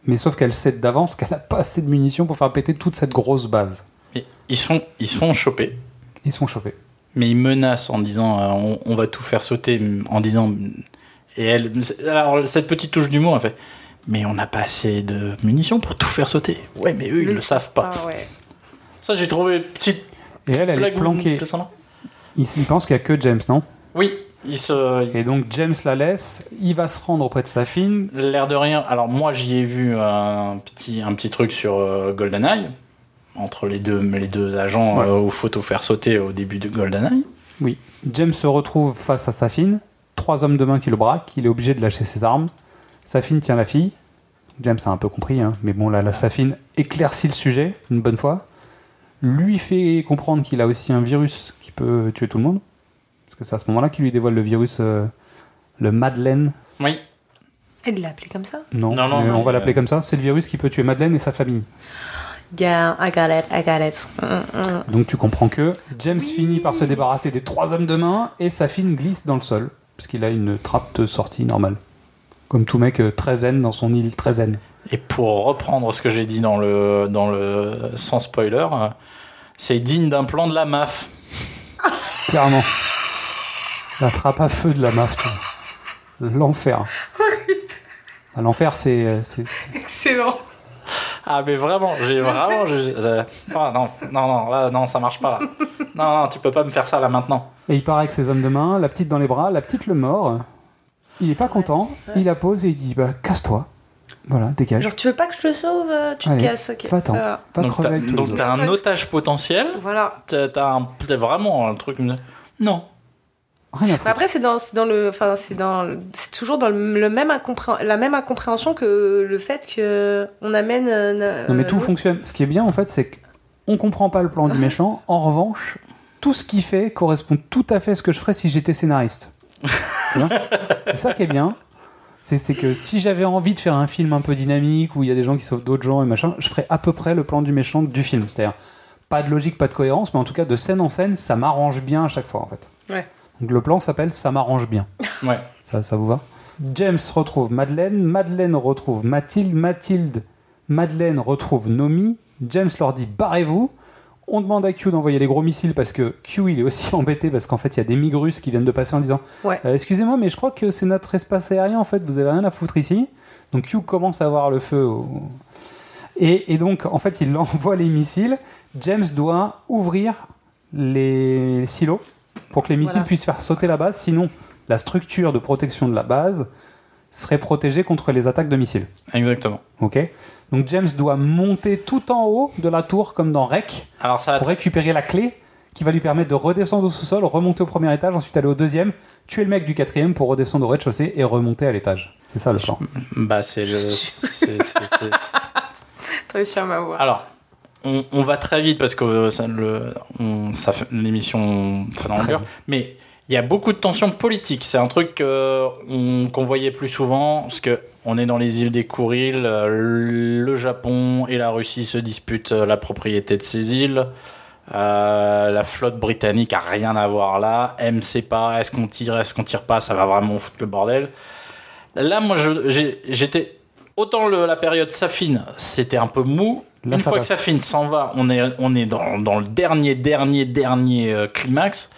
Mais sauf qu'elle sait d'avance qu'elle n'a pas assez de munitions pour faire péter toute cette grosse base. Mais ils sont, ils se font choper. Ils sont chopés. Mais ils menacent en disant euh, on, on va tout faire sauter, en disant. Et elle. Alors, cette petite touche d'humour, elle fait Mais on n'a pas assez de munitions pour tout faire sauter. Ouais, mais eux, ils Ils le, le savent pas. Ah ouais. Ça, j'ai trouvé une petite Et elle, elle est blague planquée. plaisante. Il, il pense qu'il n'y a que James, non Oui, il se. il- Et donc James la laisse, il va se rendre auprès de sa fille. L'air de rien. Alors, moi, j'y ai vu un petit, un petit truc sur euh, GoldenEye, entre les deux, les deux agents Ouais. euh, aux photos faire sauter au début de GoldenEye. Oui. James se retrouve face à Safine, trois hommes de main qui le braquent, il est obligé de lâcher ses armes. Safine tient la fille. James a un peu compris, hein, mais bon, là, la Safine éclaircit le sujet une bonne fois. Lui fait comprendre qu'il a aussi un virus qui peut tuer tout le monde. Parce que c'est à ce moment-là qu'il lui dévoile le virus, euh, le Madeleine. Oui. Elle l'a appelé comme ça. Non, Non, non, mais on mais, va l'appeler euh, comme ça. C'est le virus qui peut tuer Madeleine et sa famille. Yeah, I got it, I got it. Mm, mm. Donc tu comprends que James finit par se débarrasser des trois hommes de main et sa fine glisse dans le sol, parce qu'il a une trappe de sortie normale. Comme tout mec euh, très zen dans son île très zen. Et pour reprendre ce que j'ai dit dans le, dans le sans spoiler, euh, c'est digne d'un plan de la MAF. Clairement. La trappe à feu de la MAF. toi. L'enfer. Ah, L'enfer, c'est... euh, c'est- c'est- Excellent. Ah mais vraiment, j'ai vraiment... j'ai- euh, ah, non, non, non, là, non, ça marche pas là. Non, non, tu peux pas me faire ça là maintenant. Et il part avec ses hommes de main, la petite dans les bras, la petite le mord. Il est pas content, il la pose et il dit, bah, casse-toi. Voilà, dégage. Genre, tu veux pas que je te sauve euh, Tu Allez, te casses, ok. va-t'en. Euh, Va donc crever t'as avec tous les donc autres. t'as un otage potentiel, voilà. t'as t'as un- t'as vraiment un truc... Non. Rien à Mais foutre. après, c'est dans, c'est dans le, enfin, c'est dans, le- c'est toujours dans le, le même incompréhen- la même incompréhension que le fait que on amène. euh, na- Non mais euh, tout fonctionne. Ce qui est bien en fait, c'est qu'on comprend pas le plan du méchant. En revanche, tout ce qu'il fait correspond tout à fait à ce que je ferais si j'étais scénariste. Tu vois c'est ça qui est bien. C'est c'est que si j'avais envie de faire un film un peu dynamique où il y a des gens qui sauvent d'autres gens et machin, je ferais à peu près le plan du méchant du film. C'est-à-dire pas de logique, pas de cohérence, mais en tout cas de scène en scène, ça m'arrange bien à chaque fois en fait. Ouais. Donc le plan s'appelle Ça m'arrange bien. Ouais. Ça, ça vous va James retrouve Madeleine, Madeleine retrouve Mathilde, Mathilde, Madeleine retrouve Nomi, James leur dit barrez-vous. On demande à Q d'envoyer les gros missiles parce que Q il est aussi embêté parce qu'en fait il y a des migrus qui viennent de passer en disant Ouais. Euh, excusez-moi mais je crois que c'est notre espace aérien en fait vous avez rien à foutre ici donc Q commence à avoir le feu au- et, et donc en fait il envoie les missiles James doit ouvrir les silos pour que les missiles Voilà. puissent faire sauter la base sinon la structure de protection de la base serait protégée contre les attaques de missiles. Exactement. Ok Donc James doit monter tout en haut de la tour comme dans Rec Alors ça va pour récupérer la clé qui va lui permettre de redescendre au sous-sol, remonter au premier étage, ensuite aller au deuxième, tuer le mec du quatrième pour redescendre au rez-de-chaussée et remonter à l'étage. C'est ça le plan. Bah c'est le... c'est- c'est- c'est- T'as réussi à m'avoir. Alors, on, on va très vite parce que euh, ça, le, on- ça fait- l'émission fait dans la longueur, mais il y a beaucoup de tensions politiques. C'est un truc euh, on- qu'on voyait plus souvent parce que on est dans les îles des Kourils, euh, le Japon et la Russie se disputent euh, la propriété de ces îles. Euh, la flotte britannique a rien à voir là. M sait pas, est-ce qu'on tire, est-ce qu'on tire pas, ça va vraiment foutre le bordel. Là, moi, je- j'ai- j'étais autant le- la période Safine, c'était un peu mou. Là, Une ça va. fois que Safine s'en va, on est on est dans, dans le dernier dernier dernier euh, climax.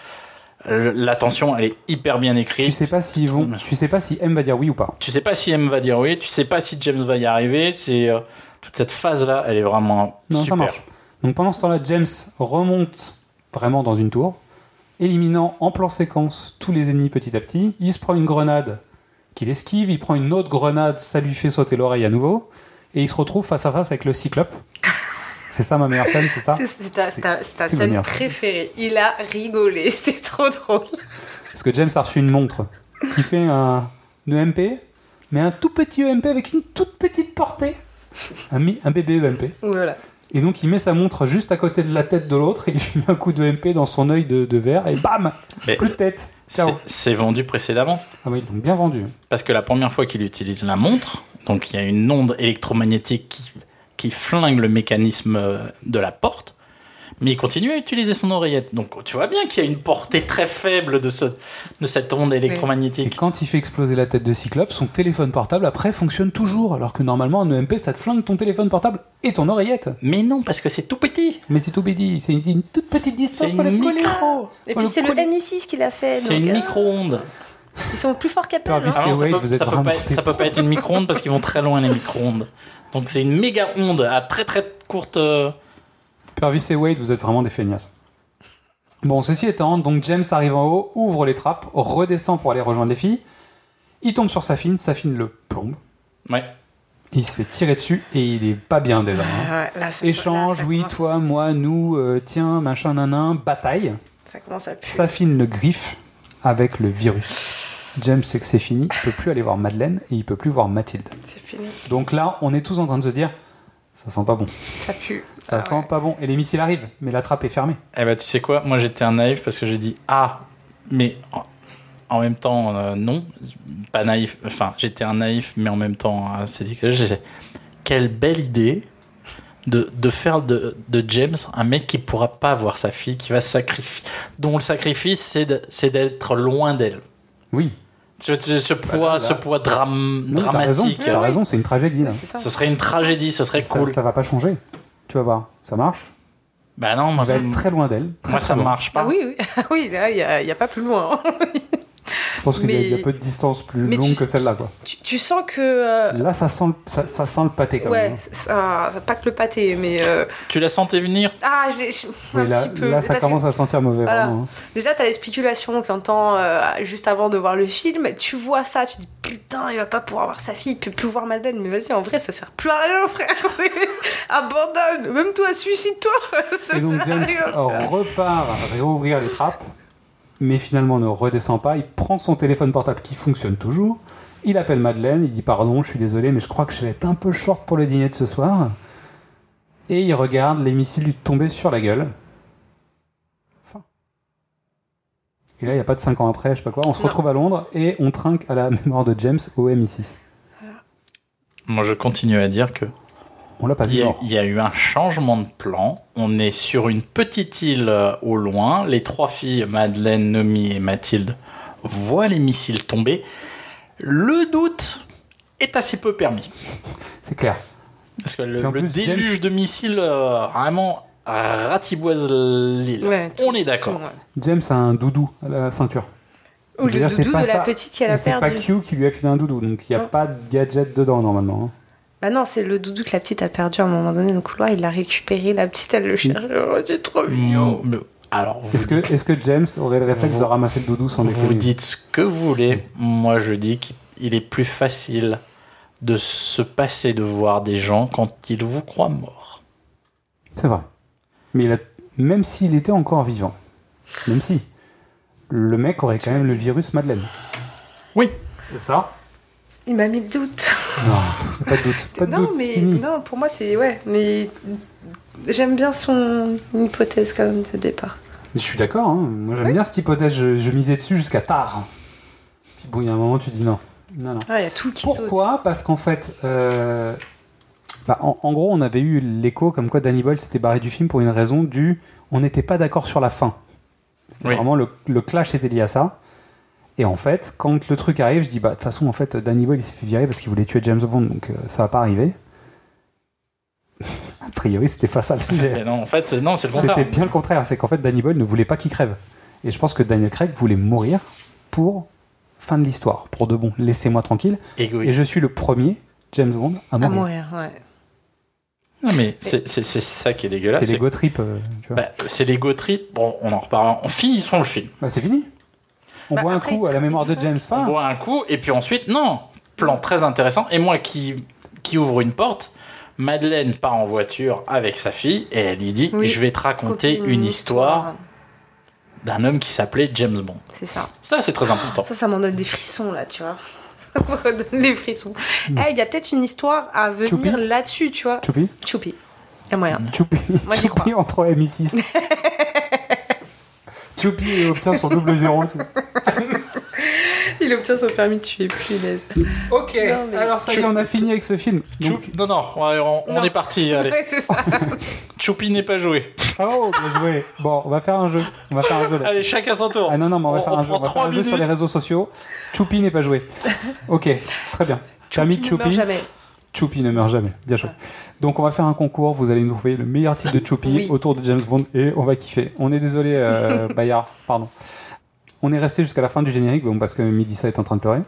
Euh, La tension, elle est hyper bien écrite. Tu sais pas s'ils vont, tu sais pas si M va dire oui ou pas. Tu sais pas si M va dire oui, tu sais pas si James va y arriver. C'est euh, toute cette phase là, elle est vraiment Non, ça super. marche. Donc pendant ce temps-là, James remonte vraiment dans une tour, éliminant en plan séquence tous les ennemis petit à petit. Il se prend une grenade qu'il esquive, il prend une autre grenade, ça lui fait sauter l'oreille à nouveau, et il se retrouve face à face avec le cyclope. c'est ça ma meilleure scène, c'est ça C'est- C'est ta, c'est ta- c'est ta Ah. c'est scène manière. préférée. Il a rigolé, c'était trop drôle. Parce que James a reçu une montre qui fait un une EMP, mais un tout petit EMP avec une toute petite portée. Un, mi- un bébé E EMP. Voilà. Et donc il met sa montre juste à côté de la tête de l'autre, et il lui met un coup de MP dans son œil de, de verre, et bam Mais Plus de tête c'est- Ciao C'est vendu précédemment. Ah oui, ils l'ont bien vendu. Parce que la première fois qu'il utilise la montre, donc il y a une onde électromagnétique qui, qui flingue le mécanisme euh, de la porte, mais il continue à utiliser son oreillette. Donc tu vois bien qu'il y a une portée très faible de, ce, de cette onde Et électromagnétique. quand il fait exploser la tête de Cyclope, son téléphone portable après fonctionne toujours, alors que normalement un EMP ça te flingue ton téléphone portable et ton oreillette. Mais non, parce que c'est tout petit. Mais c'est tout bédi, c'est une toute petite distance, C'est faut la une coller. micro. Et Faut puis c'est le coller. MI6 qui l'a fait. C'est donc, une euh, micro-onde. Ils sont plus forts qu'Apple. Purvis. hein. Ah, C'est Ah non, ça Wade, peut, vous êtes ça peut vraiment pas être, ça peut pas être une micro-onde parce qu'ils vont très loin les micro-ondes. Donc c'est une méga onde à très très courte. euh, Purvis et Wade, vous êtes vraiment des feignasses. Bon, ceci étant, donc James arrive en haut, ouvre les trappes, redescend pour aller rejoindre les filles. Il tombe sur Safine, Safine le plombe. Ouais. Il se fait tirer dessus et il est pas bien déjà. hein. Ah ouais, là, ça- là, Échange, ça oui, commence- toi, moi, nous, euh, tiens, machin, nanan, bataille. Ça commence à puer. Safine le griffe avec le virus. James sait que c'est fini, il peut plus aller voir Madeleine et il peut plus voir Mathilde. C'est fini. Donc là, on est tous en train de se dire, ça sent pas bon, Ça pue. ça Ah sent ouais. pas bon. Et les missiles arrivent, mais la trappe est fermée. Eh ben, tu sais quoi Moi, j'étais un naïf parce que j'ai dit Ah, mais en, en même temps, euh, non. Pas naïf. Enfin, j'étais un naïf, mais en même temps, euh, c'est décalé. J'ai- Quelle belle idée de, de faire de, de James un mec qui pourra pas voir sa fille, qui va se sacrifier, dont le sacrifice, c'est de- c'est d'être loin d'elle. Oui, Ce, ce- ce poids, ce poids dram- Non, t'as raison, dramatique. Ah t'as raison, c'est une tragédie là. C'est ça. Ce serait une tragédie, ce serait Ça, cool. ça va pas changer. Tu vas voir, ça marche. Bah non, moi, On va ça, être très loin d'elle. moi, ça très loin. marche pas. Ah oui, oui, ah oui, là, il n'y a, il y a pas plus loin. hein. Je pense qu'il y a- il y, Mais- a peu de distance plus mais tu longue sais- que celle-là. Quoi. Tu, tu sens que. euh, Là, ça sent, le- ça, ça sent le pâté quand ouais, même. hein. ça, ça pâte le pâté, mais. euh, Tu la sentais venir Ah, je l'ai. je- Oui, Un là, petit peu. là, ça parce que- commence à sentir mauvais. Voilà. vraiment, hein. Déjà, t'as les spéculations que t'entends euh, juste avant de voir le film. Tu vois ça, tu dis putain, il va pas pouvoir voir sa fille, il peut plus voir Madeleine. Mais vas-y, en vrai, ça sert plus à rien, frère. C'est- Abandonne. Même toi, suicide-toi. Ça Et donc sert à James rien, tu vois. repart réouvrir les trappes, mais finalement ne redescend pas. Il prend son téléphone portable qui fonctionne toujours. Il appelle Madeleine, il dit pardon, je suis désolé, mais je crois que je vais être un peu short pour le dîner de ce soir. Et il regarde les missiles lui tomber sur la gueule. Fin. Et là, il n'y a pas de 5 ans après, je sais pas quoi. On se Non. retrouve à Londres et on trinque à la mémoire de James au MI6. Moi, je continue à dire que On l'a pas il vu y, a, mort. il y a eu un changement de plan. On est sur une petite île euh, au loin. Les trois filles, Madeleine, Nomi et Mathilde, voient les missiles tomber. Le doute est assez peu permis. C'est clair. Parce que le, Puis en le plus, déluge James- de missiles euh, vraiment ratiboise l'île. Ouais, tout- On est Tout, d'accord. ouais. James a un doudou à la ceinture. Ou Je veux le dire, c'est doudou pas de la ça. petite qu'elle Et a C'est pas perdu. Q qui lui a filé un doudou, donc il n'y a Non. pas de gadget dedans normalement. hein. Bah non, c'est le doudou que la petite a perdu à un moment donné dans le couloir. Il l'a récupéré, la petite, elle le cherche. Oh, c'est trop mignon. Mm, Alors, vous, Est-ce que, est que James aurait le réflexe Vous- de ramasser le doudou sans vous déconner dites ce que vous voulez. Moi, je dis qu'il est plus facile de se passer de voir des gens quand ils vous croient mort. C'est vrai. Mais il a- même s'il était encore vivant, même si, le mec aurait quand même le virus Madeleine. Oui. C'est ça Il m'a mis le doute. Non, pas de doute. Pas de non, doute, mais c'est fini. non, pour moi, c'est. Ouais, mais. J'aime bien son hypothèse quand même de départ. Je suis d'accord, hein. moi j'aime bien cette hypothèse, je, je misais dessus jusqu'à tard. Puis bon, il y a un moment tu dis non. Non, non. Ah, il y a tout qui saute. Pourquoi Parce qu'en fait, euh, bah, en, en gros, on avait eu l'écho comme quoi Danny Boyle s'était barré du film pour une raison du on n'était pas d'accord sur la fin. C'était Oui. vraiment le, le clash était lié à ça. Et en fait, quand le truc arrive, je dis bah de toute façon en fait Danny Boyle il s'est fait virer parce qu'il voulait tuer James Bond donc euh, ça va pas arriver. a priori, c'était pas ça le Mais sujet. non, en fait, c'est non, c'est le C'était contraire. bien le contraire, c'est qu'en fait Danny Boyle ne voulait pas qu'il crève. Et je pense que Daniel Craig voulait mourir pour fin de l'histoire, pour de bon. Laissez-moi tranquille. Et Égoïste. je suis le premier James Bond à À mourir. mourir, ouais. Non, mais c'est c'est- c'est ça qui est dégueulasse. c'est C'est les go trip, euh, tu vois. bah, c'est l'ego trip. Bon, on en reparlera. On finit sur le film. Bah, c'est fini. On Bah, boit un après, coup à la mémoire de James On Farr. boit un coup et puis ensuite, non. Plan très intéressant. Et moi qui, qui ouvre une porte, Madeleine part en voiture avec sa fille et elle lui dit Oui. Je vais te raconter une histoire d'un homme qui s'appelait James Bond. C'est ça. Ça, c'est très important. Ça, ça m'en donne des frissons, là, tu vois. Ça me redonne les frissons. Eh, il y a peut-être une histoire à venir Mm. Choupi là-dessus, tu vois. Choupi. Mm. Choupi. Il y a moyen. Choupi. Moi, j'y Choupi crois. entre MI6. Choupi obtient son double zéro. tu sais. Il obtient son permis de tuer, punaise. ok, Non, mais- alors ça y est, on a fini avec ce film. Donc- Choupi- Non, non, on, on- on Non. est parti. Allez. Ouais, c'est ça. Choupi n'est pas joué. Oh, bien joué. Bon, on va faire un jeu. On va faire un jeu là. Allez, chacun son tour. Ah non, non, mais on va on- faire on un jeu. On prend va faire un trois jeu sur minutes. les réseaux sociaux. Choupi n'est pas joué. Ok, très bien. Permis Il de ne meurt Choupi. jamais. Choupi ne meurt jamais, bien Ah. sûr. Donc on va faire un concours, vous allez nous trouver le meilleur titre de Choupi Oui. autour de James Bond et on va kiffer. On est désolé euh, Bayard, pardon. On est resté jusqu'à la fin du générique bon, parce que Midissa est en train de pleurer.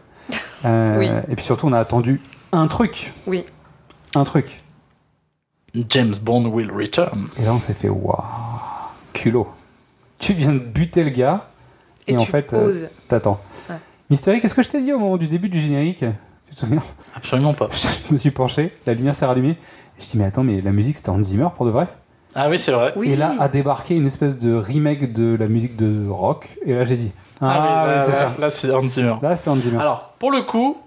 Euh, Oui. Et puis surtout on a attendu un truc. Oui. Un truc. James Bond will return. Et là, on s'est fait waouh, culot. Tu viens de buter le gars et, Et en tu fait, euh, oses. t'attends. Ouais. Mystérie, qu'est-ce que je t'ai dit au moment du début du générique Tu te souviens Absolument pas. Je me suis penché, la lumière s'est rallumée. Je dis mais attends, mais la musique c'était Hans Zimmer pour de vrai Ah oui, c'est vrai. Oui. Et là a débarqué une espèce de remake de la musique de rock. Et là j'ai dit ah, oui, oui, là, c'est là- ça. là, c'est Hans Zimmer. Là c'est Hans Zimmer. Alors, pour le coup,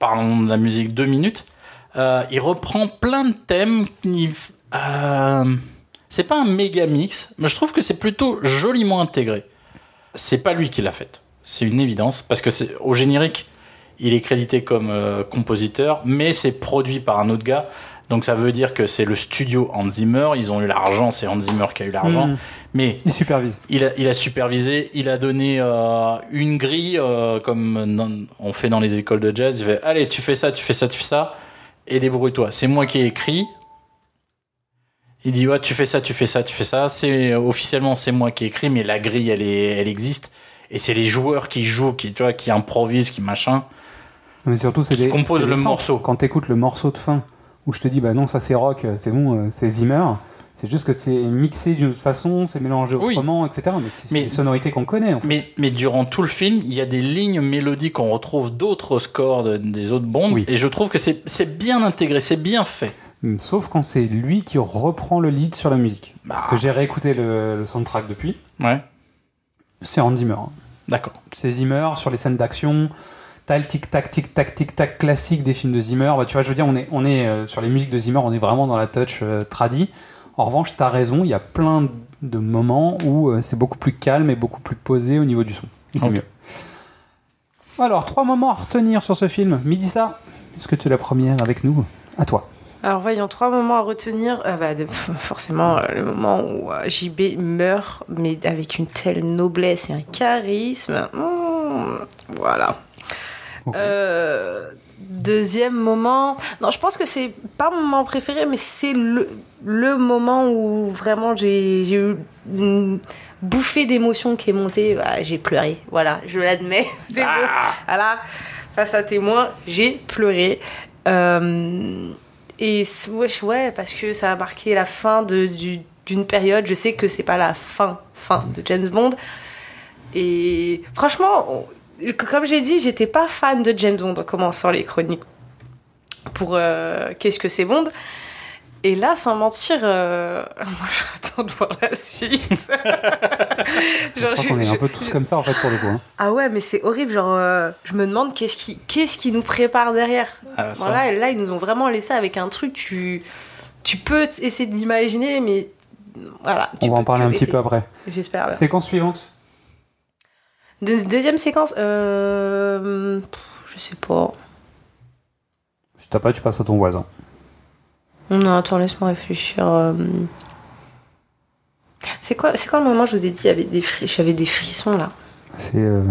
parlons de la musique deux minutes. euh, il reprend plein de thèmes. il f- euh, c'est pas un méga mix, mais je trouve que c'est plutôt joliment intégré. C'est pas lui qui l'a faite. C'est une évidence parce que c'est au générique, il est crédité comme euh, compositeur, mais c'est produit par un autre gars. Donc ça veut dire que c'est le studio Hans Zimmer. Ils ont eu l'argent, c'est Hans Zimmer qui a eu l'argent. Mhm. Mais il supervise. il a, il a supervisé, il a donné euh, une grille, euh, comme non- on fait dans les écoles de jazz. Il fait Allez, tu fais ça, tu fais ça, tu fais ça, et débrouille-toi. C'est moi qui ai écrit. Il dit Ouais, tu fais ça, tu fais ça, tu fais ça. C'est Officiellement, c'est moi qui ai écrit, mais la grille, elle, est, elle existe. Et c'est les joueurs qui jouent, qui, tu vois, qui improvisent, qui machin. Mais surtout c'est Qui des compose c'est des le samples. morceau. Quand t'écoutes le morceau de fin où je te dis bah non ça c'est rock, c'est bon, euh, c'est Zimmer. C'est juste que c'est mixé d'une autre façon, c'est mélangé Oui. autrement, etc. Mais c'est c'est Mais- des sonorités qu'on connaît. en fait. Mais, mais durant tout le film, il y a des lignes mélodiques qu'on retrouve d'autres scores de- des autres bandes. Oui. Et je trouve que c'est c'est bien intégré, c'est bien fait. Sauf quand c'est lui qui reprend le lead sur la musique. Bah. Parce que j'ai réécouté le, le soundtrack depuis. Ouais. C'est Hans Zimmer. D'accord. C'est Zimmer sur les scènes d'action. T'as le tic-tac, tic-tac, tic-tac classique des films de Zimmer. Bah, tu vois, je veux dire, on est, on est euh, sur les musiques de Zimmer, on est vraiment dans la touch euh, tradi. En revanche, t'as raison, il y a plein de moments où euh, c'est beaucoup plus calme et beaucoup plus posé au niveau du son. C'est Ok. mieux. Alors, trois moments à retenir sur ce film. Midissa, est-ce que tu es la première avec nous À toi. Alors voyons, trois moments à retenir. Ah bah, de- forcément, euh, le moment où euh, JB meurt, mais avec une telle noblesse et un charisme. Mmh, voilà. Ok. Euh, deuxième moment. Non, je pense que c'est pas mon moment préféré, mais c'est le, le moment où vraiment j'ai j'ai eu une bouffée d'émotion qui est montée. Ah, j'ai pleuré. Voilà, je l'admets. C'est bon. Voilà. Face à témoin, j'ai pleuré. Euh, et c- ouais, je- ouais, parce que ça a marqué la fin de- du- d'une période. Je sais que c'est pas la fin, fin de James Bond. Et franchement, on- comme j'ai dit, j'étais pas fan de James Bond en commençant les chroniques pour euh, Qu'est-ce que c'est Bond. Et là, sans mentir, euh, moi j'attends de voir la suite. Je Genre, crois je- qu'on est un je- peu tous je- comme ça en fait pour le coup. hein. ah ouais, mais c'est horrible. Genre, euh, je me demande qu'est-ce qui, qu'est-ce qui nous prépare derrière. Ah bah, ça. Voilà, et là, ils nous ont vraiment laissé avec un truc. Tu, tu peux t- essayer d'imaginer, mais voilà. tu On va peux en parler que un petit essayer. peu après. J'espère. ouais. Séquence suivante. Deux- deuxième séquence. Euh, pff, je sais pas. Si t'as pas, tu passes à ton voisin. Non, attends, laisse-moi réfléchir. euh. C'est quoi, c'est quoi le moment où je vous ai dit il y avait des fri- j'avais des frissons là C'est euh,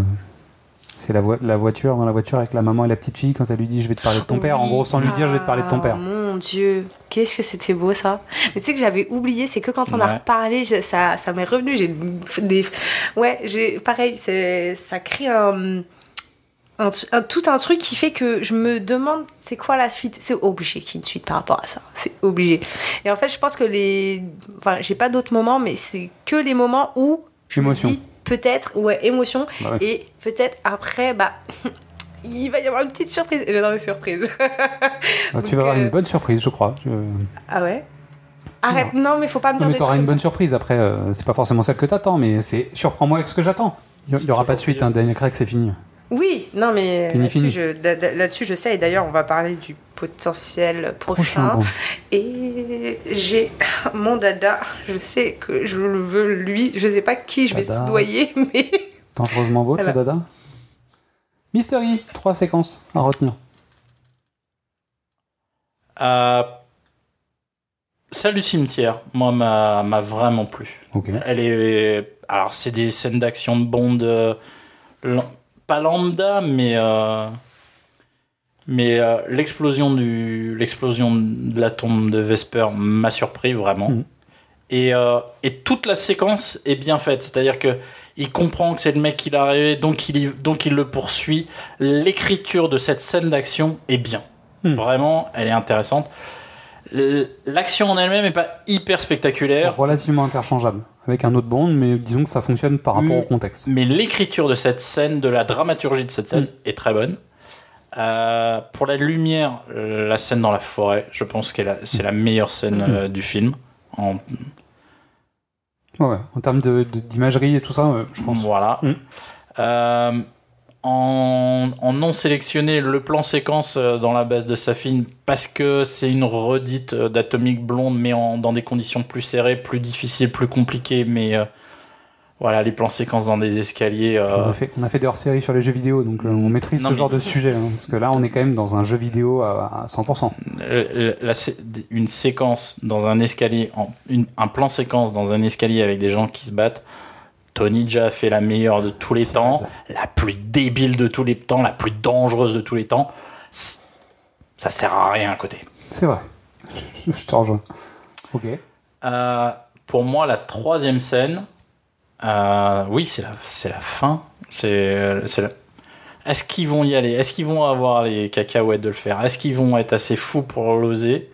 c'est la, voi- la voiture dans la voiture avec la maman et la petite fille quand elle lui dit je vais te parler de ton père. En Oui. gros, sans lui dire je vais te parler de ton Ah, père. Mon dieu, qu'est-ce que c'était beau ça. Mais tu sais que j'avais oublié, c'est que quand on Ouais. a reparlé, je- ça, ça m'est revenu. J'ai des, ouais, j'ai pareil, c'est, ça crée un, un tru- un- tout un truc qui fait que je me demande c'est quoi la suite. C'est obligé qu'il y ait une suite par rapport à ça. C'est obligé. Et en fait, je pense que les, enfin, j'ai pas d'autres moments, mais c'est que les moments où je me Émotion. dis peut-être, ouais, émotion. Bah ouais. Et peut-être après, bah, il va y avoir une petite surprise. J'adore les surprises. Bah, tu donc, vas avoir euh, une bonne surprise, je crois. Je- ah ouais Arrête, non, mais faut pas me dire Non, mais des trucs t'auras une comme bonne surprise après. euh, c'est pas forcément celle que t'attends, mais c'est surprends-moi avec ce que j'attends. Il y- y aura pas de suite, hein, Daniel Craig, c'est fini. ça. Oui, non, mais Fini, là-dessus, fini. je, da- da- là-dessus, je sais. Et d'ailleurs, on va parler du potentiel prochain. bon. Et j'ai mon dada. Je sais que je le veux, lui. Je sais pas qui je vais Dada. soudoyer, mais... Dangereusement vôtre, Voilà. dada. Mystery, trois séquences à retenir. Euh, celle du cimetière, moi, m'a m'a vraiment plu. Ok. Elle est. Alors, c'est des scènes d'action de Bond. euh, lam- pas lambda, mais. euh, mais euh, l'explosion du l'explosion de la tombe de Vesper m'a surpris vraiment. Mhm. Et, euh, et toute la séquence est bien faite. C'est-à-dire que il comprend que c'est le mec qui l'a rêvé, donc il, y- donc il le poursuit. L'écriture de cette scène d'action est bien. Mhm. Vraiment, elle est intéressante. l- l'action en elle-même est pas hyper spectaculaire, Relativement interchangeable. Avec un autre bond, mais disons que ça fonctionne par rapport Mm. au contexte. mais l'écriture de cette scène, de la dramaturgie de cette scène Mm. est très bonne. Euh, pour la lumière, euh, la scène dans la forêt, je pense que Mm. c'est la meilleure scène euh, du film. En, Ouais, ouais. En termes de- de- d'imagerie et tout ça, euh, je pense. Voilà. Mm. Euh, en, en non sélectionné le plan séquence euh, dans la base de Safine parce que c'est une redite euh, d'Atomic Blonde mais en, dans des conditions plus serrées, plus difficiles, plus compliquées mais euh, voilà les plans séquences dans des escaliers euh, On a, fait, on a fait des hors-séries sur les jeux vidéo, donc euh, on maîtrise Non, ce mais- genre de sujet. hein, parce que là, on est quand même dans un jeu vidéo à, à 100%. euh, la sé- une séquence dans un escalier en, une- un plan séquence dans un escalier avec des gens qui se battent Tony Jaa fait la meilleure de tous les C'est temps raide. la plus débile de tous les temps, la plus dangereuse de tous les temps, c- ça sert à rien à côté. C'est vrai. Je, te rejoins. Ok. Euh, pour moi, la troisième scène, euh, oui, c'est la, c'est la fin. C'est, euh, c'est la- Est-ce qu'ils vont y aller Est-ce qu'ils vont avoir les cacahuètes de le faire Est-ce qu'ils vont être assez fous pour l'oser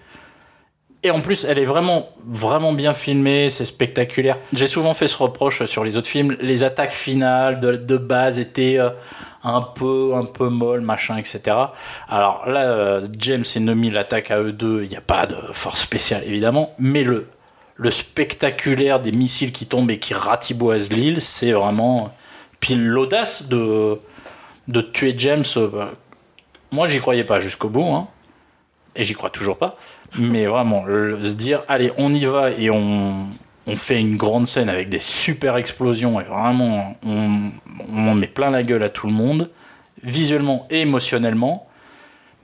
et en plus, elle est vraiment, vraiment bien filmée, c'est spectaculaire. J'ai souvent fait ce reproche sur les autres films. Les attaques finales de, de base étaient euh, un peu, un peu molles, machin, etc. Alors là, euh, James et Nomi l'attaque à eux deux, il n'y a pas de force spéciale évidemment, mais le, le spectaculaire des missiles qui tombent et qui ratiboisent l'île, c'est vraiment. Puis l'audace de, de tuer James, euh, bah, moi j'y croyais pas jusqu'au bout, hein. et j'y crois toujours pas, mais vraiment, le- se dire allez, on y va et on. On fait une grande scène avec des super explosions et vraiment on, on en met plein la gueule à tout le monde, visuellement et émotionnellement.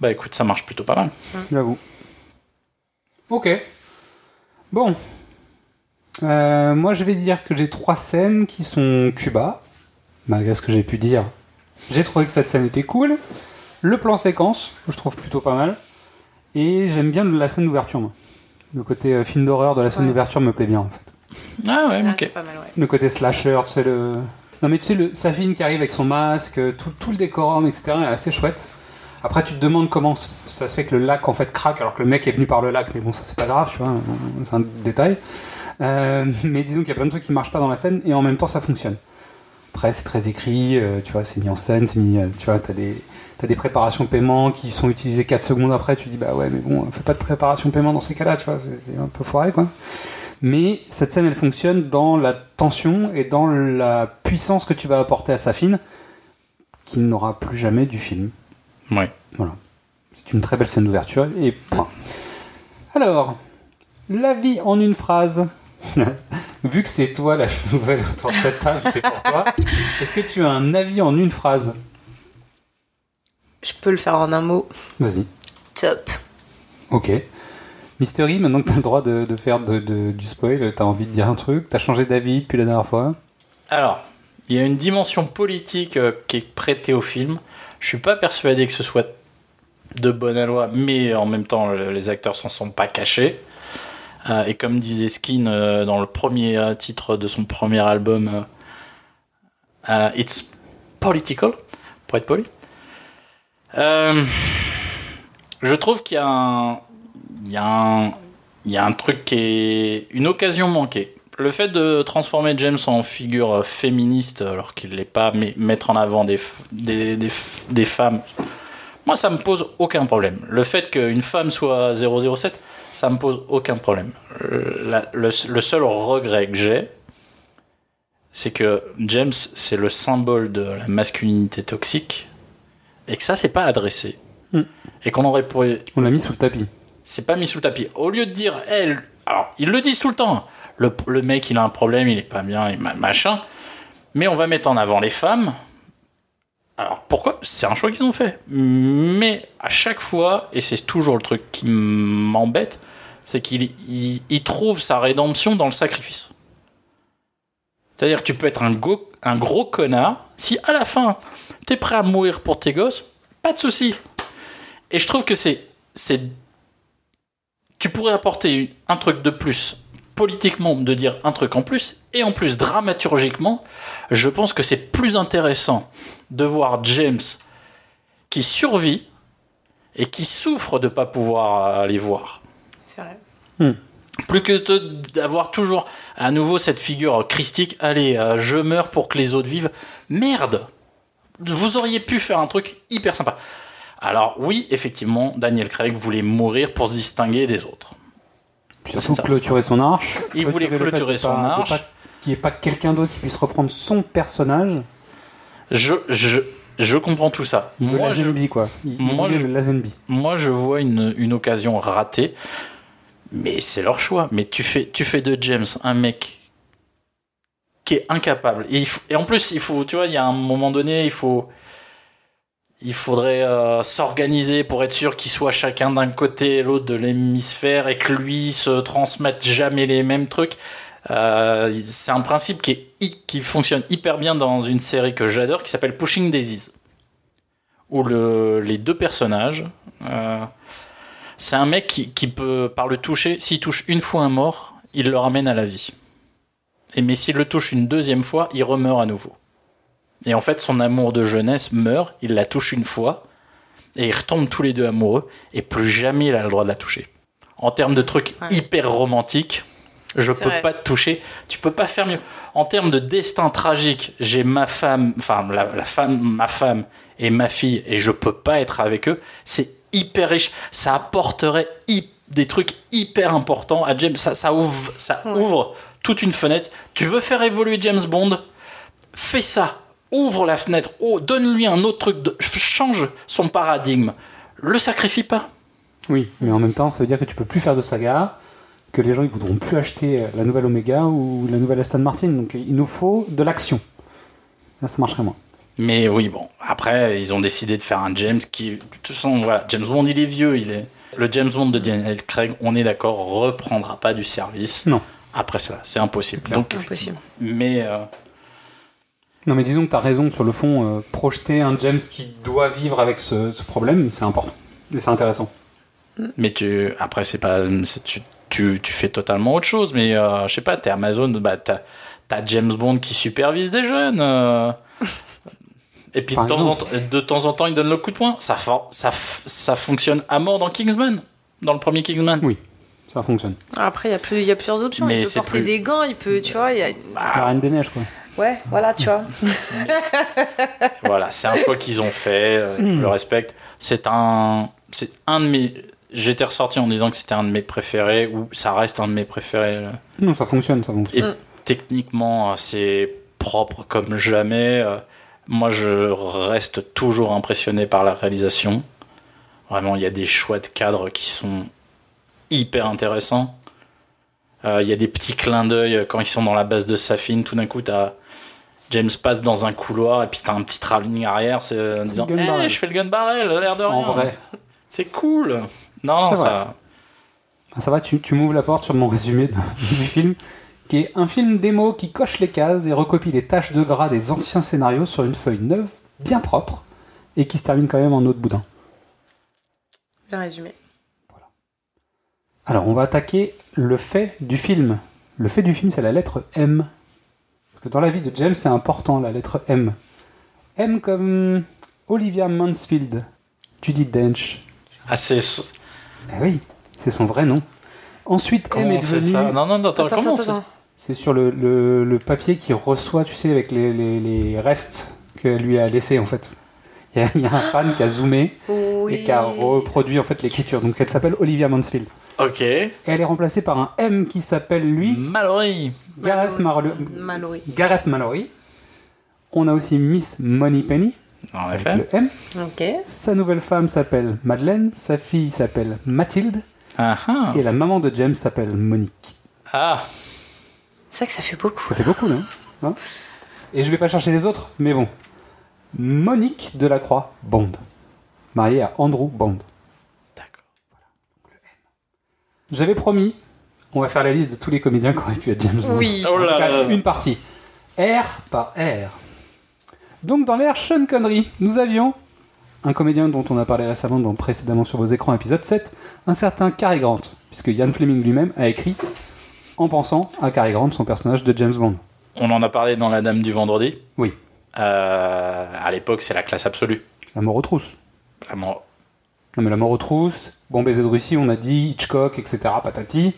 Bah écoute, ça marche plutôt pas mal. J'avoue. Ok. Bon. Euh, moi, je vais dire que j'ai trois scènes qui sont Cuba, malgré ce que j'ai pu dire. J'ai trouvé que cette scène était cool. Le plan séquence, que je trouve plutôt pas mal. Et j'aime bien la scène d'ouverture. moi. Le côté euh, film d'horreur de la scène Ouais. d'ouverture me plaît bien, en fait. Ah ouais, Ah, ok. C'est pas mal, ouais. Le côté slasher, tu sais, le. Non, mais tu sais, le Safine qui arrive avec son masque, tout, tout le décorum, etc., est assez chouette. Après, tu te demandes comment s- ça se fait que le lac, en fait, craque, alors que le mec est venu par le lac, mais bon, ça, c'est pas grave, tu vois, on- c'est un détail. Euh, mais disons qu'il y a plein de trucs qui marchent pas dans la scène, et en même temps, ça fonctionne. Après, c'est très écrit, euh, tu vois, c'est mis en scène, c'est mis, euh, tu vois, t'as des, t'as des préparations de paiement qui sont utilisées 4 secondes après, tu dis, bah ouais, mais bon, fais pas de préparation de paiement dans ces cas-là, tu vois, c'est c'est un peu foiré, quoi. Mais cette scène, elle fonctionne dans la tension et dans la puissance que tu vas apporter à Safine, qu'il n'aura plus jamais du film. Ouais. C'est une très belle scène d'ouverture et point. Alors, la vie en une phrase. Vu que c'est toi la nouvelle autour de cette table, c'est pour toi. Est-ce que tu as un avis en une phrase Je peux le faire en un mot. Vas-y. Top. Ok. Mystery, maintenant que t'as le droit de, de faire de- de- du spoil, t'as envie de dire un truc, t'as changé d'avis depuis la dernière fois. Alors, il y a une dimension politique euh, qui est prêtée au film. Je suis pas persuadé que ce soit de bonne loi, mais en même temps, le- les acteurs s'en sont pas cachés. Euh, et comme disait Skin euh, dans le premier euh, titre de son premier album, euh, euh, It's Political, pour être poli. Euh, je trouve qu'il y a un- Il y a un il y a un truc qui est une occasion manquée. Le fait de transformer James en figure euh, féministe, alors qu'il l'est pas, mais mettre en avant des, f- des, des f- des femmes, moi ça me pose aucun problème. Le fait qu'une femme soit 007, ça me pose aucun problème. Euh, la- Le, le seul regret que j'ai, c'est que James, c'est le symbole de la masculinité toxique, et que ça, c'est pas adressé. Mm. Et qu'on aurait pu, On l'a mis sous le tapis. c'est pas mis sous le tapis. Au lieu de dire, elle, alors ils le disent tout le temps. hein. Le, le mec, il a un problème, il est pas bien, il ma- machin. Mais on va mettre en avant les femmes. Alors pourquoi C'est un choix qu'ils ont fait. Mais à chaque fois, et c'est toujours le truc qui m'embête, c'est qu'il il, il trouve sa rédemption dans le sacrifice. C'est-à-dire que tu peux être un, go- un gros connard si à la fin t'es prêt à mourir pour tes gosses, pas de souci. Et je trouve que c'est c'est tu pourrais apporter un truc de plus politiquement de dire un truc en plus et en plus dramaturgiquement je pense que c'est plus intéressant de voir James qui survit et qui souffre de pas pouvoir euh, aller voir c'est vrai. Plus que te- d'avoir toujours à nouveau cette figure christique, allez, euh, je meurs pour que les autres vivent. Merde Vous auriez pu faire un truc hyper sympa. Alors oui, effectivement, Daniel Craig voulait mourir pour se distinguer des autres. Surtout ça. clôturer son arche. Il voulait le fait clôturer de son pas- de arche. pas- Qu'il n'y ait pas quelqu'un d'autre qui puisse reprendre son personnage. Je, je, je comprends tout ça. Le Moi, je, Lazenby, quoi. Il il moi, voulait je- le Lazenby. moi, je vois une, une occasion ratée, mais c'est leur choix. Mais tu fais, tu fais de James un mec qui est incapable. Et, il faut- et en plus, il faut, tu vois, il y a un moment donné, il faut, il faudrait euh, s'organiser pour être sûr qu'ils soient chacun d'un côté et l'autre de l'hémisphère et que lui se transmette jamais les mêmes trucs. Euh, c'est un principe qui, est, hy- qui fonctionne hyper bien dans une série que j'adore qui s'appelle Pushing Daisies où le, les deux personnages, euh, c'est un mec qui, qui peut, par le toucher, s'il touche une fois un mort, il le ramène à la vie. Et mais s'il le touche une deuxième fois, il remeurt à nouveau. Et en fait, son amour de jeunesse meurt, il la touche une fois, et ils retombent tous les deux amoureux, et plus jamais il a le droit de la toucher. En termes de trucs Ouais. hyper romantiques, je C'est peux vrai. pas te toucher, tu peux pas faire mieux. En termes de destin tragique, j'ai ma femme, enfin la, la femme, ma femme et ma fille, et je peux pas être avec eux. C'est hyper riche, ça apporterait hy- des trucs hyper importants à James. Ça, ça ouvre, ça Ouais. ouvre toute une fenêtre. Tu veux faire évoluer James Bond Fais ça. Ouvre la fenêtre. Oh, donne-lui un autre truc. de- change son paradigme. Le sacrifie pas. Oui, mais en même temps, ça veut dire que tu peux plus faire de saga, que les gens ils voudront plus acheter euh, la nouvelle Omega ou la nouvelle Aston Martin. Donc il nous faut de l'action. Là, ça marcherait moins. Mais oui, bon, après, ils ont décidé de faire un James qui. De toute façon, voilà, James Bond, il est vieux, il est. Le James Bond de Daniel Craig, on est d'accord, reprendra pas du service. Non. Après ça, c'est impossible. Donc, Impossible. mais euh, Non, mais disons que tu as raison sur le fond. euh, projeter un James qui doit vivre avec ce, ce problème, c'est important. Et c'est intéressant. mais tu après c'est pas c'est- tu, tu tu fais totalement autre chose. Mais euh, je sais pas, t'es Amazon, bah t'as t'as James Bond qui supervise des jeunes. euh. Et puis de Par temps, en, temps- de temps en temps, il donne le coup de poing. Ça, for- ça, f- ça fonctionne à mort dans Kingsman, dans le premier Kingsman. Oui. Ça fonctionne. Après, il y, a plus- il y a plusieurs options. Mais il peut c'est porter plus- Ah. des gants, il peut, tu vois. Il y a... La Reine des Neiges, quoi. Ouais, voilà, tu vois. voilà, c'est un choix qu'ils ont fait, euh, je le respecte. C'est un, c'est un de mes. J'étais ressorti en disant que c'était un de mes préférés, ou ça reste un de mes préférés. euh, là. Non, ça fonctionne, ça fonctionne. Et techniquement, euh, c'est propre comme jamais. euh, Moi, je reste toujours impressionné par la réalisation. Vraiment, il y a des choix de cadres qui sont hyper intéressants. Euh, Il y a des petits clins d'œil euh, quand ils sont dans la base de Safine. Tout d'un coup, t'as James passe dans un couloir et puis t'as un petit travelling arrière c'est, euh, en disant gun Hey, barrel. je fais le gun barrel, l'air de rien. En vrai. C'est cool. Non, non, C'est vrai. ça. Ah, Ça va, tu, tu m'ouvres la porte sur mon résumé de- du film, qui est un film démo qui coche les cases et recopie les tâches de gras des anciens scénarios sur une feuille neuve, bien propre, et qui se termine quand même en eau de boudin. Bien résumé. Alors, on va attaquer le fait du film. Le fait du film, c'est la lettre M. Parce que dans la vie de James, c'est important, la lettre M. M comme Olivia Mansfield, Judy Dench. Assez. Eh oui, c'est son vrai nom. Ensuite, M Comment est c'est devenu... ça Non, non, non, attends, Attends, comment attends, c'est- attends. C'est sur le, le- le papier qu'il reçoit, tu sais, avec les, les- les restes qu'elle lui a laissés, en fait. Il y a, il y a un fan qui a zoomé Ah. Oui. et qui a reproduit, en fait, l'écriture. Donc, elle s'appelle Olivia Mansfield. Ok. Et elle est remplacée par un M qui s'appelle, lui, Mallory. Gareth, Marlo- Mallory. Gareth Mallory. On a aussi Miss Moneypenny, En avec effet. le M. Ok. Sa nouvelle femme s'appelle Madeleine, sa fille s'appelle Mathilde, Ah, ah. et la maman de James s'appelle Monique. Ah, C'est vrai que ça fait beaucoup. Ça fait beaucoup, non Hein Et je vais pas chercher les autres, mais bon. Monique Delacroix Bond, mariée à Andrew Bond. d'accord. J'avais promis, on va faire la liste de tous les comédiens qui auraient pu être James Bond. Oui. Oh En tout là cas, là. une partie. R par R. Donc dans l'air Sean Connery, nous avions un comédien dont on a parlé récemment dans précédemment sur vos écrans épisode 7, un certain Cary Grant, puisque Ian Fleming lui-même a écrit en pensant à Cary Grant, son personnage de James Bond. On en a parlé dans La Dame du Vendredi. Oui, Euh, à l'époque, c'est la classe absolue. la mort aux trousses. Vraiment. Non mais la mort aux trousses, bon baiser de Russie, on a dit, Hitchcock, etc., patati.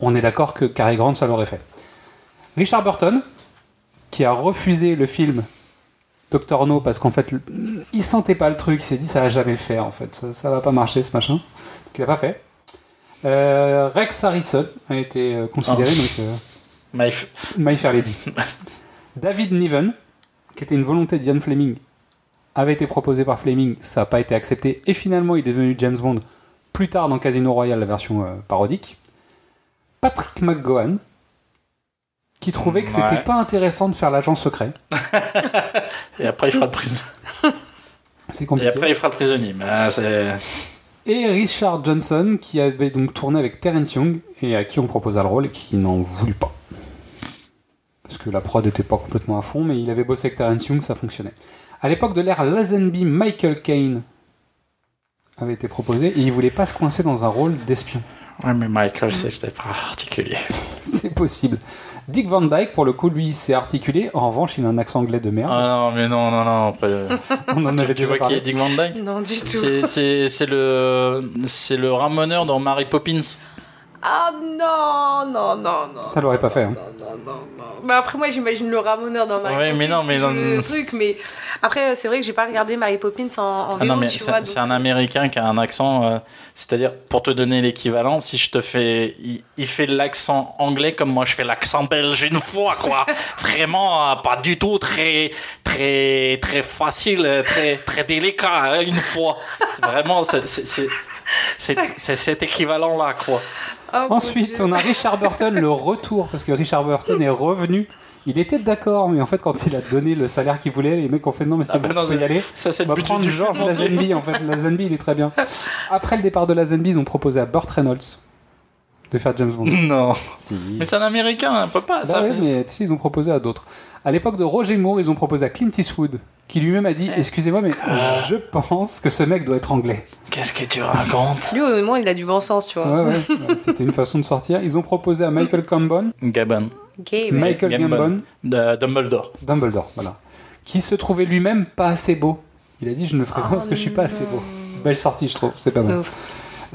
On est d'accord que Cary Grant, ça l'aurait fait. Richard Burton, qui a refusé le film Doctor No parce qu'en fait, le- il sentait pas le truc, il s'est dit, ça va jamais le faire, en fait, ça, ça va pas marcher, ce machin. Donc il l'a pas fait. Euh, Rex Harrison a été euh, considéré, Oh. donc... euh, My f- My Fair Lady. David Niven, qui était une volonté d'Ian Fleming, avait été proposé par Fleming, ça n'a pas été accepté, et finalement il est devenu James Bond plus tard dans Casino Royale, la version euh, parodique. Patrick McGowan, qui trouvait que Ouais. c'était pas intéressant de faire l'agent secret. Et après, il fera le prisonnier. C'est Et compliqué. après, il fera le prisonnier. Mais là, c'est- Et Richard Johnson, qui avait donc tourné avec Terence Young, et à qui on proposa le rôle, et qui n'en voulut pas. Parce que la prod n'était pas complètement à fond, mais il avait bossé avec Terence Young, ça fonctionnait. À l'époque de l'ère Lazenby, Michael Caine avait été proposé, et il voulait pas se coincer dans un rôle d'espion. Ouais, mais Michael, c'est- c'était pas particulier. C'est possible. Dick Van Dyke, pour le coup, lui, s'est articulé. En revanche, il a un accent anglais de merde. Ah non, mais non, non, non. pas- On en avait Ah, Tu déjà vois qui parlé. est Dick Van Dyke Non, du tout. C'est- C'est c'est le, c'est le ramoneur dans Mary Poppins. Ah non, non, non, non. Ça l'aurait pas fait. hein. Non, non, non, non. Bah après, moi, j'imagine le ramoneur dans Mary Ouais, Poppins. mais non, mais qui non, joue le non. truc, mais après, c'est vrai que j'ai pas regardé Mary Poppins en, en Ah non, VO, mais tu c'est vois. donc- euh, c'est un Américain qui a un accent. euh, C'est-à-dire, pour te donner l'équivalent, si je te fais. Il, il fait l'accent anglais comme moi je fais l'accent belge une fois, quoi. Vraiment, euh, pas du tout très. Très, très facile, euh, très, très délicat, hein, une fois. Vraiment, c'est- c'est- c'est c'est- c'est cet équivalent-là, quoi. Oh, mon Ensuite, Dieu. on a Richard Burton, le retour, parce que Richard Burton est revenu. Il était d'accord, mais en fait, quand il a donné le salaire qu'il voulait, les mecs ont fait non, mais c'est Ah bon, bah non, tu peux y c'est- aller. ça, c'est On le va budget prendre du Georges film entier. Lazenby, en fait, Lazenby, il est très bien. Après le départ de Lazenby, ils ont proposé à Burt Reynolds de faire James Bond. Non. si. Mais c'est un Américain, hein, on peut pas. Bah ça- ouais, mais tu sais, ils ont proposé à d'autres. À l'époque de Roger Moore, ils ont proposé à Clint Eastwood, qui lui-même a dit Excusez-moi, mais Ah. je pense que ce mec doit être anglais. Qu'est-ce que tu racontes Lui, au moins, il a du bon sens, tu Ouais, vois. ouais, Ah. ouais, c'était une façon de sortir. Ils ont proposé à Michael Gambon, Gabon. Gay, ouais. Michael Gambon. Gambon, De Dumbledore. Dumbledore, voilà. Qui se trouvait lui-même pas assez beau. Il a dit Je ne le ferai pas parce que je suis pas assez beau. Belle sortie, je trouve, c'est pas mal. Ouf.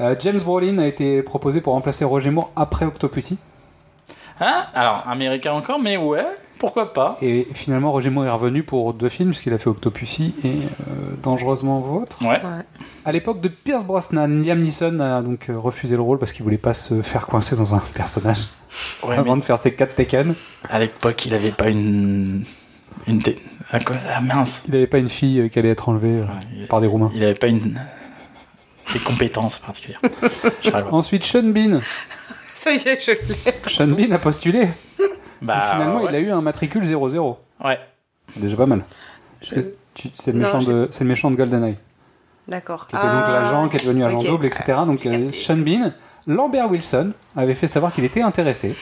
Euh, James Brolin a été proposé pour remplacer Roger Moore après Octopussy. Hein Alors, Américain encore, mais ouais, pourquoi pas. Et finalement, Roger Moore est revenu pour deux films, puisqu'il a fait Octopussy et euh, Dangereusement Vôtre. Ouais. À l'époque de Pierce Brosnan, Liam Neeson a donc euh, refusé le rôle parce qu'il voulait pas se faire coincer dans un personnage Ouais, mais avant de faire ses quatre Tekken. À l'époque, il avait pas une. Une. dé- Ah, quoi Ah, mince Il avait pas une fille euh, qui allait être enlevée euh, il- par des Roumains. Il avait pas une. Des compétences particulières. J'arrive pas. Ensuite, Sean Bean. Ça y est, je l'ai. Sean Bean a postulé. Bah, Et finalement, ouais. il a eu un matricule 00. Ouais. Déjà pas mal. Parce que tu- C'est le, Non, méchant j'ai- de- c'est le méchant de GoldenEye, D'accord. Ah. qui était donc l'agent, qui est devenu agent ok. Ah, double, etc. Donc euh, capté. Sean Bean, Lambert Wilson avait fait savoir qu'il était intéressé.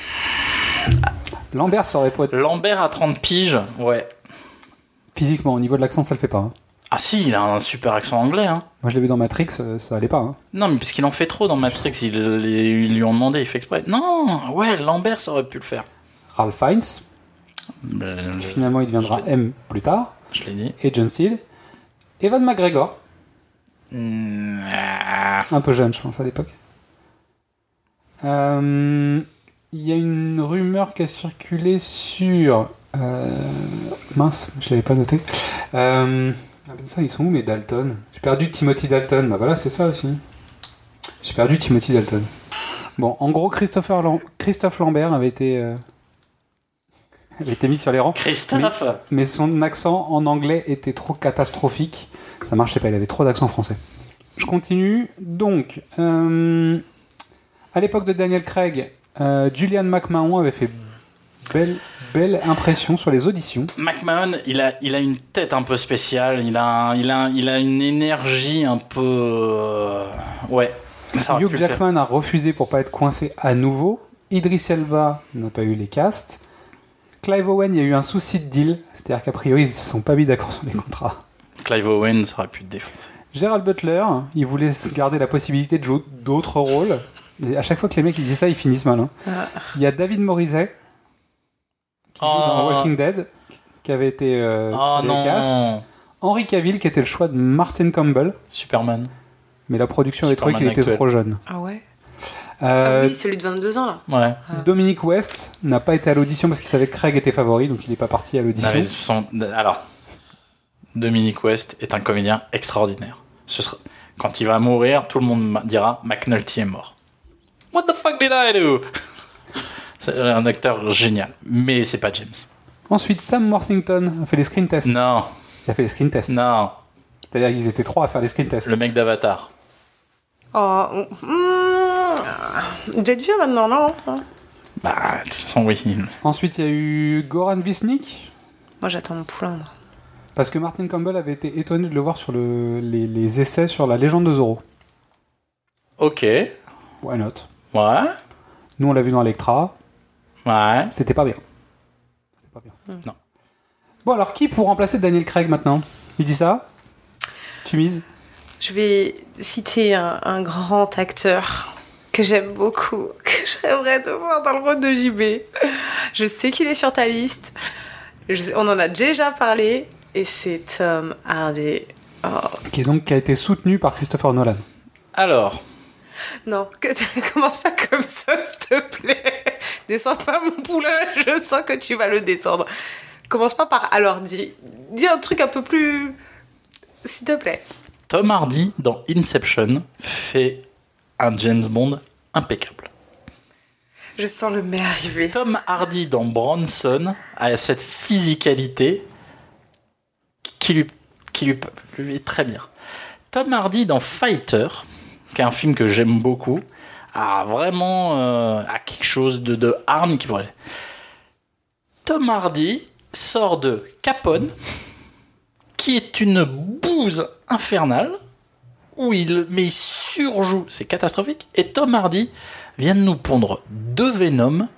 Lambert, ça aurait pas être Lambert à 30 piges, ouais. physiquement, au niveau de l'accent, ça le fait pas. hein. Ah, si, il a un super accent anglais, hein. Moi, je l'ai vu dans Matrix, euh, ça allait pas. hein. Non, mais parce qu'il en fait trop dans Matrix, ils, ils lui ont demandé, il fait exprès. Non, ouais, Lambert, ça aurait pu le faire. Ralph Fiennes, Euh, Je, finalement, il deviendra M plus tard. je l'ai dit. Et John Steele. Evan McGregor, Mm, ah. un peu jeune, je pense, à l'époque. Euh, Il y a une rumeur qui a circulé sur. euh, mince, je l'avais pas noté. Euh, ah ben ça, ils sont où mes Dalton J'ai perdu Timothy Dalton. Bah voilà, c'est ça aussi. J'ai perdu Timothy Dalton. Bon, en gros, Christopher Lam- Christophe Lambert avait été. euh, avait été mis sur les rangs. Christophe Mais son accent en anglais était trop catastrophique. Ça marchait pas, il avait trop d'accent français. Je continue. Donc, euh, à l'époque de Daniel Craig, euh, Julian McMahon avait fait belle, belle impression sur les auditions. McMahon, il a, il a une tête un peu spéciale, il a, un- il a, un- il a une énergie un peu. euh, Ouais. Ça aurait pu Hugh Ah, le faire. Jackman a refusé pour pas être coincé à nouveau. Idris Elba n'a pas eu les castes. Clive Owen, il y a eu un souci de deal, c'est-à-dire qu'a priori, ils ne se sont pas mis d'accord sur les contrats. Clive Owen, ça aurait pu te défoncer. Gérald Butler, il voulait se garder la possibilité de jouer d'autres rôles. Et à chaque fois que les mecs ils disent ça, ils finissent mal. hein. Ah. Il y a David Morizet, qui joue dans Oh. Walking Dead, qui avait été euh, Oh sur les castes. non Henry Cavill, qui était le choix de Martin Campbell. Superman. mais la production avait trouvé Superman qu'il était actuel. trop jeune. Ah ouais Euh, Ah oui, celui de 22 ans là. Ouais. Dominique West n'a pas été à l'audition parce qu'il savait que Craig était favori, donc il n'est pas parti à Non, l'audition. mais son- alors, Dominique West est un comédien extraordinaire. Ce sera- quand il va mourir, tout le monde ma- dira McNulty est mort. What the fuck did I do? C'est un acteur génial, mais c'est pas James. Ensuite, Sam Worthington a fait les screen tests. Non, Il a fait les screen tests. non, C'est-à-dire qu'ils étaient trois à faire les screen tests. le mec d'Avatar. Oh. Mmh. Jet vieux maintenant, non hein Bah, de toute façon, oui. il- Ensuite, il y a eu Goran Visnik. Moi j'attends mon poulain. moi. Parce que Martin Campbell avait été étonné de le voir sur le- les, les essais sur la légende de Zorro. Ok, ouais, Why not ouais. Nous, on l'a vu dans Electra. C'était pas bien. C'était pas bien. Hmm. Non. Bon, alors, qui pour remplacer Daniel Craig maintenant Il dit ça Tu mises Je vais citer un, un grand acteur que j'aime beaucoup, que j'aimerais te voir dans le rôle de JB. Je sais qu'il est sur ta liste. Je- on en a déjà parlé. Et c'est Tom Hardy. Oh. Qui, est donc, qui a été soutenu par Christopher Nolan. Alors, Non, que- commence pas comme ça, s'il te plaît. Descends pas mon poulain, je sens que tu vas le descendre. Commence pas par alors, dis, dis un truc un peu plus. S'il te plaît. Tom Hardy dans Inception fait un James Bond impeccable. Je sens le mai arriver. Tom Hardy dans Bronson a cette physicalité qui lui, qui lui, lui est très bien. Tom Hardy dans Fighter, qui est un film que j'aime beaucoup, a vraiment euh, a quelque chose de, de arme qui pourrait. Tom Hardy sort de Capone, qui est une bouse infernale, où il, mais il surjoue, c'est catastrophique. Et Tom Hardy vient de nous pondre deux Venom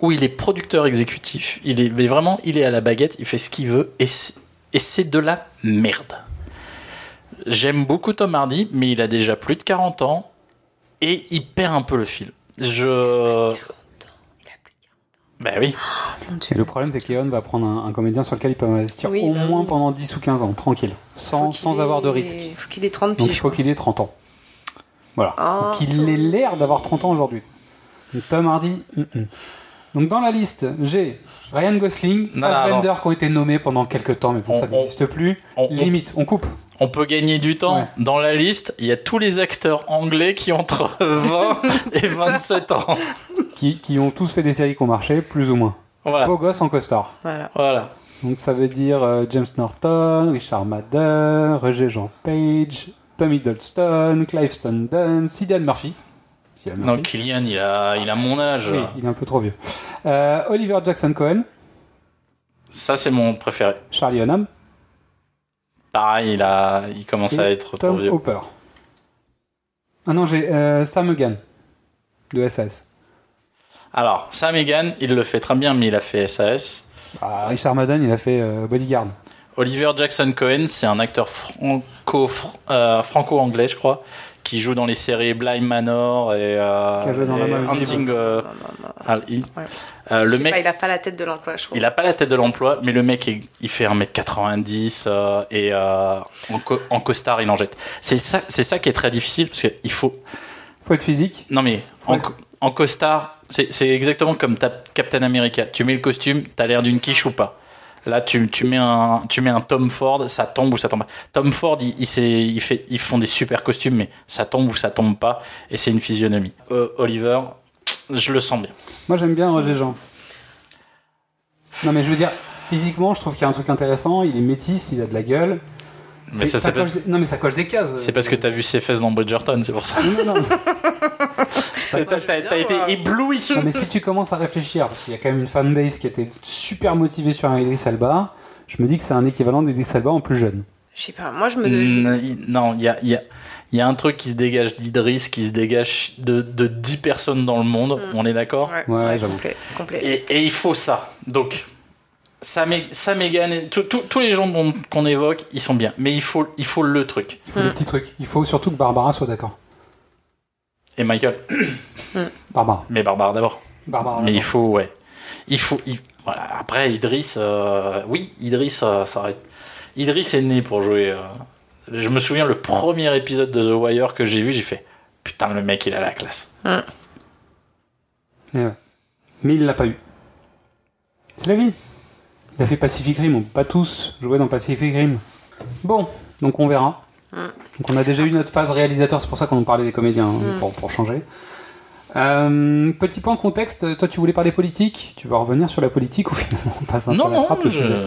où il est producteur exécutif. Il est mais vraiment, il est à la baguette, il fait ce qu'il veut et c'est- et c'est de la merde. J'aime beaucoup Tom Hardy, mais il a déjà plus de 40 ans et il perd un peu le fil. Je. Il a plus de Bah oui. Et le problème, c'est que Léon va prendre un, un comédien sur lequel il peut investir Oui, au bah moins oui. pendant 10 ou 15 ans, tranquille, sans, qu'il sans avoir de ait- risque. Faut qu'il ait 30 Donc il piges. faut qu'il ait 30 ans. Voilà. Ah. Donc il ait l'air d'avoir 30 ans aujourd'hui. Donc, Tom Hardy. hum, hum. Donc dans la liste, j'ai Ryan Gosling, Non, non, Fassbender qui ont été nommés pendant quelques temps, mais bon, On- ça on- n'existe plus. on- on- Limite, on coupe. On peut gagner du temps. Ouais. Dans la liste, il y a tous les acteurs anglais qui ont entre 20 et 27 ans. Qui, qui ont tous fait des séries qui ont marché, plus ou moins. Voilà. Beau gosse en costard. Voilà. Voilà. Donc ça veut dire euh, James Norton, Richard Madden, Roger Jean Page, Tom Hiddleston, Clive Standen, Cillian Murphy. Cillian Non, Murphy. Kylian, il a, il a mon âge. Oui, il est un peu trop vieux. Euh, Oliver Jackson Cohen, Ça, c'est mon préféré. Charlie Hunnam, Pareil, il, a, il commence Et à être trop Tom vieux. Hopper. Ah non, j'ai euh, Sam Hogan de SAS. Alors, Sam Egan, il le fait très bien, mais il a fait SAS. Ah, Richard Madden, il a fait euh, Bodyguard. Oliver Jackson Cohen, c'est un acteur franco, anglais je crois, qui joue dans les séries Blind Manor et, euh, Qui a joué dans La et Main Invisible. Hunting. euh, Non, non, non. ah, il- Ouais. euh, Je le sais mec, pas, il a pas la tête de l'emploi, je trouve. il a pas la tête de l'emploi, mais le mec, il, il fait 1m90 euh, et euh, en, co- en costard, il en jette. C'est ça, c'est ça qui est très difficile parce qu'il faut. Faut être physique. Non mais en, Ouais. co- en costard, c'est c'est exactement comme ta- Captain America. Tu mets le costume, t'as l'air d'une quiche ou pas. Là, tu, tu, mets un, tu mets un Tom Ford, ça tombe ou ça tombe pas. Tom Ford, il, il s'est- il fait, ils font des super costumes, mais ça tombe ou ça tombe pas, et c'est une physionomie. Euh, Oliver, je le sens bien. Moi, j'aime bien Roger Jean. Non, mais je veux dire, physiquement, je trouve qu'il y a un truc intéressant. Il est métis, il a de la gueule. Mais C'est- ça, c'est coche parce- des- Non, mais ça coche des cases. C'est parce que t'as vu ses fesses dans Bridgerton, c'est pour ça. Non, non, non. T'as t'as- t'as été ébloui. hein. Non, mais si tu commences à réfléchir, parce qu'il y a quand même une fanbase qui était super motivée sur un Idris Elba, je me dis que c'est un équivalent d'Idris Elba en plus jeune. Je sais pas, moi je me. Mm, il- Non, il y a, il y a- il y a un truc qui se dégage d'Idriss, qui se dégage de, de 10 personnes dans le monde, Mm. on est d'accord Ouais, Ouais, ouais, j'avoue. complet, complet. et, et il faut ça. Donc, Sam, E- Sam Egan et tout- tout- tous les gens dont- qu'on évoque, ils sont bien. Mais il faut, il faut le truc. Il faut des petits trucs. Il faut surtout que Barbara soit d'accord. Et Michael. Barbara. Mais Barbara d'abord. Barbara. mais il d'accord. faut, ouais. Il faut. il- voilà. Après, Idriss. euh, oui, Idriss, euh, ça aurait- Idriss est né pour jouer euh, je me souviens le premier épisode de The Wire que j'ai vu, j'ai fait putain le mec il a la classe. Eh ouais. Mais il l'a pas eu. C'est la vie. Il a fait Pacific Rim, on peut pas tous jouer dans Pacific Rim. Bon, donc on verra. Donc on a déjà eu notre phase réalisateur, c'est pour ça qu'on en parlait des comédiens, hein, pour, pour changer. Euh, petit point contexte, toi tu voulais parler politique, tu vas revenir sur la politique ou finalement on passe un Non peu à la non, trappe le je- sujet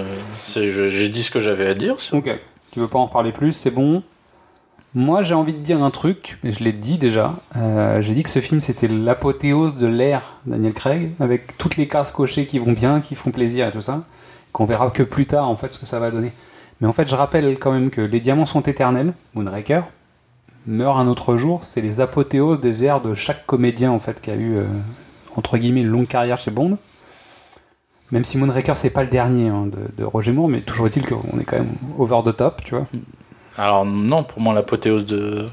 c'est- je- j'ai dit ce que j'avais à dire. c'est- Ok, tu veux pas en reparler plus, c'est bon. Moi j'ai envie de dire un truc, mais je l'ai dit déjà. Euh, j'ai dit que ce film c'était l'apothéose de l'ère Daniel Craig, avec toutes les cases cochées qui vont bien, qui font plaisir et tout ça, qu'on verra que plus tard en fait ce que ça va donner. Mais en fait je rappelle quand même que Les Diamants sont éternels, Moonraker, meurt un autre jour, c'est les apothéoses des airs de chaque comédien en fait qui a eu euh, entre guillemets une longue carrière chez Bond. Même si Moonraker c'est pas le dernier hein, de, de Roger Moore, mais toujours est-il qu'on est quand même over the top, tu vois. Alors non, pour moi l'apothéose de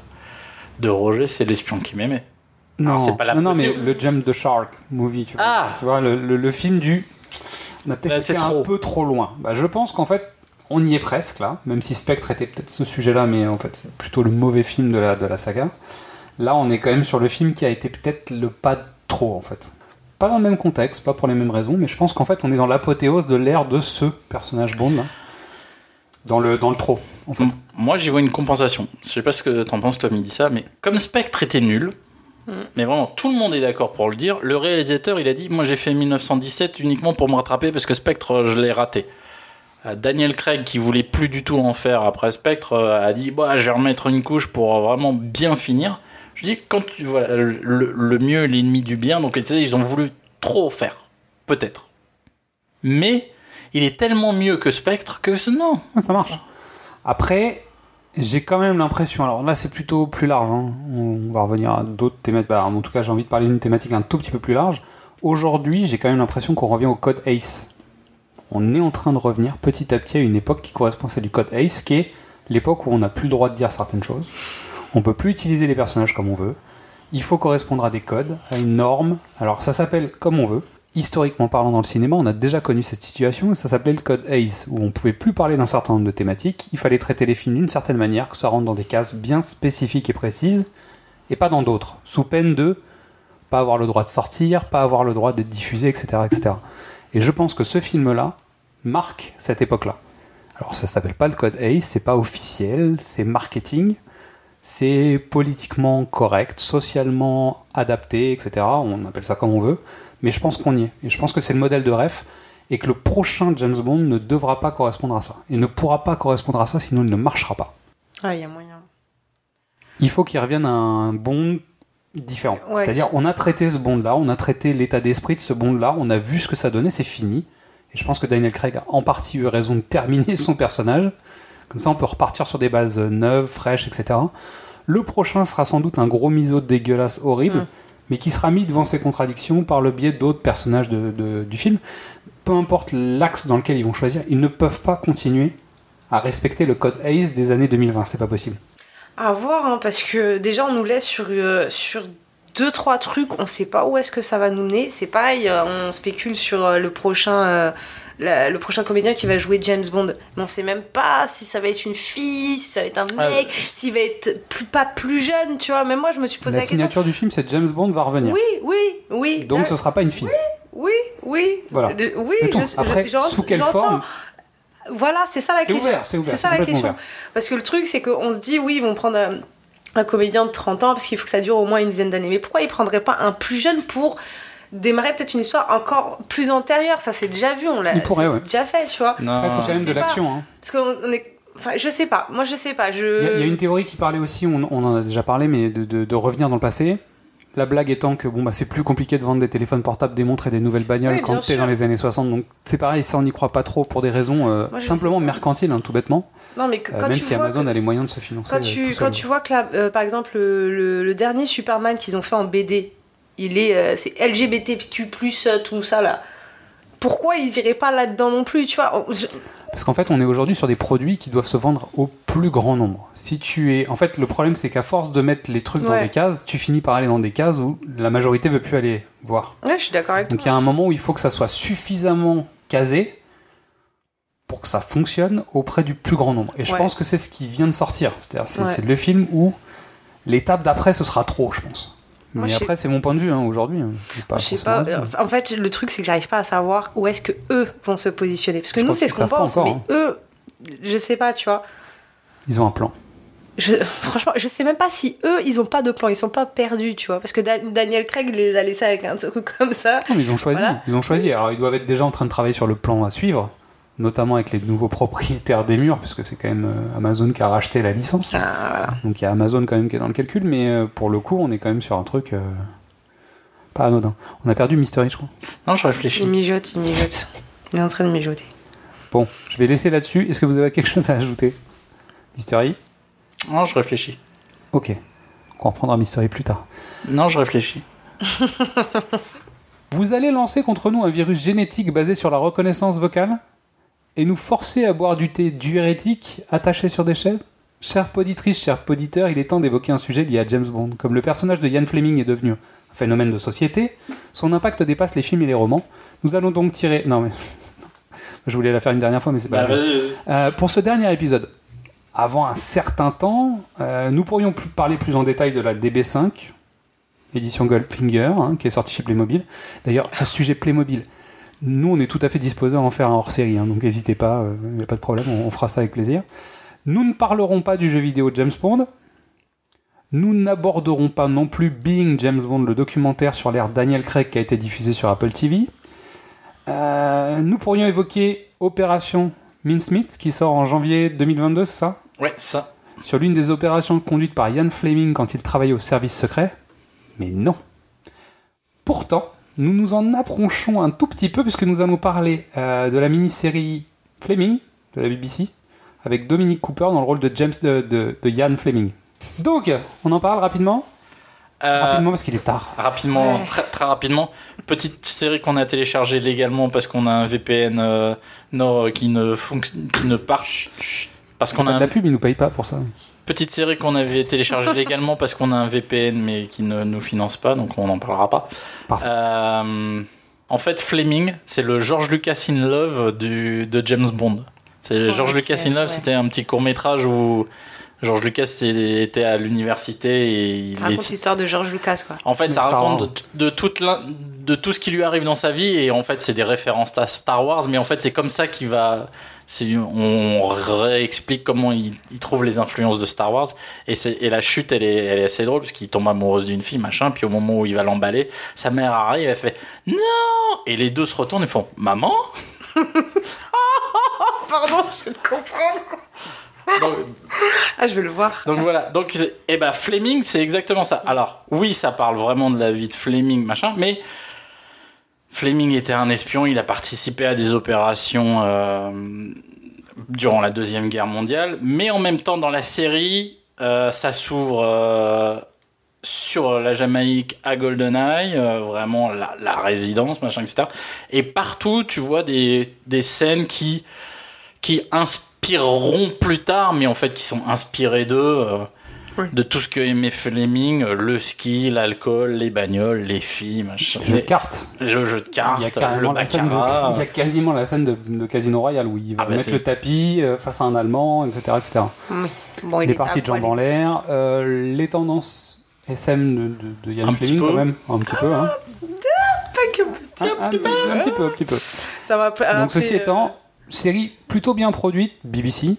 de Roger, c'est l'espion qui m'aimait. Non, c'est pas la non, non, mais beauté. le Jump the Shark movie, tu vois. Ah Tu vois, le, le- le film du. On a Là, peut-être c'est été un trop. peu trop loin. Bah, je pense qu'en fait, on y est presque là, même si Spectre était peut-être ce sujet-là, mais en fait, c'est plutôt le mauvais film de la, de la saga. Là, on est quand même sur le film qui a été peut-être le pas trop, en fait. Pas dans le même contexte, pas pour les mêmes raisons, mais je pense qu'en fait, on est dans l'apothéose de l'ère de ce personnage Bond, là. Dans le, dans le trop, en fait. M- Moi, j'y vois une compensation. Je sais pas ce que t'en penses, toi, dit ça, mais comme Spectre était nul, mais vraiment, tout le monde est d'accord pour le dire, le réalisateur, il a dit, moi, j'ai fait 1917 uniquement pour me rattraper parce que Spectre, euh, je l'ai raté. Euh, Daniel Craig, qui voulait plus du tout en faire après Spectre, euh, a dit, bah, je vais remettre une couche pour euh, vraiment bien finir. Je dis, quand tu, voilà, le, le mieux est l'ennemi du bien, donc tu sais, ils ont voulu trop faire. Peut-être. Mais, il est tellement mieux que Spectre que ce- non. Ouais, ça marche. Après, j'ai quand même l'impression, alors là c'est plutôt plus large, hein. on va revenir à d'autres thématiques, Bah, en tout cas j'ai envie de parler d'une thématique un tout petit peu plus large. Aujourd'hui j'ai quand même l'impression qu'on revient au code ACE. On est en train de revenir petit à petit à une époque qui correspond à celle du code ACE, qui est l'époque où on n'a plus le droit de dire certaines choses, on peut plus utiliser les personnages comme on veut, il faut correspondre à des codes, à une norme, alors ça s'appelle comme on veut. Historiquement parlant dans le cinéma, on a déjà connu cette situation et ça s'appelait le code Hayes, où on pouvait plus parler d'un certain nombre de thématiques, il fallait traiter les films d'une certaine manière, que ça rentre dans des cases bien spécifiques et précises, et pas dans d'autres, sous peine de pas avoir le droit de sortir, pas avoir le droit d'être diffusé, etc. etc. Et je pense que ce film-là marque cette époque-là. Alors ça s'appelle pas le code Hayes, c'est pas officiel, c'est marketing, c'est politiquement correct, socialement adapté, etc. On appelle ça comme on veut, mais je pense qu'on y est. Et je pense que c'est le modèle de ref et que le prochain James Bond ne devra pas correspondre à ça. Il ne pourra pas correspondre à ça, sinon il ne marchera pas. Ah, il y a moyen. Il faut qu'il revienne à un Bond différent. Ouais. C'est-à-dire, on a traité ce Bond-là, on a traité l'état d'esprit de ce Bond-là, on a vu ce que ça donnait, c'est fini. Et je pense que Daniel Craig a en partie eu raison de terminer son personnage. Comme ça, on peut repartir sur des bases euh, neuves, fraîches, etc. Le prochain sera sans doute un gros miso dégueulasse, horrible, mais qui sera mis devant ses contradictions par le biais d'autres personnages de- de- du film. Peu importe l'axe dans lequel ils vont choisir, ils ne peuvent pas continuer à respecter le code Hayes des années 2020. C'est pas possible. À voir, hein, parce que déjà, on nous laisse sur, euh, sur deux, trois trucs, on sait pas où est-ce que ça va nous mener. C'est pareil, euh, on spécule sur euh, le prochain. euh, la- le prochain comédien qui va jouer James Bond, mais on sait même pas si ça va être une fille, si ça va être un Ah, mec, s'il va être plus, pas plus jeune, tu vois. Même moi, je me suis posé euh, La la, question. signature du film, c'est James Bond va revenir. Oui, oui, oui. Ah. Donc là- ce sera pas une fille. Oui, oui. Voilà. De- Oui, C'est tout. je- je- Après, j'en- sous quelle j'entends. forme Voilà, c'est ça la C'est question. ouvert, c'est ouvert, ça c'est la complètement question. ouvert. Parce que le truc, c'est qu'on se dit, oui, ils vont prendre un, un comédien de 30 ans parce qu'il faut que ça dure au moins une dizaine d'années. Mais pourquoi ils prendraient pas un plus jeune pour démarrer peut-être une histoire encore plus antérieure Ça, c'est déjà vu, on l'a Ils pourraient, ça, ouais. c'est déjà fait, tu vois. Après, il faut Je quand même sais de Ah. pas. l'action. hein. Parce qu'on on est. Enfin, je sais pas. Moi, je sais pas. Il Je... y, a- il y a une théorie qui parlait aussi, on, on en a déjà parlé, mais de, de- de revenir dans le passé. La blague étant que bon, bah, c'est plus compliqué de vendre des téléphones portables, des montres et des nouvelles bagnoles Oui, bien quand t'es sûr. dans les années 60. Donc c'est pareil, ça on n'y croit pas trop pour des raisons euh, Moi, je simplement sais pas. mercantiles, hein, tout bêtement. Non, mais que- Euh, quand même tu si vois Amazon que- a les moyens de se financer. Quand euh, tu, tout quand seul. tu vois que là, euh, par exemple, le, le- le dernier Superman qu'ils ont fait en BD, il est, euh, c'est LGBTQ+, euh, tout ça là. Pourquoi ils iraient pas là-dedans non plus, tu vois On- je- Parce qu'en fait, on est aujourd'hui sur des produits qui doivent se vendre au plus grand nombre. Si tu es, en fait, le problème c'est qu'à force de mettre les trucs dans Ouais. des cases, tu finis par aller dans des cases où la majorité veut plus aller voir. Ouais, je suis d'accord avec Donc il y toi. a un moment où il faut que ça soit suffisamment casé pour que ça fonctionne auprès du plus grand nombre. Et je Ouais. pense que c'est ce qui vient de sortir. C'est-à-dire, c'est Ouais. c'est le film où l'étape d'après, ce sera trop, je pense. Moi, Mais je sais- après, c'est mon point de vue hein, aujourd'hui. hein. J'ai Je sais forcément pas. dit, euh, mais- En fait, le truc, c'est que j'arrive pas à savoir où est-ce que eux vont se positionner. Parce que Je nous, pense c'est qu'ils ce qu'on savent pas pense, encore, hein. mais eux, je sais pas, tu vois. Ils ont un plan. Je- franchement, je sais même pas si eux, ils ont pas de plan, ils sont pas perdus, tu vois. Parce que Da- Daniel Craig les a laissés avec un truc comme ça. Non, Ah, mais ils ont choisi. Voilà. Ils ont choisi. Alors, ils doivent être déjà en train de travailler sur le plan à suivre, notamment avec les nouveaux propriétaires des murs, puisque c'est quand même euh, Amazon qui a racheté la licence. Donc, il y a Amazon quand même qui est dans le calcul, mais euh, pour le coup, on est quand même sur un truc euh, pas anodin. On a perdu Mystery, je crois. Non, je réfléchis. Il mijote, il mijote. Il est en train de mijoter. Bon, je vais laisser là-dessus. Est-ce que vous avez quelque chose à ajouter Mystery Non, je réfléchis. Ok. On reprendra Mystery plus tard. Non, je réfléchis. Vous allez lancer contre nous un virus génétique basé sur la reconnaissance vocale et nous forcer à boire du thé diurétique attaché sur des chaises Chère poditrice, cher poditeur, il est temps d'évoquer un sujet lié à James Bond. Comme le personnage de Ian Fleming est devenu un phénomène de société, son impact dépasse les films et les romans. Nous allons donc tirer... Non mais... Je voulais la faire une dernière fois, mais c'est Bah, pas... grave. Euh, pour ce dernier épisode, avant un certain temps, euh, nous pourrions plus- parler plus en détail de la DB5, édition Goldfinger, hein, qui est sortie chez Playmobil. D'ailleurs, à ce sujet Playmobil, nous, on est tout à fait disposés à en faire un hors-série, hein, donc n'hésitez pas, il n'y a pas de problème, on, on fera ça avec plaisir. Nous ne parlerons pas du jeu vidéo James Bond. Nous n'aborderons pas non plus Being James Bond, le documentaire sur l'ère Daniel Craig qui a été diffusé sur Apple TV. Euh, nous pourrions évoquer Opération Smith qui sort en janvier 2022, c'est ça Ouais, ça. Sur l'une des opérations conduites par Ian Fleming quand il travaillait au service secret Mais non Pourtant, nous nous en approchons un tout petit peu puisque nous allons parler euh, de la mini-série Fleming de la BBC avec Dominique Cooper dans le rôle de James de, de- de Ian Fleming. Donc, on en parle rapidement Euh, Rapidement parce qu'il est tard. Rapidement, Ouais. très, très rapidement. Petite série qu'on a téléchargée légalement parce qu'on a un VPN euh, Nord qui ne, fonc- qui ne part. Parce qu'on Pas a de la une pub, il nous paye pas pour ça. petite série qu'on avait téléchargée légalement parce qu'on a un VPN mais qui ne nous finance pas, donc on n'en parlera pas. Parfait. Euh, en fait, Fleming, c'est le George Lucas in Love du, de James Bond. C'est Oh, George ok, Lucas in Love, ouais. c'était un petit court métrage où George Lucas était à l'université et il Ça raconte décide- l'histoire de George Lucas, quoi. en fait, Donc, ça Star Wars. raconte de, de toute l'in- de tout ce qui lui arrive dans sa vie et en fait, c'est des références à Star Wars, mais en fait, c'est comme ça qu'il va. c'est- On réexplique comment il, il trouve les influences de Star Wars et, c'est- et la chute, elle est, elle est assez drôle parce qu'il tombe amoureuse d'une fille, machin. Puis au moment où il va l'emballer, sa mère arrive, elle fait non et les deux se retournent et font maman. Ah, Pardon, je ne comprends quoi. Donc, Ah, je vais le voir. Donc voilà, donc c'est- eh ben Fleming, c'est exactement ça. Alors oui, ça parle vraiment de la vie de Fleming, machin, mais Fleming était un espion, il a participé à des opérations euh, durant la Deuxième Guerre mondiale, mais en même temps dans la série, euh, ça s'ouvre euh, sur la Jamaïque à GoldenEye, euh, vraiment la, la résidence, machin, etc. Et partout, tu vois des, des scènes qui qui inspireront plus tard, mais en fait qui sont inspirés d'eux, euh, Oui. de tout ce que aimait Fleming, euh, le ski, l'alcool, les bagnoles, les filles, machin. Jeu Les- de cartes. le jeu de cartes, Il y a le carrément la scène de, baccarat. il y a quasiment la scène de, de Casino Royale où il va Ah bah mettre c'est- le tapis euh, face à un Allemand, etc., etc. Bon, il Les est parties à de jambes en poil. l'air, euh, les tendances SM de, de, de Yann Un petit Fleming peu. quand même, un petit peu, hein. Pas que- un, un petit, un petit peu, un petit peu. Ça m'a pla- Donc ceci rappelé, euh, étant, série plutôt bien produite, BBC,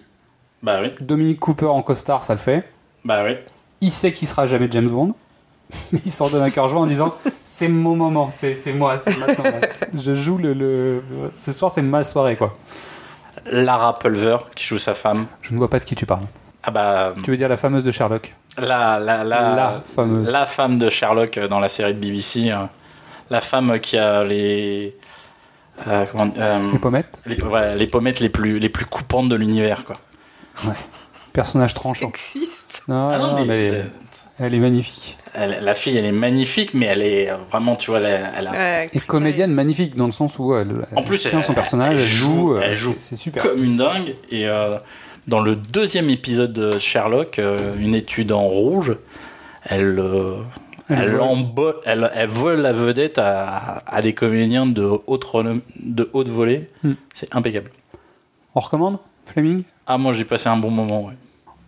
Bah oui, Dominique Cooper en costard, ça le fait. bah oui. Il sait qu'il sera jamais James Bond, mais il s'en donne un cœur joie en disant c'est mon moment, c'est c'est moi, c'est maintenant. là. Je joue le, le- ce soir, c'est ma soirée quoi. Lara Pulver qui joue sa femme. Je ne vois pas de qui tu parles. Ah bah Tu veux dire la fameuse de Sherlock la la la La fameuse. la femme de Sherlock euh, dans la série de BBC, euh, la femme qui a les euh, comment euh, Les pommettes les, voilà, les pommettes les plus les plus coupantes de l'univers quoi. Personnage tranchant. Existe. Non, Ah, non, mais elle, est, Ah c'est- elle est magnifique. elle- la fille elle est magnifique mais elle est euh, vraiment tu vois elle, a- elle a Ouais, Ah, Et comédienne magnifique dans le sens où elle, elle En plus, tient elle- son personnage, elle elle, joue, joue. euh, elle joue. C'est super. comme une dingue. Et euh, dans le deuxième épisode de Sherlock, euh, une étude en rouge, elle, euh, Elle elle, vole. embo- elle, elle vole la vedette à, à des comédiens de haute, renom- de haute volée. Hmm. C'est impeccable. On recommande Fleming Ah, moi j'ai passé un bon moment, ouais.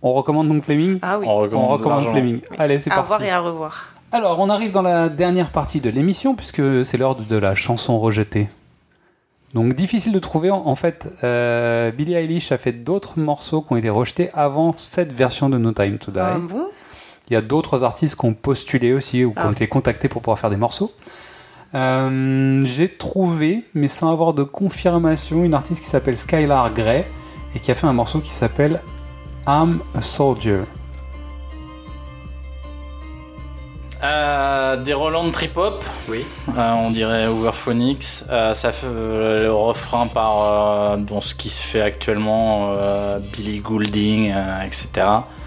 On recommande donc Fleming Ah oui. On On recommande, recommande largement. Fleming. Allez, Oh, c'est à parti. voir et à revoir. Alors, on arrive dans la dernière partie de l'émission, puisque c'est l'heure de la chanson rejetée. Donc, difficile de trouver. En- En fait, euh, Billie Eilish a fait d'autres morceaux qui ont été rejetés avant cette version de No Time to Die. Ah bon Il y a d'autres artistes qui ont postulé aussi ou qui ont Ah. été contactés pour pouvoir faire des morceaux. Euh, J'ai trouvé, mais sans avoir de confirmation, une artiste qui s'appelle Skylar Grey et qui a fait un morceau qui s'appelle I'm a Soldier. Euh, des Roland trip hop. Oui. Euh, on dirait Overphonics. Euh, ça fait euh, le refrain par euh, dans ce qui se fait actuellement euh, Billy Goulding, euh, etc.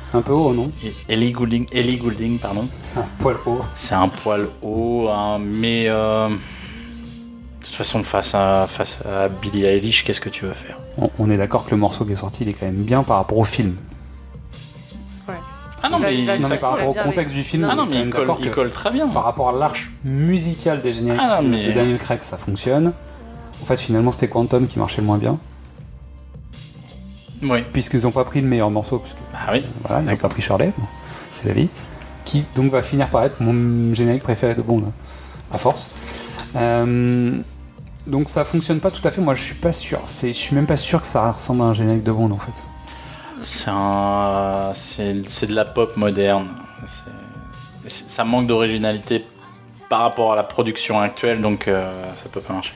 C'est un peu haut, non Et Ellie Goulding, Ellie Goulding, pardon. C'est un poil haut. C'est un poil haut, hein, mais euh, de toute façon face à face à Billie Eilish, qu'est-ce que tu veux faire On, on est d'accord que le morceau qui est sorti, il est quand même bien par rapport au film. Ah non, Il va- mais il va- Non, Ça mais ça- par colle rapport au bien contexte avec- du film, Non, ah on non, est mais quand il même colle, d'accord il que colle très bien. par rapport à l'arche musicale des génériques Ah non, de- mais- de Daniel Craig, ça fonctionne. En fait, finalement, c'était Quantum qui marchait le moins bien, Oui. puisqu'ils n'ont pas pris le meilleur morceau, puisque Ah oui. voilà, ils n'ont pas pris Shirley, bon, c'est la vie, qui donc va finir par être mon générique préféré de Bond, hein, à force. Euh, donc ça fonctionne pas tout à fait, moi je suis pas sûr, C'est- je suis même pas sûr que ça ressemble à un générique de Bond en fait. C'est un- c'est c'est de la pop moderne. C'est- c'est- Ça manque d'originalité par rapport à la production actuelle, donc euh, ça peut pas marcher.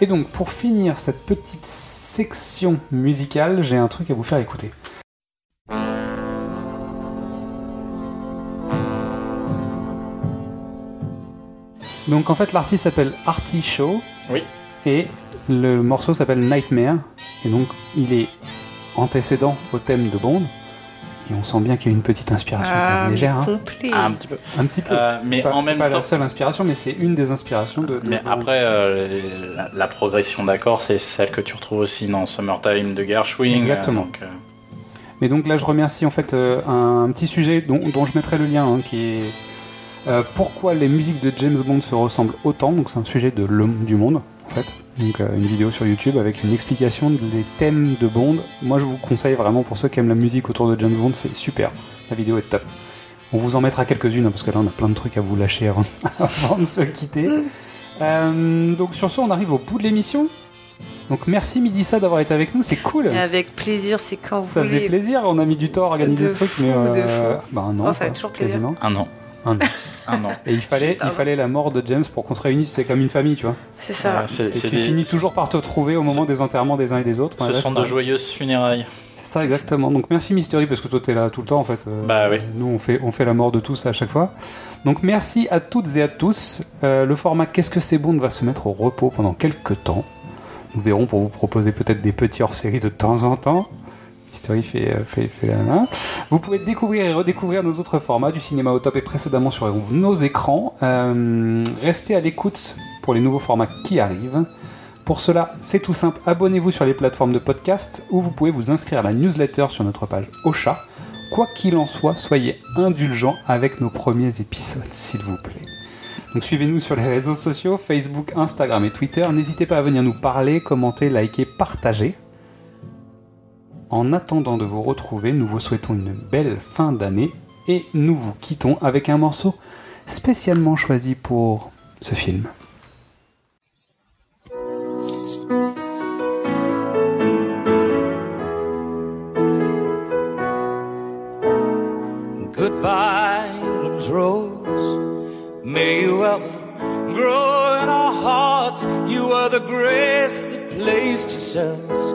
Et donc, pour finir cette petite section musicale, j'ai un truc à vous faire écouter. Donc, en fait, l'artiste s'appelle Artie Shaw. Oui. Et le morceau s'appelle Nightmare. Et donc, il est antécédent au thème de Bond. Et on sent bien qu'il y a une petite inspiration quand même Ah, légère. hein. complet. Ah, un petit peu. Un petit peu. Euh, C'est mais pas, en c'est même pas la temps- seule inspiration, mais c'est une des inspirations de. Mais de- après, euh, la, la progression d'accords, c'est celle que tu retrouves aussi dans Summertime de Gershwin. Exactement. euh, donc, euh, Mais donc là, je remercie en fait euh, un petit sujet dont, dont je mettrai le lien, hein, qui est euh, pourquoi les musiques de James Bond se ressemblent autant. Donc c'est un sujet de le, du monde, en fait. Donc euh, une vidéo sur YouTube avec une explication des thèmes de Bond. Moi, je vous conseille vraiment pour ceux qui aiment la musique autour de James Bond, c'est super. La vidéo est top. On vous en mettra quelques-unes hein, parce que là, on a plein de trucs à vous lâcher avant, avant de se quitter. Euh, donc sur ce, on arrive au bout de l'émission. Donc merci Midissa d'avoir été avec nous, c'est cool. Et Avec plaisir, c'est quand vous Ça faisait voulez. plaisir, on a mis du temps à organiser De ce truc, fou, mais. de bah non, Non, ça fait toujours plaisir. quasiment. un an. Un an. Un an. Et il fallait, Juste il avant. fallait la mort de James pour qu'on se réunisse, c'est comme une famille, tu vois. C'est ça. Voilà, c'est- Et tu c'est des- finis toujours par te retrouver au moment des enterrements des uns et des autres. Ouais, Ce là, sont c'est de pareil. joyeuses funérailles. C'est ça, exactement. Donc merci Mystery, parce que toi t'es là tout le temps en fait. Euh, Bah oui. Nous on fait, on fait la mort de tous à chaque fois. Donc merci à toutes et à tous. Euh, le format Qu'est-ce que c'est bon va se mettre au repos pendant quelques temps. Nous verrons pour vous proposer peut-être des petits hors-séries de temps en temps. Mystery fait, euh, fait, fait la main. Vous pouvez découvrir et redécouvrir nos autres formats du cinéma au top et précédemment sur nos écrans. Euh, restez à l'écoute pour les nouveaux formats qui arrivent. Pour cela, c'est tout simple, abonnez-vous sur les plateformes de podcast ou vous pouvez vous inscrire à la newsletter sur notre page Ocha. Quoi qu'il en soit, soyez indulgents avec nos premiers épisodes, s'il vous plaît. Donc suivez-nous sur les réseaux sociaux, Facebook, Instagram et Twitter. N'hésitez pas à venir nous parler, commenter, liker, partager. En attendant de vous retrouver, nous vous souhaitons une belle fin d'année et nous vous quittons avec un morceau spécialement choisi pour ce film. Goodbye, England's rose. May you ever grow in our hearts. You are the grace that placed yourselves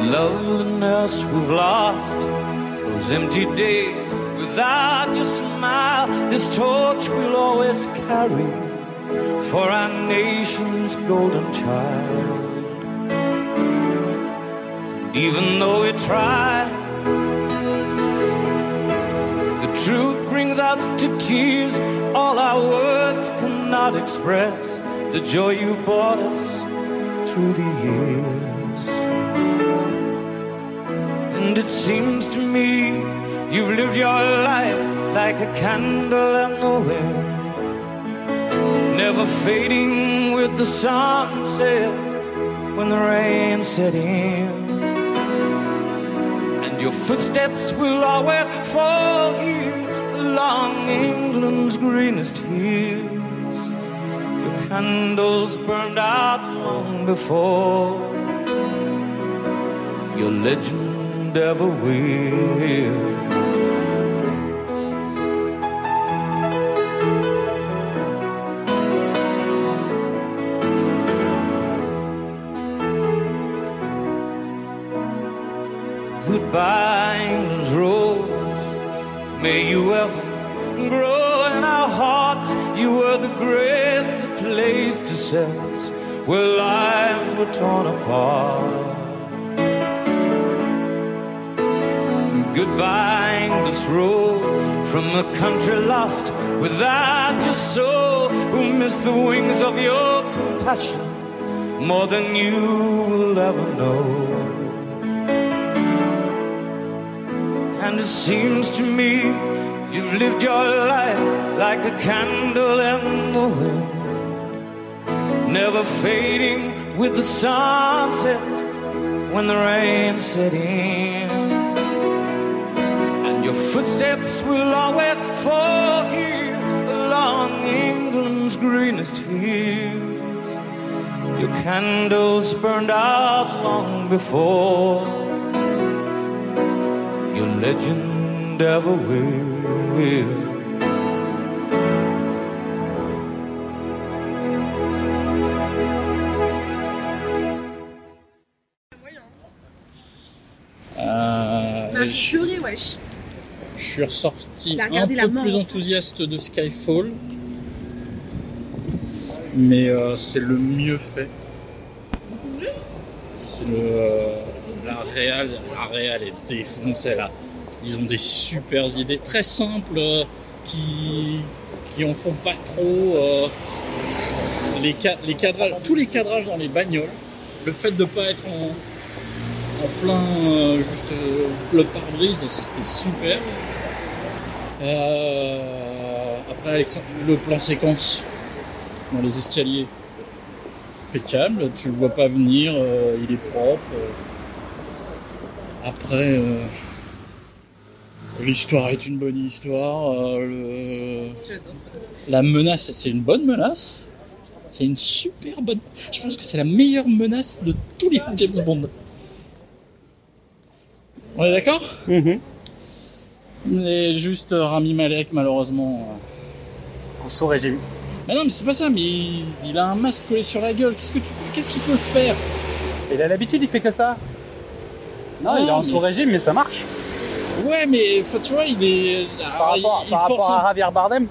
Loveliness we've lost. Those empty days without your smile. This torch we'll always carry for our nation's golden child. Even though we try, the truth brings us to tears. All our words cannot express the joy you've brought us through the years. And it seems to me you've lived your life like a candle in the wind, never fading with the sunset when the rain set in. And your footsteps will always fall here along England's greenest hills. Your candles burned out long before your legend ever will. Goodbye, England's rose. May you ever grow in our hearts. You were the grace that placed yourselves where lives were torn apart. Goodbye, English rose. From a country lost without your soul, who missed the wings of your compassion more than you will ever know. And it seems to me you've lived your life like a candle in the wind, never fading with the sunset when the rain set in. And your footsteps will always fall here along England's greenest hills. Your candles burned out long before your legend ever will. Euh, M'a je, chiolé, Bah, wesh. je suis ressorti Il a un regardé peu la mort plus en enthousiaste de Skyfall, mais euh, c'est le mieux fait. C'est le euh, la réal, la réal est défoncée là. Ils ont des super idées très simples euh, qui qui en font pas trop. euh, les ca- les cadrages, tous les cadrages dans les bagnoles, le fait de pas être en en plein euh, juste euh, le pare-brise, c'était super. Euh, après Alexandre- le plan séquence dans les escaliers, impeccable, tu le vois pas venir, euh, il est propre. euh. Après, euh, l'histoire est une bonne histoire. euh, le- La menace, c'est une bonne menace. C'est une super bonne. Je pense que c'est la meilleure menace de tous les films James Bond. On est d'accord Mais juste euh, Rami Malek, malheureusement. En saut régime. Mais non, mais c'est pas ça, mais il, il a un masque collé sur la gueule. Qu'est-ce que tu, qu'est-ce qu'il peut faire Il a l'habitude, il fait que ça. Non, il est en sous-régime, mais ça marche. Ouais, mais faut- tu vois, il est. euh, ah, Par rapport, par rapport à Javier Bardem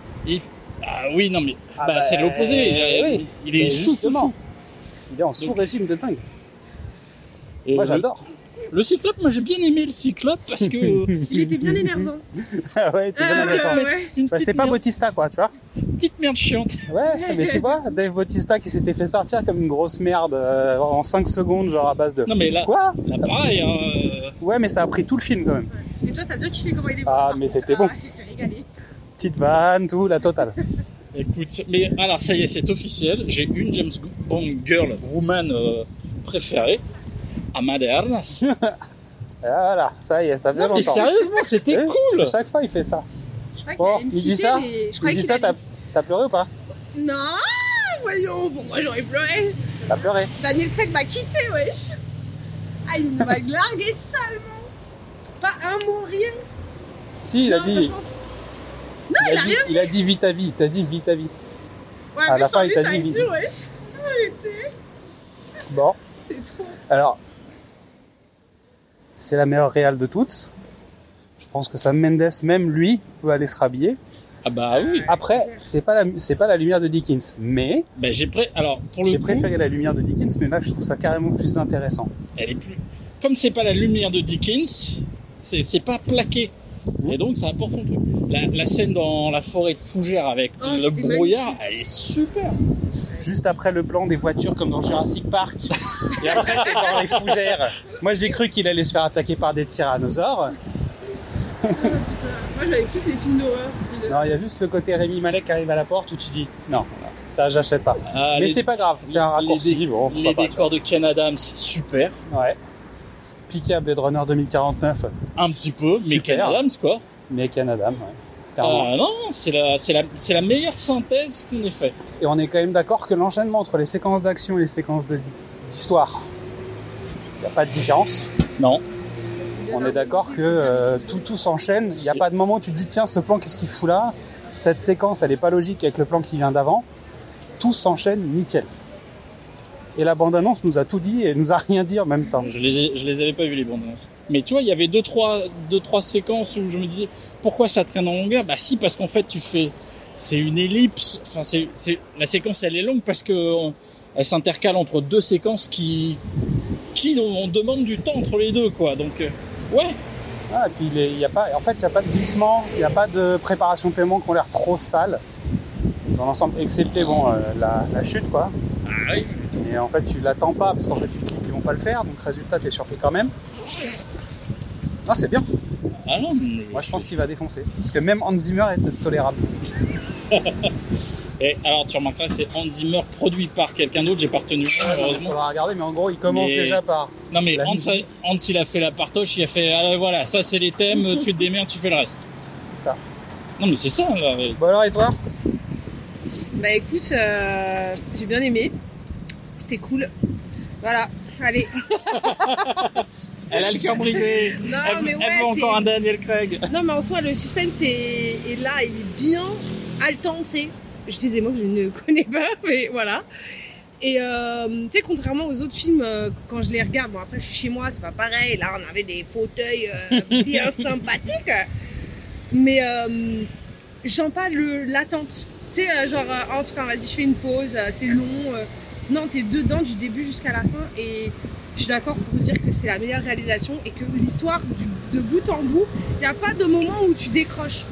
Ah oui, non, mais Ah bah, bah, c'est l'opposé. Il, est- oui. il est Mais sous justement, Il est en sous-régime de dingue. Moi, j'adore. Le cyclope, moi j'ai bien aimé le cyclope parce que. euh, Il était bien énervant. Ah ouais, t'es bien Ah, d'accord. ouais, ouais. Une Bah, petite c'est pas merde. Bautista, quoi, tu vois. Petite oh, merde chiante. Ouais, mais tu vois, Dave Bautista qui s'était fait sortir comme une grosse merde euh, en 5 secondes, genre à base de. Non, mais là- Quoi là, pareil, hein, Ouais, mais ça a pris tout le film quand même. Mais toi, t'as bien kiffé comment il est Ah, mais c'était bon. T'es régalé. Petite vanne, tout, la totale. Écoute, mais alors ça y est, c'est officiel. J'ai une James Bond girl, woman euh, préférée, Amada Arnas. Voilà, ça y est, ça faisait Non, mais longtemps. sérieusement, c'était Eh, cool. À chaque fois, il fait ça. Je crois qu'il Bon, allait il me dit citer, ça mais je Il croyais dit qu'il ça, allait t'as me- t'as pleuré ou pas Non, voyons, bon, moi j'aurais pleuré. T'as pleuré Daniel Craig m'a quitté, wesh. Ah, il m'a largué salement. Pas un mot, rien. Si, il a Non, dit. franchement, Non, il, a dit, rien dit. il a dit vite à vie, t'as dit vite à vie. Ouais, à mais la sans fin, il lui, t'a ça dit aurait vite. été, wesh. Arrêtez. Bon. C'est trop. Alors, c'est la meilleure réale de toutes. Je pense que Sam Mendes, même lui, peut aller se rhabiller. Ah bah oui. Après, c'est pas la, c'est pas la lumière de Dickens, mais. Ben, j'ai alors pour J'ai préféré la lumière de Dickens, mais là, je trouve ça carrément plus intéressant. Elle est plus. Comme c'est pas la lumière de Dickens, c'est c'est pas plaqué. Et donc ça apporte son truc. La, la scène dans la forêt de fougère avec Oh, le c'était brouillard, elle est super. Juste après le plan des voitures comme dans Jurassic Park. Et après, t'es dans les fougères. Moi, j'ai cru qu'il allait se faire attaquer par des tyrannosaures. Moi j'avais plus les films d'horreur. si- Non, il y a juste le côté Rémi Malek qui arrive à la porte où tu dis non, ça j'achète pas. Ah, Mais les- c'est pas grave, c'est un raccourci. les, dé- bon, les pourquoi pas, tu décors de Ken Adams, super. Ouais. Piqué à Blade Runner 2049. Un petit peu, mais Ken Adams, quoi. Mais Ken Adams, ouais. Clairement. Ah non, c'est la, c'est la, c'est la meilleure synthèse qu'on ait fait. Et on est quand même d'accord que l'enchaînement entre les séquences d'action et les séquences de- d'histoire, il n'y a pas de différence. Non. On est d'accord que euh, tout, tout s'enchaîne. Il n'y a pas de moment où tu te dis tiens, ce plan, qu'est-ce qu'il fout là Cette séquence, elle n'est pas logique avec le plan qui vient d'avant. Tout s'enchaîne nickel. Et la bande-annonce nous a tout dit et nous a rien dit en même temps. Je les, ai- je les avais pas vus les bandes annonces. Mais tu vois, il y avait deux trois, deux trois séquences où je me disais pourquoi ça traîne en longueur. Bah si, parce qu'en fait tu fais, c'est une ellipse. Enfin, c'est, c'est la séquence elle est longue parce que on- elle s'intercale entre deux séquences qui, qui on, on demande du temps entre les deux quoi. Donc euh, ouais, Ah, et puis il est- il y a pas, en fait, il n'y a pas de glissement, il n'y a pas de préparation paiement qui ont l'air trop sale dans l'ensemble, excepté bon, euh, la, la chute quoi. Ah oui. Mais en fait, tu l'attends pas parce qu'en fait, tu te dis qu'ils vont pas le faire, donc résultat, tu es surpris quand même. Non, c'est bien. Ah non, Moi, je pense qu'il va défoncer. Parce que même Hans Zimmer est tolérable. Et eh, alors tu remarqueras, c'est Hans Zimmer produit par quelqu'un d'autre. J'ai pas retenu. Il heureusement. faudra regarder, mais en gros, il commence Mais- déjà par. Non mais la Hans, a- Hans, il a fait la partoche, il a fait ah, voilà, ça c'est les thèmes, tu te démerdes, tu fais le reste. C'est ça. Non mais c'est ça. la réalité. Bon alors et toi Bah écoute, euh, j'ai bien aimé. C'était cool. Voilà, allez. Elle a le cœur brisé. Non, elle, mais elle ouais, veut c'est- encore un Daniel Craig. Non, mais en soi, le suspense est, est là, il est bien haletant, tu sais. Je disais moi que je ne connais pas, mais voilà. Et euh, tu sais, contrairement aux autres films, euh, quand je les regarde, bon après je suis chez moi, c'est pas pareil. Là, on avait des fauteuils euh, bien sympathiques, mais euh, j'en pas le- l'attente. Tu sais, euh, genre euh, oh putain, vas-y, je fais une pause, euh, c'est long. euh. non, t'es dedans du début jusqu'à la fin, et je suis d'accord pour vous dire que c'est la meilleure réalisation et que l'histoire du- de bout en bout, il n'y a pas de moment où tu décroches.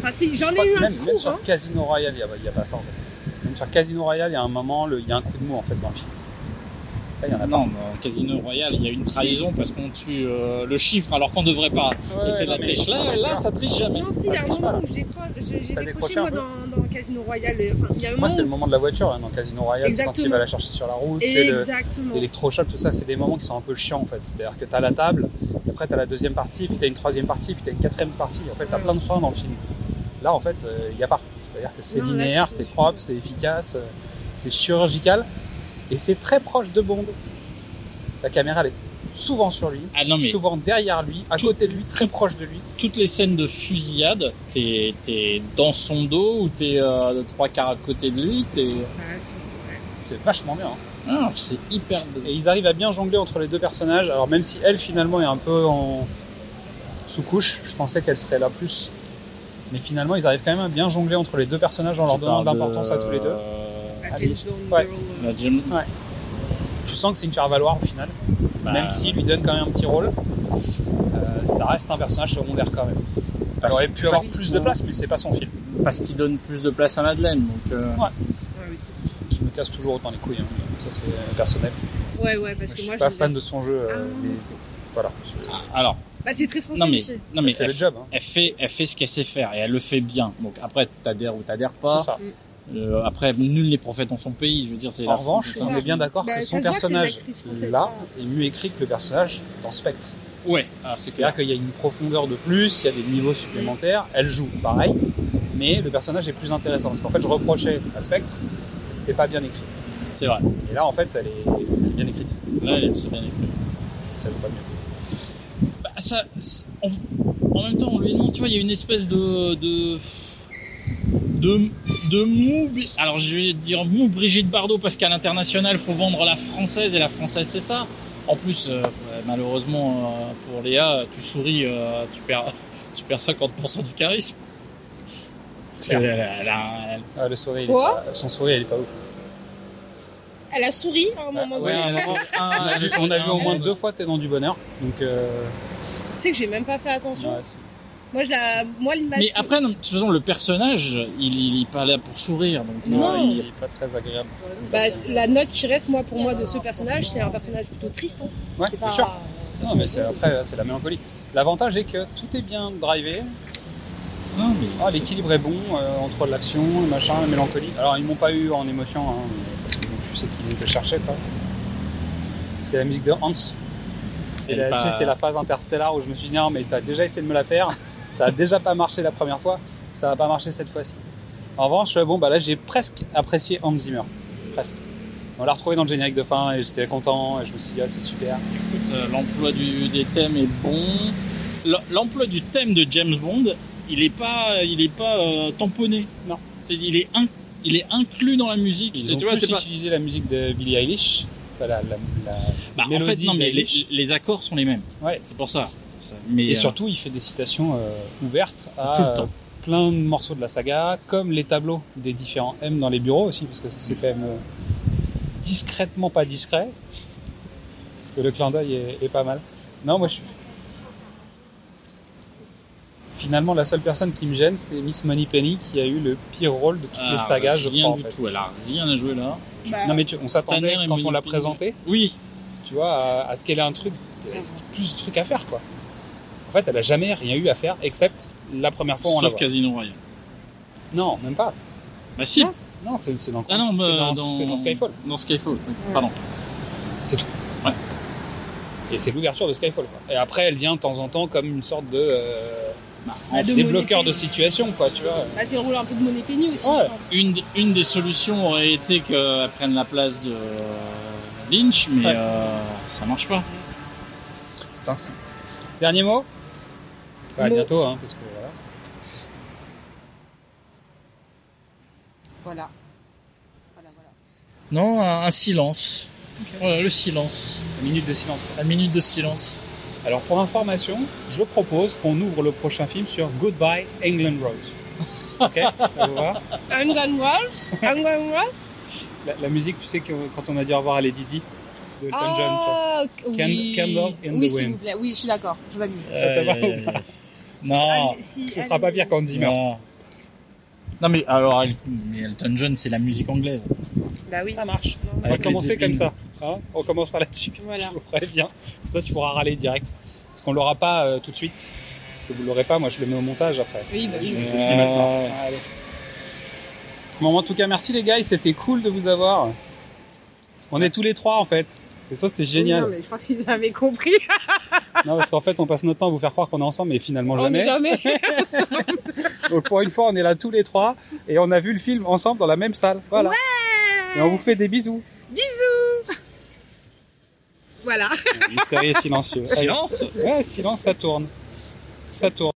Enfin, si, j'en ai eu un hein. même, coup. même sur Casino Royale, il n'y a, pas ça en fait. Même sur Casino Royale, il y a un moment, le- il y a un coup de mou en fait dans le film. Là, il y en a Ah Non, pas. mais en Casino Royale, il y a une trahison parce qu'on tue euh, le chiffre alors qu'on devrait pas. Et c'est de la non, mais- triche. Là, là, Ah, ça triche jamais. Non, si, il y a un moment où je décroche- j'ai j'ai T'as décroché, décroché un moi, peu dans, dans Casino Royale. euh, Enfin, il y a un Moi, moment. c'est le moment de la voiture hein, dans Casino Royale, c'est quand il Exactement. va la chercher sur la route, c'est le- Exactement. l'électrochoc, tout ça, c'est des moments qui sont un peu chiants en fait. C'est-à-dire que t'as la table, et après t'as la deuxième partie, puis t'as une troisième partie, puis t'as une quatrième partie. En fait, t'as plein de fins dans le film. Là, en fait, il n'y a pas. C'est-à-dire que c'est Non, là, linéaire, tu- c'est propre, c'est efficace, euh, c'est chirurgical, et c'est très proche de Bond. La caméra, elle est souvent sur lui, Ah, non, mais- souvent derrière lui, à côté de lui, très proche de lui. Toutes les scènes de fusillade, t'es es dans son dos ou t'es euh, trois quarts à côté de lui. t'es- C'est vachement bien. hein. Ah, c'est hyper. Et ils arrivent à bien jongler entre les deux personnages. Alors même si elle finalement est un peu en sous-couche, je pensais qu'elle serait là plus. Mais finalement, ils arrivent quand même à bien jongler entre les deux personnages en leur Tu donnant de parles l'importance de- euh, à tous les deux. La Allez. James Ouais. La James- Ouais. Tu sens que c'est une faire-valoir au final. Bah, même s'il lui donne quand même un petit rôle, euh, ça reste un personnage secondaire quand même. Il Parce- aurait pu avoir parce- plus de place, mais c'est pas son film. Parce qu'il donne plus de place à Madeleine. Donc, euh, Ouais. Qui me casse toujours autant les couilles, hein. ça c'est personnel. Ouais, ouais, parce que Je moi, je. Ah, suis pas les ai- fan de son jeu, euh, mais voilà. Alors, Bah, c'est très français, non mais, monsieur. non mais fait le job, hein. elle fait, elle fait ce qu'elle sait faire et elle le fait bien. Donc après, t'adhères ou t'adhères pas. Euh, après, nul n'est prophète dans son pays. Je veux dire, c'est la En revanche, France, on hein. est bien d'accord Bah, que ça son se voit que c'est une personnage actrice française, là est mieux écrit que le personnage dans Spectre. Ouais, alors c'est clair qu'il y a une profondeur de plus, il y a des niveaux supplémentaires. Elle joue pareil, mais le personnage est plus intéressant. Parce qu'en fait, je reprochais à Spectre que c'était pas bien écrit. C'est vrai. Et là, en fait, elle est, elle est bien écrite. Là, elle est c'est bien écrit. Ça joue pas mieux. Bah, ça, c'est- on- en même temps, on lui demande, tu vois, il y a une espèce de. de. de, de mou. Alors, je vais dire mou Brigitte Bardot, parce qu'à l'international, faut vendre la française, et la française, c'est ça. En plus, euh, ouais, malheureusement, euh, pour Léa, tu souris, euh, tu, perds, tu perds 50% du charisme. Parce qu'elle a- elle a un- Ah, le sourire, il est Quoi pas- son sourire, il est pas ouf. Elle a souri à un moment Ah, Ouais, donné. on a vu- on a vu- on a vu au moins deux fois c'est dans du bonheur. Donc, euh, tu sais que j'ai même pas fait attention. ouais, c'est- Moi, je la, moi l'image. Mais après, non, de toute façon, le personnage, il, il est pas là pour sourire, donc euh, Non. il est pas très agréable. Bah, c'est- la note qui reste, moi, pour moi, de ce personnage, c'est un personnage plutôt triste. hein. Ouais, c'est bien pas- sûr. Non, mais c'est- après, là, c'est la mélancolie. L'avantage est que tout est bien drivé. Ah, L'équilibre est bon euh, entre l'action, le machin, la mélancolie. Alors, ils m'ont pas eu en émotion, hein, parce que bon, tu sais qu'ils te cherchaient. quoi. C'est la musique de Hans. C'est Elle la, est pas- tu sais, c'est la phase interstellaire où je me suis dit, non, mais t'as déjà essayé de me la faire. Ça a déjà pas marché la première fois. Ça va pas marcher cette fois-ci. En revanche, bon, bah là, j'ai presque apprécié Hans Zimmer. Presque. On l'a retrouvé dans le générique de fin et j'étais content et je me suis dit, ah, c'est super. Écoute, euh, l'emploi du- des thèmes est bon. L- L'emploi du thème de James Bond, il est pas, il est pas euh, tamponné. Non. C'est- il est in- il est inclus dans la musique. Ils C'est- ont tu vois, plus c'est pas. utilisé la musique de Billie Eilish. Enfin, la, la- la Bah, en fait, mélodie non, mais les, d'Eilish. les accords sont les mêmes. Ouais. C'est pour ça. Ça- mais, et euh, surtout, il fait des citations euh, ouvertes Tout le à euh, temps. plein de morceaux de la saga, comme les tableaux des différents M dans les bureaux aussi, parce que ça Mm. c'est quand même euh, discrètement pas discret, parce que le clin d'œil est, est pas mal. Non, moi je suis... Finalement, la seule personne qui me gêne, c'est Miss Moneypenny, qui a eu le pire rôle de toutes ah, les sagas, je rien crois. en du fait. tout. Elle a rien à jouer là. Non mais tu- on s'attendait Tanner et quand on l'a Moneypenny. présenté, Oui. tu vois, à, à ce qu'elle ait un truc, à ce qu'il y ait plus de trucs à faire quoi. En fait, elle a jamais rien eu à faire except la première fois où on la Sauf voit. Casino Royale. Non, même pas. Bah si. Non, c'est- Non, c'est c'est dans, Ah non, c'est bah, dans- dans- c'est dans Skyfall. Dans Skyfall. oui. Pardon. C'est tout. Ouais. Et c'est l'ouverture de Skyfall. Quoi. Et après, elle vient de temps en temps comme une sorte de euh, en fait, débloqueur de situation, quoi, tu vois. Bah, c'est le rôle un peu de Monet Penny aussi, je pense. Une, une des solutions aurait été qu'elle prenne la place de euh, Lynch, mais Ouais. euh, ça marche pas. C'est ainsi. Dernier mot Bah, à Mot. bientôt, hein, parce que voilà. Voilà. Non, un, un silence. Voilà, le silence. Une minute de silence. quoi. La minute de silence. Alors, pour information, je propose qu'on ouvre le prochain film sur Goodbye England Rose. Ok Ça vous va Angan Walls, Angan Ross. la, la musique, tu sais, que, quand on a dit au revoir à Lady Di, de Elton John. quoi. Ah, John, toi. ok, oui. Candle in oui, the s'il Wind. vous plaît. Oui, je suis d'accord. Je valide. Ça te va Aïe, aïe, ou pas Non. Allez, si, Ce allez. sera pas pire qu'Anne Zimmer. Non. Non, mais alors, El- mais Elton John, c'est la musique anglaise. Bah oui. Ça marche. On va Avec les commencer comme Zeppelin. ça. hein. on commencera là-dessus. Voilà. Je vous préviens. Toi, tu pourras râler direct. Parce qu'on l'aura pas euh, tout de suite. Parce que vous l'aurez pas, moi je le mets au montage après. Oui, bah oui. Je Euh, vous le dis maintenant. Allez. Bon, en tout cas, merci les gars. C'était cool de vous avoir. On est tous les trois en fait. Et ça, c'est génial. Non, mais je pense qu'ils avaient compris. Non, parce qu'en fait, on passe notre temps à vous faire croire qu'on est ensemble, mais finalement On est jamais. jamais. Donc pour une fois, on est là tous les trois et on a vu le film ensemble dans la même salle. Voilà. et on vous fait des bisous. Bisous. Voilà. Mystérieux et silencieux. Silence Ouais, silence, ça tourne. Ça tourne.